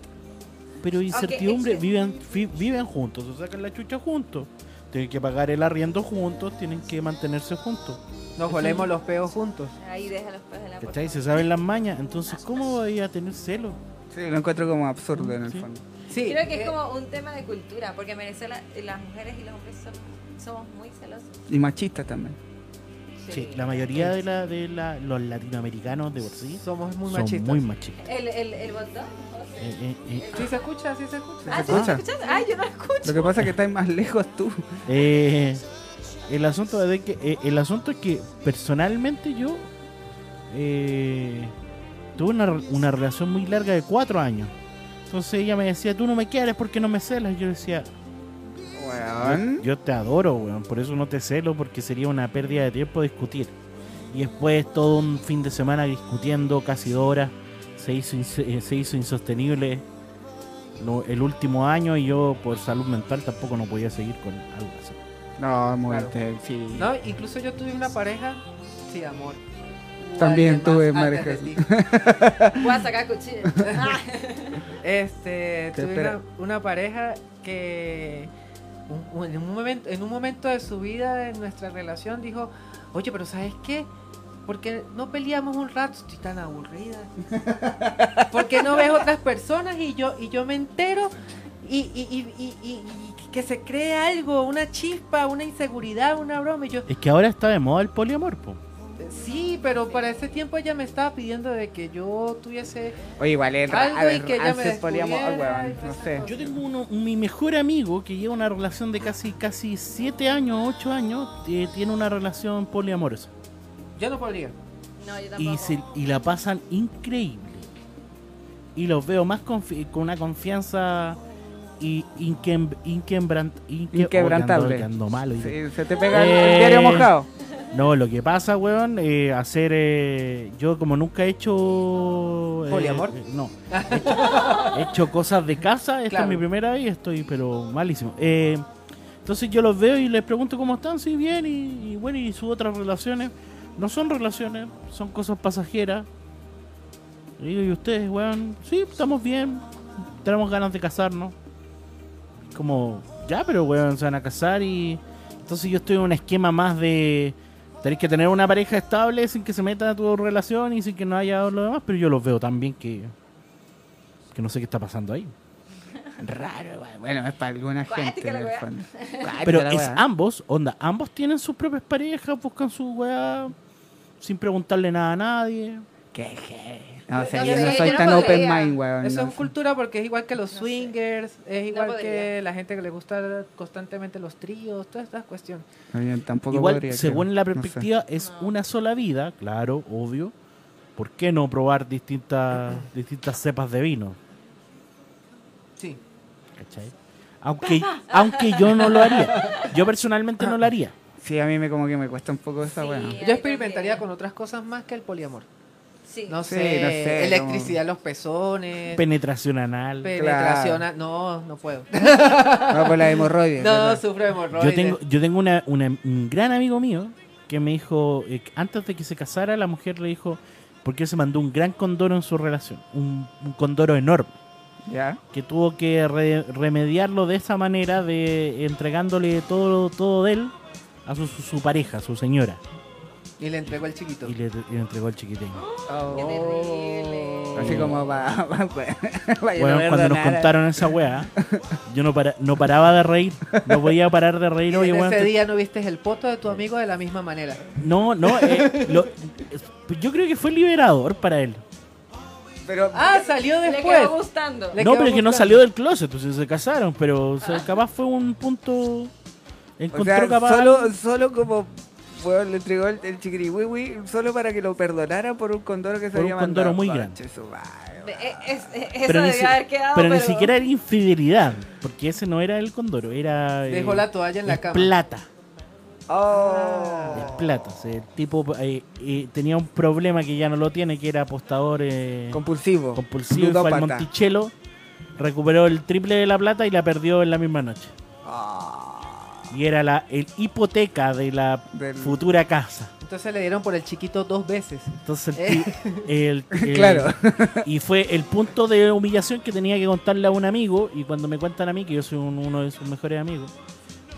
Pero incertidumbre,
es que-
viven, fi- viven juntos, se sacan la chucha juntos. Tienen que pagar el arriendo juntos, tienen que mantenerse juntos.
Nos volemos los peos juntos.
Ahí deja los pies de la puerta.
¿Cachai? Se saben las mañas, entonces ¿cómo voy a tener celos?
Sí, lo encuentro como absurdo en el
Sí.
fondo.
Sí,
Creo que
eh,
es como un tema de cultura, porque en Venezuela eh, las mujeres y los hombres son- somos muy celosos.
Y machista también.
Sí, la mayoría de, la, de la- los latinoamericanos de por sí
Eh, somos muy
son
machistas.
muy machistas.
El, el, el botón.
Eh, eh, eh,
Sí se escucha, sí se escucha.
Ah, ¿sí me
escucha?
escuchas? Ay, yo no escucho.
Lo que pasa es que estás más lejos tú.
eh, el asunto es de que eh, el asunto es que personalmente yo eh, tuve una, una relación muy larga de cuatro años. Entonces ella me decía, tú no me quieres porque no me celas. Yo decía,
Weón.
Yo te adoro, weón. Por eso no te celo, porque sería una pérdida de tiempo discutir. Y después todo un fin de semana discutiendo, casi dos horas. Se hizo, ins- eh, se hizo insostenible. lo- el último año y yo por salud mental tampoco no podía seguir con algo así.
No, muy
Claro.
te- sí.
No, incluso yo tuve una pareja, sí, amor. Hubo
También
alguien
tuve
más antes
parejas.
de ti.
Voy a sacar cuchillo. Ah,
Este,
Te
tuve
espera.
una, una pareja que un- un- en, un momento, en un momento de su vida, en nuestra relación, dijo, oye, pero ¿sabes qué? ¿Por qué no peleamos un rato? Estoy tan aburrida. ¿Por qué no ves otras personas y yo, y yo me entero? Y, y- y- y- y- y que se cree algo, una chispa, una inseguridad, una broma. Y yo,
Es que ahora está de moda el poliamor, po.
sí, pero para ese tiempo ella me estaba pidiendo de que yo tuviese
Oye, igual es
Algo
raro,
y que ella me
antes podríamos- ah,
descubriera
weón,
y
no
todas
sé.
esas
Yo tengo uno- mi mejor amigo que lleva una relación de casi casi 7 años, 8 años, eh, tiene una relación poliamorosa.
Yo no podría.
No, yo tampoco.
Y, se- y la pasan increíble. Y los veo más confi- con una confianza y inquem- inquebrant- inque-
Inquebrantable.
oh, que ando- que ando malo, digo.
Sí, se te pega el- el
Eh,
diario mojado.
No, lo que pasa, weón, eh, hacer. eh, yo, como nunca he hecho. eh,
¿Poliamor?
eh, no. He hecho, he hecho cosas de casa. Esta
Claro.
es mi primera vez y estoy, pero malísimo. Eh, entonces yo los veo y les pregunto cómo están, si bien, y, y bueno, y sus otras relaciones. No son relaciones, son cosas pasajeras. Le digo, ¿y ustedes, weón? Sí, estamos bien. Tenemos ganas de casarnos. Como, ya, pero weón, se van a casar y. Entonces yo estoy en un esquema más de. Tenés que tener una pareja estable sin que se meta a tu relación y sin que no haya lo demás, pero yo los veo tan bien que. que no sé qué está pasando ahí.
Raro, weón. bueno, es para alguna
Cuática
gente.
la
en el
weá.
fondo. Cuática
Pero
la
es
weá.
ambos, onda, ambos tienen sus propias parejas, buscan su weá sin preguntarle nada a nadie.
Qué heavy. No, o sea,
No
yo
sé,
no
yo
soy
no
tan open
podría.
mind, weón.
Eso
no
es cultura porque es igual que los
No sé.
swingers, es igual que
podría.
la gente que le gusta constantemente los tríos, todas estas cuestiones.
sé. No, yo tampoco
Igual,
podría,
según
creo.
la
No sé.
perspectiva, es
No.
una sola vida, claro, obvio. ¿Por qué no probar distintas, distintas cepas de vino?
Sí.
¿Cachai? Aunque, aunque yo no lo haría. Yo personalmente no lo haría.
Sí, a mí me como que me cuesta un poco esa
Sí.
weá.
Yo experimentaría
también.
con otras cosas más que el poliamor.
Sí.
No
Sí,
sé,
no sé,
electricidad en los pezones,
Penetración anal.
penetración. a- No, no puedo.
No, por la hemorroides.
No,
¿verdad?
sufro de hemorroides.
Yo tengo, yo tengo una, una- un gran amigo mío que me dijo, eh, que antes de que se casara, la mujer le dijo, porque él se mandó un gran condoro en su relación, un, un condoro enorme,
¿Ya?
que tuvo que re- remediarlo de esa manera, de entregándole todo, todo de él a su, su, su pareja, su señora,
Y le entrego el chiquito.
y le, y le entregó el chiquitín.
Qué terrible.
Así como para.
Bueno, cuando nos contaron esa weá, yo no, para, no paraba de reír, no podía parar de
Y
reír. Oye,
en
weón,
ese
te-
día no viste el poto de tu amigo de la misma manera.
No, no, eh, lo- yo creo que fue liberador para él.
Pero.
Ah, salió
Le
después.
quedó gustando.
Le
no,
quedó
pero es que no
gustando.
salió del closet, pues se casaron, pero o sea, capaz fue un punto.
O
Encontró
sea,
capaz.
solo, solo como. Weón, le entregó el, el chiquiriwiwi solo para que lo perdonara por un condoro que se
Por un
había
condoro
mandado.
muy
Conche
grande.
su madre,
Eh,
weón.
es- eh, eso
Pero, ni, si-
debió haber quedado.
pero ni siquiera era infidelidad, porque ese no era el condoro, era. eh,
Dejó la toalla en la
es
cama.
Plata,
Oh.
es plata. o sea, el tipo eh, eh, tenía un problema que ya no lo tiene, que era apostador eh,
Compulsivo.
compulsivo, y fue al
Ludópata.
Monticello, recuperó el triple de la plata y la perdió en la misma noche.
Ah.
Y era la el hipoteca de la
Del-
futura casa.
Entonces le dieron por el chiquito dos veces.
Entonces el,
Eh.
ti- el- el-
Claro.
Y fue el punto de humillación que tenía que contarle a un amigo. Y cuando me cuentan a mí, que yo soy un- uno de sus mejores amigos,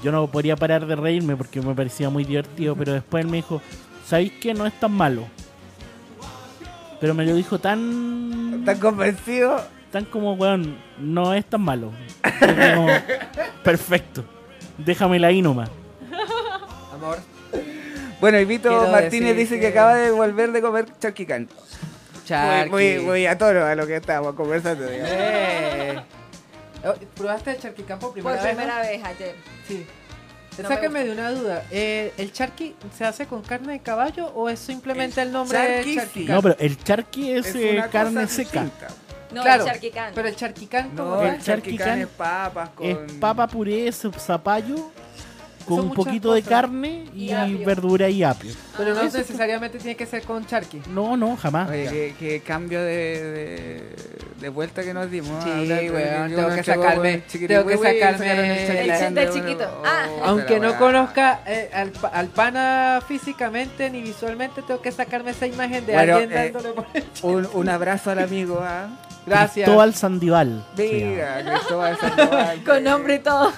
yo no podía parar de reírme porque me parecía muy divertido. Pero después él me dijo, ¿sabéis que no es tan malo? Pero me lo dijo tan...
¿Estás convencido?
tan como, weón, no es tan malo. Yo como, perfecto. Déjamela ahí nomás.
Amor,
Bueno, y Vito
Quiero
Martínez
decir
dice que...
que-
acaba de volver de comer charquicán. Muy,
Charqui.
muy, muy a toro a lo que estábamos conversando. digamos.
Eh. Oh, ¿Probaste el charquicán por primera
Por
vez? no?
primera vez ayer.
Sí.
No
Sáquenme
me
de una duda. eh, ¿El charqui se hace con carne de caballo o es simplemente el, nombre
charqui,
de
sí.
charqui?
No, pero el charqui es, eh,
una cosa
carne seca.
distinta.
No,
Claro,
el charquicán.
Pero el charquicán,
No,
como
el
el charquicán
charquicán
es papas con...
Es papa puré, es zapallo con
son
un
muchas
poquito de
cosas.
carne y,
Y apio.
verdura y apio.
Pero no necesariamente tiene que ser con charqui.
No, no,
Ah,
jamás.
Oye, qué, qué cambio de, de, de vuelta que nos dimos.
Sí,
Hablar de-
weón,
de-
tengo
uno
que
llegó,
sacarme-
weón, chiquitín,
tengo que
weón, weón,
sacarme
sacaron el
el
chaquetón de
del chiquito.
uno.
Ah.
Oh,
Aunque
la
no
weá.
conozca eh, al, pa- al pana físicamente ni visualmente, tengo que sacarme esa imagen de
Bueno,
alguien
eh,
dándole por-
Un, un abrazo al amigo. ¿ah?
Gracias.
Cristóbal Sandival. se llama.
Mira, Cristóbal Sandoval,
Con nombre y todo.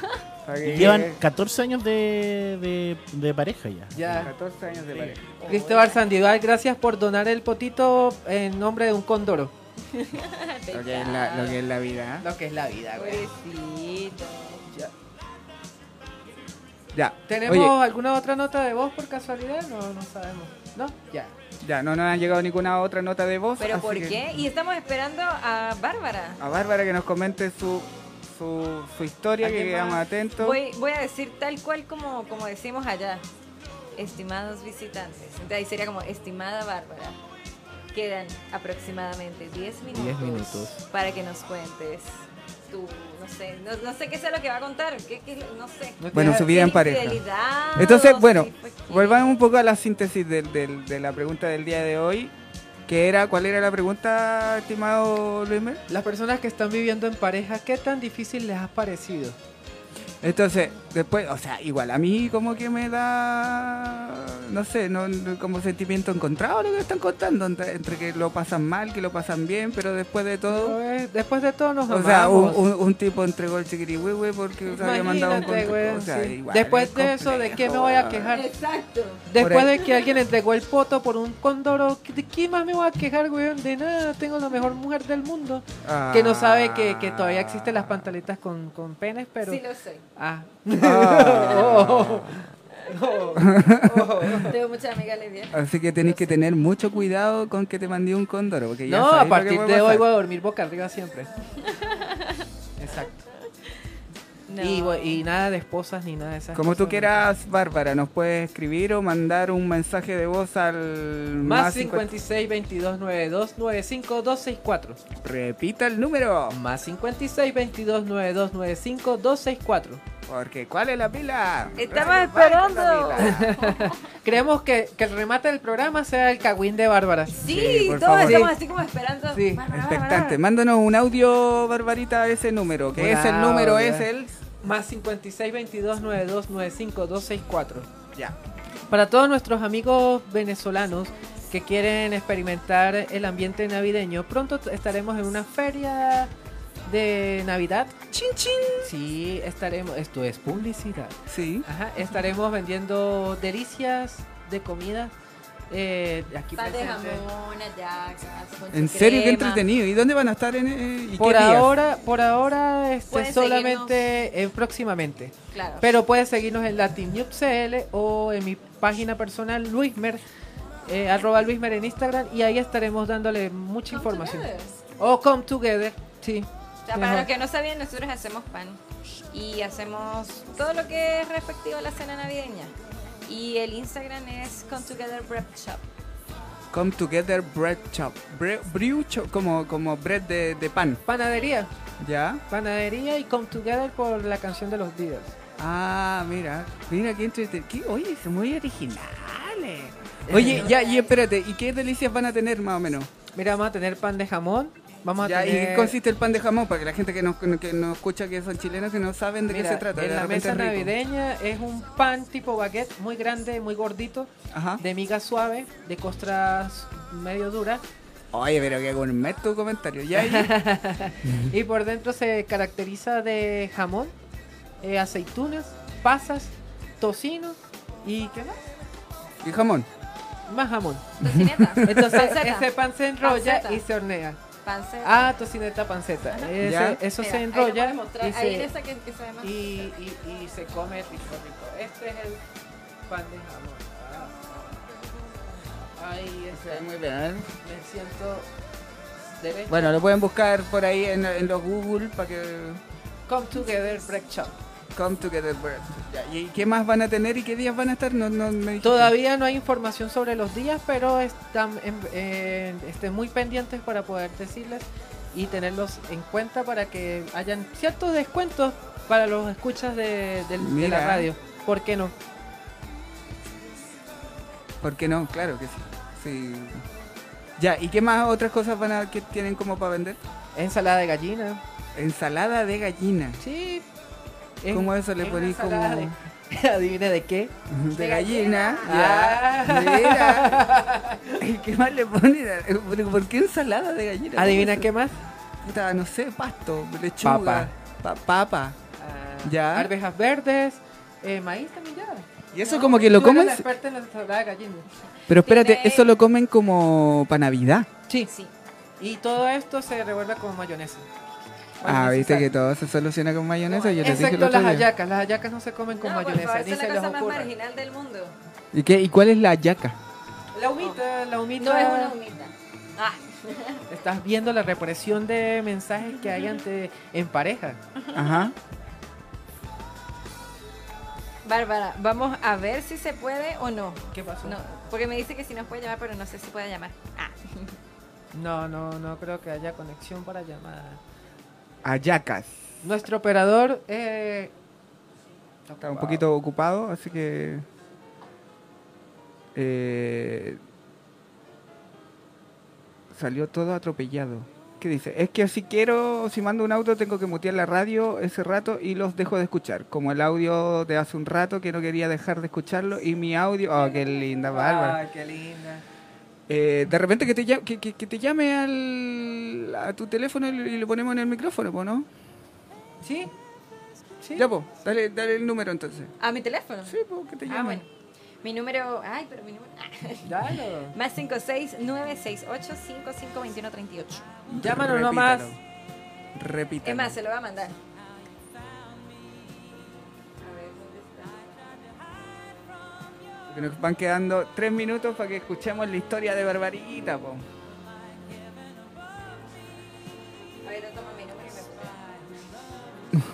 para que
Y Llevan
llegue
14 años de, de- de pareja ya.
Ya.
14 años de pareja.
Cristóbal Sandival, gracias por donar el potito en nombre de un cóndoro.
Lo que es la, lo que es la vida. ¿ah?
Lo que es la vida, güey.
Pobrecito.
Ya.
¿Tenemos
Oye,
alguna otra nota de voz por casualidad? No, no sabemos. ¿No? Ya.
ya, no nos han llegado ninguna otra nota de voz.
¿Pero
así
por
que-
qué? Y estamos esperando a Bárbara.
A Bárbara que nos comente su, su, su historia, que
¿Alguien
quedamos
más?
atentos.
Voy, voy a decir tal cual como, como decimos allá, estimados visitantes. Entonces ahí sería como, estimada Bárbara. Quedan aproximadamente 10 minutos,
minutos.
para que nos cuentes tu, no sé, no, no sé qué sea lo que va a contar, qué- qué- no sé.
No
Bueno,
tiene-
su vida en
Si
pareja.
infidelidad, o
Entonces,
si
bueno,
fue que-
volvamos un poco a la síntesis del- del- de la pregunta del día de hoy. Que era, ¿Cuál era la pregunta, estimado Luis Mel?
Las personas que están viviendo en pareja, ¿qué tan difícil les ha parecido?
Entonces, después, o sea, igual a mí como que me da, no sé, no, no- como sentimiento encontrado lo que están contando, entre, entre que lo pasan mal, que lo pasan bien, pero después de todo...
Pues, Después de todo nos
O sea, un,
amamos.
un- un tipo entregó el chiquirihuehue porque se había mandado un
Imagínate,
contrato.
güey,
o sea,
sí.
igual
Después
es
de eso, ¿de qué me
complejo,
voy a
güey.
quejar?
Exacto.
Después
Por ahí.
de que alguien entregó el poto por un cóndoro, ¿de qué más me voy a quejar, weón? De nada, tengo la mejor mujer del mundo. Que no sabe que,
Ah.
que todavía existen las pantaletas con, con penes, pero...
Sí lo soy.
Ah.
Ah.
Oh, oh, oh.
Tengo muchas amigas lesbianas.
Así que tenéis que tener mucho cuidado con que te mandé un cóndor. Porque ya
No,
sabéis
a
lo que
partir
puede
de hoy
pasar.
voy a dormir boca arriba siempre. Exacto.
No.
Y, bueno, y nada de esposas ni nada de esas
Como tú
cosas.
quieras, Bárbara, nos puedes escribir o mandar un mensaje de voz al
Más
50.
56 22 92 95 264.
Repita el número.
Más 56 22 92 95 264.
Porque ¿cuál es la pila?
Estamos
Radio Barca es
esperando.
la pila.
Creemos que, que el remate del programa sea el cagüín de Bárbara.
Sí,
Sí, por
todos
favor.
estamos
Sí.
así como esperando.
Sí,
Bárbara,
Expectante. Mándanos un audio, Barbarita, a ese número. Que
Un
es el número,
audio.
es el.
Más 56 22 92 95 264.
Ya.
Para todos nuestros amigos venezolanos que quieren experimentar el ambiente navideño, pronto t- estaremos en una feria de Navidad. ¡Chin, chin! Sí, estaremos. Esto es publicidad.
Sí.
Ajá, estaremos vendiendo delicias de comida. eh, aquí
Pan de
presente.
jamón, hallacas, con
En
su
serio, qué
crema.
entretenido. ¿Y dónde van a estar? En, eh, y
Por
qué días?
ahora, por ahora este,
Pueden
solamente eh, próximamente.
Claro.
Pero puedes seguirnos en Latin News CL o en mi página personal Luismer, eh, arroba Luismer en Instagram y ahí estaremos dándole mucha
Come
información.
together.
O come together, sí.
O sea, para
Mejor.
los que no sabían, nosotros hacemos pan y hacemos todo lo que es respectivo a la cena navideña. Y el Instagram es Come Together Prep Shop.
Come Together Bread Shop. Bre- brew shop, como, como bread de, de pan.
Panadería,
¿Ya?
panadería y come together por la canción de los días.
Ah, mira, mira qué entrete- qué- Oye, son muy originales. Oye, ya, y espérate, ¿y qué delicias van a tener más o menos?
Mira, vamos a tener pan de jamón, vamos a
Ya, ¿Y
tener...
qué consiste el pan de jamón? Para que la gente que no, que no escucha que son chilenos que no saben de
Mira,
qué se trata.
en
de
la
repente
mesa
es rico.
navideña es un pan tipo baguette muy grande, muy gordito,
Ajá.
de miga suave, de costras medio duras
Oye, pero que gourmet tu comentario. Ya, y-
Y por dentro se caracteriza de jamón, eh, aceitunas, pasas, tocino y ¿qué más?
y jamón.
Más jamón.
Tocineta.
Entonces
panceta,
ese pan se enrolla
Panceta.
y se hornea.
panceta.
Ah, tocineta panceta. Ese-
Ya.
eso
Mira,
se
ahí lo
enrolla
puedes mostrar.
y
Ahí en
se,
esa que, que se ve más.
y, y- y se come rico, rico. Este es el pan de jamón. Ah. Ahí está.
Muy bien.
Me siento derecho.
Bueno, lo pueden buscar por ahí en, en los Google para que.
Come together, break shop.
Come Together Bread. Ya, ¿Y qué más van a tener y qué días van a estar? No, no, me dijiste.
Todavía no hay información sobre los días, pero están en- eh, estén muy pendientes para poder decirles y tenerlos en cuenta para que hayan ciertos descuentos para los escuchas de, del- de
Mira.
la radio. ¿Por qué no?
¿Por qué no? Claro que sí. sí. Ya, ¿y qué más otras cosas van a, que tienen como para vender?
Ensalada de gallina.
Ensalada de gallina.
Sí.
¿Cómo eso le
es
poní
una
como...?
ensalada de- Adivina de qué.
De gallina.
Ah.
Ya. Mira. ¿Y ¿Qué más le ponen? ¿Pero ¿Por qué ensalada de gallina?
Adivina qué más.
Puta, no sé, pasto, lechuga. pa- papa.
Ah,
Ya.
Arvejas verdes. eh, maíz también ya.
Y eso como que lo
Tú eres
comen...
la experta en la ensalada de gallina.
Pero espérate,
Tiene-
eso lo comen como para Navidad.
Sí.
Sí.
Y todo esto se revuelve con mayonesa.
Ah,
Cuando
viste
se
que
sale.
todo se soluciona con mayonesa.
No,
yo te dije el
Excepto
otro
las
día.
hallacas. Las hallacas no se comen con
No, por
mayonesa.
favor,
ni
esa
se
es la
les
cosa más
ocurra.
marginal del mundo.
¿Y, qué, ¿Y cuál es la hallaca?
La humita, la humita.
No es una humita. Ah,
Estás viendo la represión de mensajes que hay ante en pareja.
Ajá.
Bárbara, vamos a ver si se puede o no.
¿Qué pasó?
No, porque me dice que si nos puede llamar, pero no sé si puede llamar. Ah,
No, no, no creo que haya conexión para llamada.
Hallacas.
Nuestro operador eh,
Está un
ocupado.
poquito ocupado, así que... eh, salió todo atropellado. ¿Qué dice? Es que si quiero, si mando un auto, tengo que mutear la radio ese rato y los dejo de escuchar. Como el audio de hace un rato que no quería dejar de escucharlo y mi audio... Oh, qué linda, Bárbara.
Ay, qué linda.
Eh, de repente que te, llam- que, que- que te llame al, a tu teléfono y le- y lo ponemos en el micrófono, po, ¿no?
Sí. Sí.
Ya, po, dale, dale el número entonces.
¿A mi teléfono?
Sí, po, que te llame.
Ah, bueno. Mi número. Ay, pero mi número. ah.
Dalo.
Más 56968552138.
Llámanos
Repítalo.
nomás.
Repítalo.
Es más, se lo va a mandar. A ver, ¿dónde está?
Que nos van quedando tres minutos para que escuchemos la historia de Barbarita, po.
A ver, toma mi número y me pongo.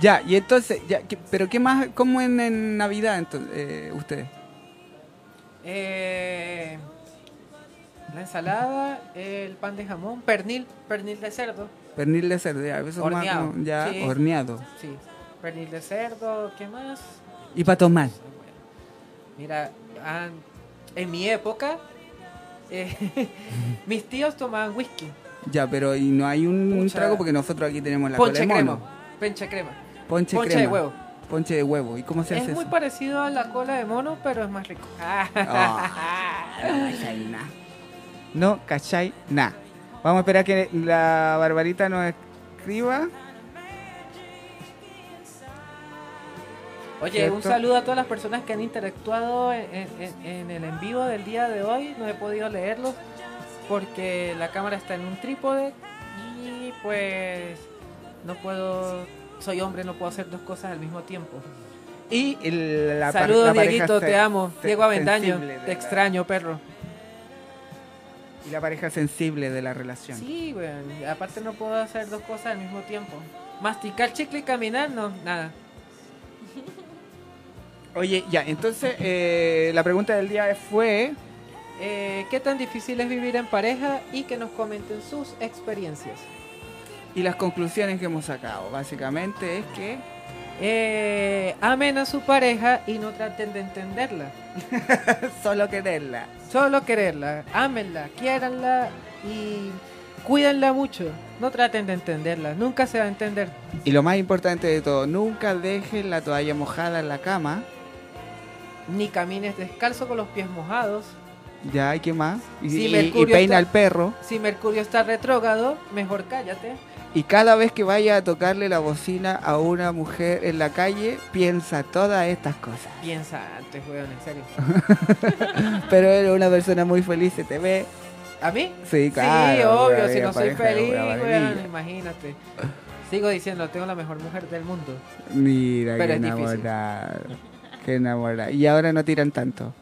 Ya, y entonces, ya, que- pero ¿qué más? ¿Cómo en, en Navidad, entonces, eh, ustedes?
Eh, la ensalada, el pan de jamón, pernil, pernil de cerdo.
Pernil de cerdo, ya, eso es más
Horneado,
como ya
sí.
horneado.
Sí. Pernil de cerdo, ¿qué más?
Y para tomar.
Mira, ah, en mi época, eh, mis tíos tomaban whisky.
Ya, pero y no hay un,
Pucha.
trago porque nosotros aquí tenemos la
ponche
cola de
crema.
mono.
Ponche crema.
Ponche,
Ponche
crema.
de huevo.
Ponche de huevo. ¿Y cómo se
Es
hace
muy
eso?
parecido a la cola de mono, pero es más rico.
Ah, no cachai na. No cachai na. Vamos a esperar que la Barbarita nos escriba.
Oye,
Cierto.
un saludo a todas las personas que han interactuado en, en- en- en el en vivo del día de hoy. No he podido leerlos porque la cámara está en un trípode y pues no puedo, soy hombre, no puedo hacer dos cosas al mismo tiempo. Y
El- la par-
Saludos,
la pareja
Dieguito,
se-
te amo.
se-
Diego Avendaño,
sensible de
te
la-
extraño, perro.
Y la pareja sensible de la relación.
Sí, güey. Aparte no puedo hacer dos cosas al mismo tiempo. Masticar chicle y caminar, no, nada.
Oye, ya, entonces eh, la pregunta del día fue...
Eh, ¿Qué tan difícil es vivir en pareja? Y que nos comenten sus experiencias.
Y las conclusiones que hemos sacado, básicamente, es que...
Eh, amen a su pareja y no traten de entenderla.
Solo quererla.
Solo quererla, ámenla, quiéranla y cuídenla mucho. No traten de entenderla, nunca se va a entender.
Y lo más importante de todo, nunca dejes la toalla mojada en la cama.
Ni camines descalzo con los pies mojados.
Ya, hay que más? Y,
Sí,
y- y
Mercurio
peina
está-
al perro.
Si Mercurio está retrógrado, mejor cállate.
Y cada vez que vaya a tocarle la bocina a una mujer en la calle, piensa todas estas cosas.
Piensa antes, weón, en serio.
Pero eres una persona muy feliz, se te ve.
¿A mí?
Sí,
sí,
claro,
obvio,
weón,
si no soy
pareja,
feliz,
weón,
weón,
mira.
imagínate. Sigo diciendo, tengo la mejor mujer del mundo.
Mira,
Pero
qué
es difícil.
enamorada. Qué enamorada. Y ahora no tiran tanto.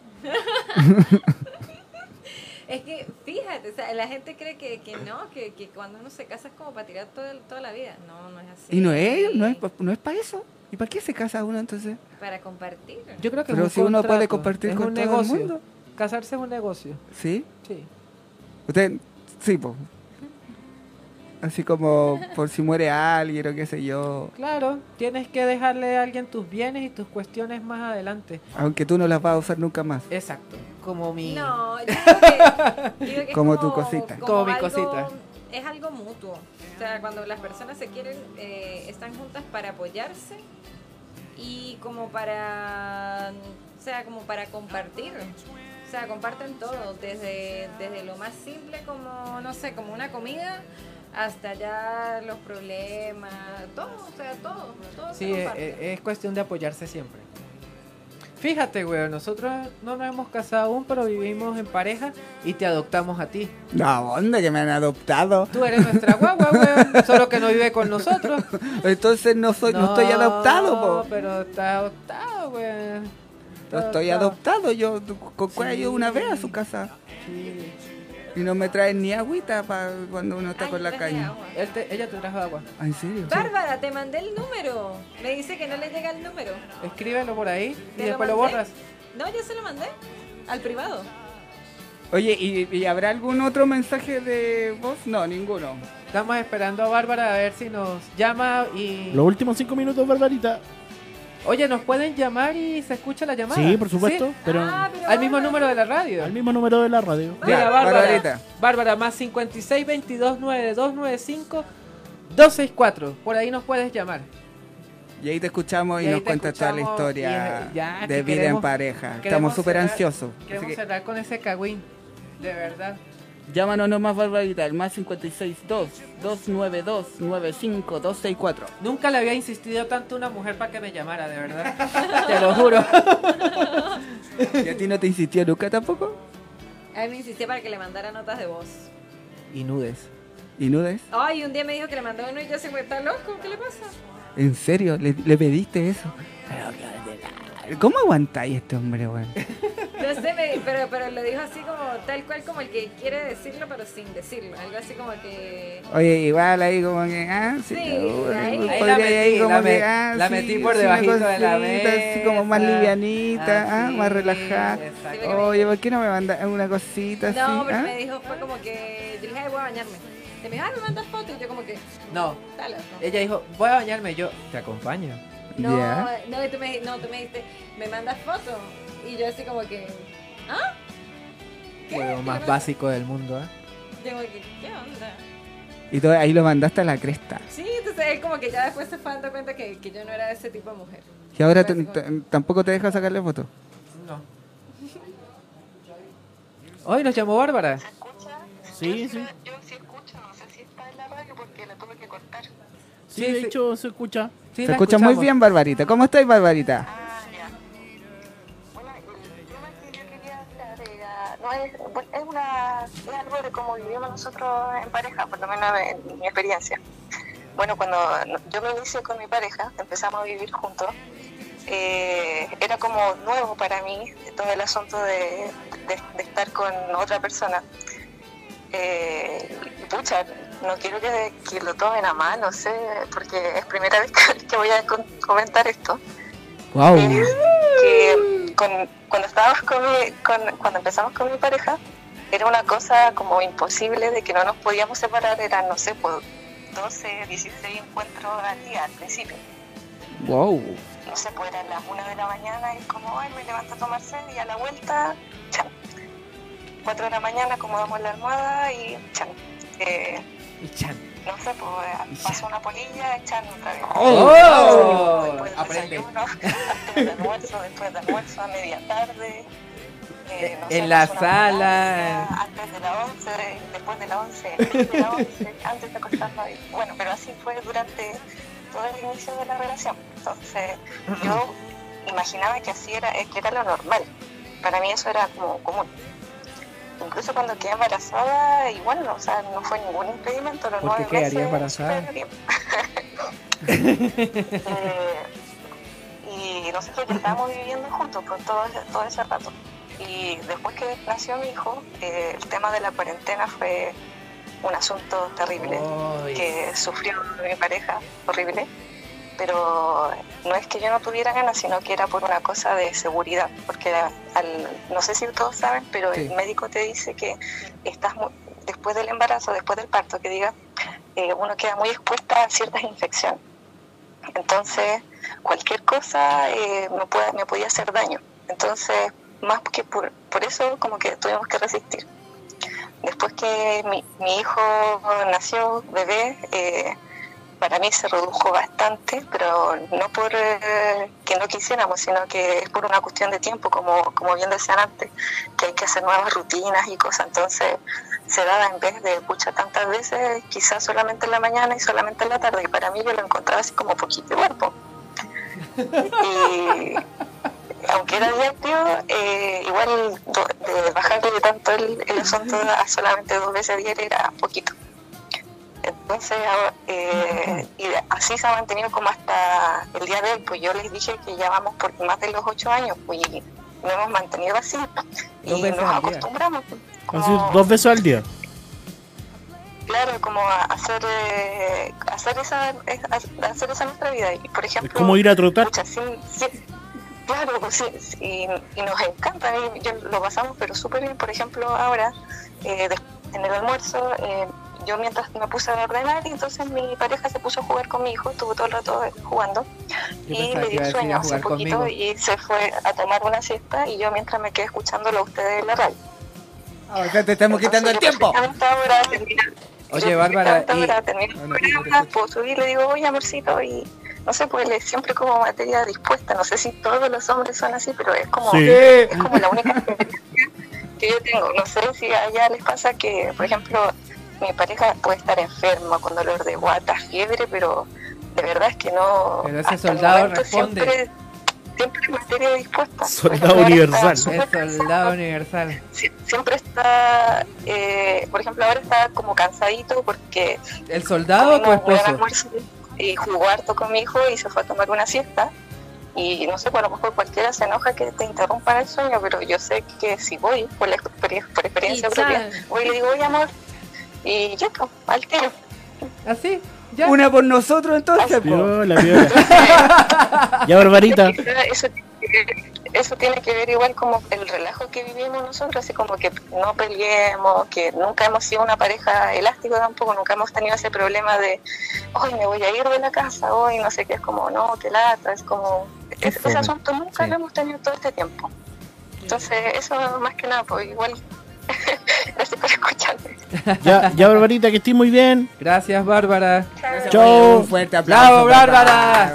Es que, fíjate, o sea, la gente cree que, que no, que, que cuando uno se casa es como para tirar todo el- toda la vida. No, no es así.
Y no es, no es, pues. pa- no es para eso. ¿Y para qué se casa uno entonces?
Para compartir.
Yo creo que
Pero
es un
si uno puede
contrato,
compartir
es
con
un
todo el
negocio.
mundo.
Casarse es un negocio,
¿Sí?
sí.
Usted, sí, po. Así como por si muere alguien o qué sé yo.
Claro, tienes que dejarle a alguien tus bienes y tus cuestiones más adelante.
Aunque tú no las vas a usar nunca más.
Exacto, como mi...
No, yo creo que, yo creo que es
Como tu cosita.
Como mi
algo-
cosita.
Es algo mutuo. O sea, cuando las personas se quieren, eh, están juntas para apoyarse y como para, o sea, como para compartir. O sea, comparten todo, desde, desde lo más simple como, no sé, como una comida, hasta ya los problemas, todo, o sea, todo, todo
Sí,
se
eh,
comparte.
eh, es cuestión de apoyarse siempre. Fíjate, weón, nosotros no nos hemos casado aún, pero vivimos en pareja y te adoptamos a ti.
No, onda que me han adoptado.
Tú eres nuestra guagua, weón, solo que no vive con nosotros.
Entonces no
Pues
soy, no, estoy adoptado,
No,
po.
pero está adoptado, weón.
No
Está
estoy adoptado. Yo con cuello una vez a su casa.
Sí.
Y no me traen ni agüita para cuando uno está
Ay,
con la
traje
caña.
agua.
Él te- ella te trajo agua.
Ah, ¿En serio?
Bárbara, te mandé el número. Me dice que no le llega el número.
Escríbelo por ahí y
¿Te
después lo
mandé?
borras.
No, yo se lo mandé al privado.
Oye, ¿y, y habrá algún otro mensaje de voz? No, ninguno.
Estamos esperando a Bárbara a ver si nos llama y...
Los últimos cinco minutos, Barbarita.
Oye, ¿nos pueden llamar y se escucha la llamada?
Sí, por supuesto, pero
Ah, pero
Al mismo
Bárbara,
número de la radio.
al mismo número de la radio.
Ya,
Ya,
Bárbara.
Barbarita.
Bárbara, más 56 22 92 95 264. Por ahí nos puedes llamar.
Y ahí te escuchamos y,
Y ahí
nos
te
cuentas toda la
escuchamos,
historia
y, eh, ya,
de
que
vida en
queremos-
pareja.
queremos
Estamos súper
cerrar-
ansiosos. Así
Queremos
que
cerrar con ese cagüín. De verdad.
Llámanos nomás, Barbarita, al más 562-292-95264.
Nunca le había insistido tanto a una mujer para que me llamara, de verdad. Te lo juro.
¿Y a ti no te insistió nunca tampoco?
A mí me insistió para que le mandara notas de voz.
Y nudes.
¿Y nudes?
Ay, un día me dijo que le mandó uno y yo se fue, ¿está loco? ¿Qué le pasa?
¿En serio? ¿Le, le pediste eso? ¿Cómo aguantáis este hombre, weón?
No sé, me- pero, pero lo dijo así como tal cual como el que quiere decirlo, pero sin decirlo. Algo así como que.
Oye, igual ahí como que, ah, sí,
Sí,
uy,
ahí.
podría
Ahí la metí,
ahí como
la
que,
me-
ah,
la
sí,
metí por
sí,
debajito
una
de la
cosita Así como más
mesa.
livianita, ah,
Así,
más relajada.
exacto.
Oye, ¿por qué no me mandas una cosita así?
No, pero
ah?
me dijo, fue como que. Yo le dije, ay, voy a bañarme. Y me dijo, ah, me mandas fotos. Y yo, como que,
No,
está loco.
ella dijo, voy a bañarme yo.
Te acompaño.
No,
Ya.
no, y tú me, no, tú me dijiste, me mandas fotos. Y yo, así como que, ¿ah? ¿Qué?
Lo
Y
más
yo,
básico del mundo, ¿eh?
Yo, como que, ¿qué onda?
Y todo, ahí lo mandaste a la cresta.
Sí, entonces él como que ya después se fue dando cuenta que, que yo no era de ese tipo de mujer.
Y ahora
Fue así
t-
como-
t- tampoco te deja sacarle foto.
No. Hoy nos llamó Bárbara.
Sí, sí.
Yo sí escucho, no sé si está en la radio porque la tuve que cortar.
Sí,
Sí,
de
sí.
hecho se escucha.
Sí,
Se
la
escucha muy
escuchamos.
bien, Barbarita. ¿Cómo estáis, Barbarita?
Ah, ya. Bueno, el tema que yo quería hablar era, no es, bueno, es, una, es algo de cómo vivimos nosotros en pareja, por lo menos en mi experiencia. Bueno, cuando yo me inicié con mi pareja, empezamos a vivir juntos, eh, era como nuevo para mí todo el asunto de, de- de estar con otra persona. Eh, y pucha, no quiero que, que lo tomen a mal, no sé, porque es primera vez que, que voy a con- comentar esto
Wow.
que con- cuando estábamos con mi- con- cuando empezamos con mi pareja era una cosa como imposible de que no nos podíamos separar eran no sé pues, 12 16 encuentros al día al principio
Wow.
no sé pues eran las 1 de la mañana y es como ay me levanto a tomar sed y a la vuelta chao 4 de la mañana acomodamos la almohada y chao Eh,
Y chan.
no sé pues pasó una polilla echando otra vez
¡Oh!
después del
Aprende.
desayuno, antes del almuerzo, después del almuerzo, a media tarde. eh, no sé,
En la
pasó una
sala.
ambulancia, Antes de la 11, después de la 11, antes de la 11, antes de acostarnos. y- Bueno, pero así fue durante todo el inicio de la relación. Entonces, yo imaginaba que así era, eh, que era lo normal. Para mí eso era como común. Incluso cuando quedé embarazada, y bueno, o sea, no fue ningún impedimento. Los
¿Por qué
nueve
quedaría
meses,
embarazada?
súper bien. Eh, y nosotros ya estábamos viviendo juntos por todo, ese- todo ese rato. Y después que nació mi hijo, eh, el tema de la cuarentena fue un asunto terrible
Ay.
que sufrió mi pareja, horrible. Pero no es que yo no tuviera ganas, sino que era por una cosa de seguridad. Porque al- no sé si todos saben, pero el médico te dice que estás mu- después del embarazo, después del parto, que diga, eh, uno queda muy expuesta a ciertas infecciones. Entonces, cualquier cosa eh, me, puede- me podía hacer daño. Entonces, más que por, por eso, como que tuvimos que resistir. Después que mi, mi hijo nació, bebé, eh, para mí se redujo bastante, pero no por eh, que no quisiéramos, sino que es por una cuestión de tiempo, como, como bien decían antes, que hay que hacer nuevas rutinas y cosas. Entonces, se daba en vez de pucha tantas veces, quizás solamente en la mañana y solamente en la tarde. Y para mí yo lo encontraba así como poquito igual. po. Y aunque era diario, eh, igual do- de bajarle tanto el, el asunto a solamente dos veces diarias era poquito. Entonces, ahora, eh, y así se ha mantenido como hasta el día de hoy. Pues yo les dije que ya vamos por más de los ocho años, pues y lo hemos mantenido así.
Dos
Y
veces al
nos
día.
acostumbramos. pues,
Es decir,
como-
dos veces al día.
Claro, como a- hacer eh, hacer esa es- a- hacer esa nuestra vida. Y, por
Es
ejemplo,
como ir a trotar.
pucha, sí, sí, claro, pues sí, sí, y, y nos encanta, y yo- lo pasamos pero súper bien. Por ejemplo, ahora eh, des- en el almuerzo, eh, yo mientras me puse a ordenar, y entonces mi pareja se puso a jugar con mi hijo, estuvo todo el rato eh, jugando y
pensaba
le
que iba
dio
a decir
sueño
a
hace
jugar
poquito
conmigo.
y se fue a tomar una siesta y yo mientras me quedé escuchándolo a ustedes en la radio.
Ahorita Ah, te estamos quitando el
Entonces, yo
tiempo.
perfectamente ahora terminé-
Oye,
yo
Bárbara,
perfectamente
y-
ahora terminé
Ah,
el
no, sí, no te
programa, puedo subir, le digo, oye, amorcito, y no sé, pues le- siempre como materia dispuesta. No sé si todos los hombres son así, pero es como,
Sí.
es como la única experiencia que yo tengo. No sé si allá les pasa que, por ejemplo, mi pareja puede estar enferma con dolor de guata, fiebre, pero de verdad es que no.
Pero ese
hasta el
soldado
momento
responde.
Siempre, siempre materia dispuesta.
Soldado
Por ejemplo, ahora está
universal.
súper
El soldado universal.
sie- siempre está, eh, por ejemplo, ahora está como cansadito porque
¿El soldado o tu
comimos un buen
esposo?
almuerzo y jugó harto con mi hijo y se fue a tomar una siesta. Y no sé, pues, a lo mejor cualquiera se enoja que te interrumpan el sueño, pero yo sé que si voy, por, la experien- por experiencia
Y
propia,
chan.
voy y le digo, oye amor, y yo pues, al tiro.
¿Así? ¿Ah, ¿Ya?
Una por nosotros entonces, po.
Piola, piola. ya, Barbarita.
Quizá Eso, tiene que ver- eso tiene que ver igual como el relajo que vivimos nosotros, así como que no peleemos, que nunca hemos sido una pareja elástica tampoco, nunca hemos tenido ese problema de, hoy me voy a ir de la casa, hoy no sé qué, es como, no, qué lata, es como, es- ese
fome.
asunto nunca
Sí.
lo hemos tenido todo este tiempo. Entonces, eso más que nada, pues igual, gracias por escucharme.
Ya, ya, Barbarita, que estés muy bien.
Gracias, Bárbara.
Chao.
Un fuerte aplauso.
Bravo,
para
Bárbara.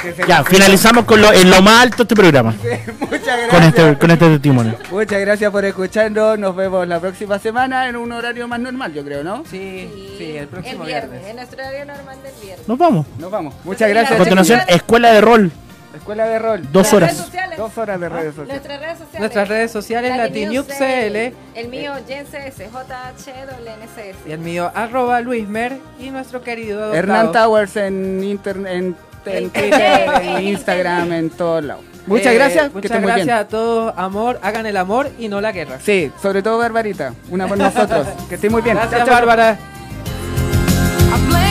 Que se
Ya,
nos cuide.
finalizamos con lo, en lo más alto este programa.
Muchas
Con
gracias.
este, con este testimonio.
Muchas gracias por escucharnos. Nos vemos la próxima semana en un horario más normal, yo creo, ¿no?
Sí, sí, el próximo
viernes.
viernes.
En nuestro horario normal del viernes.
Nos vamos.
Nos vamos. Muchas gracias.
A
chicos.
continuación, escuela de rol.
Escuela de rol.
Dos
Las redes
horas.
sociales.
Dos horas de redes
Ah,
sociales.
Nuestras redes sociales.
Nuestras redes sociales, Latinews CL.
El mío, JenCS, JHWNSS.
Y el mío, arroba Luismer. Y nuestro querido adoptado,
Hernán Towers en internet, en, en
En
Twitter,
Twitter,
en
en
Instagram, en todos lados.
Eh,
Muchas gracias. que
Muchas
estén muy
gracias
bien.
a todos. Amor, hagan el amor y no la guerra.
Sí, sobre todo Barbarita. Una por nosotros. Que esté muy bien.
Gracias,
Chao, chao.
Bárbara.
I blame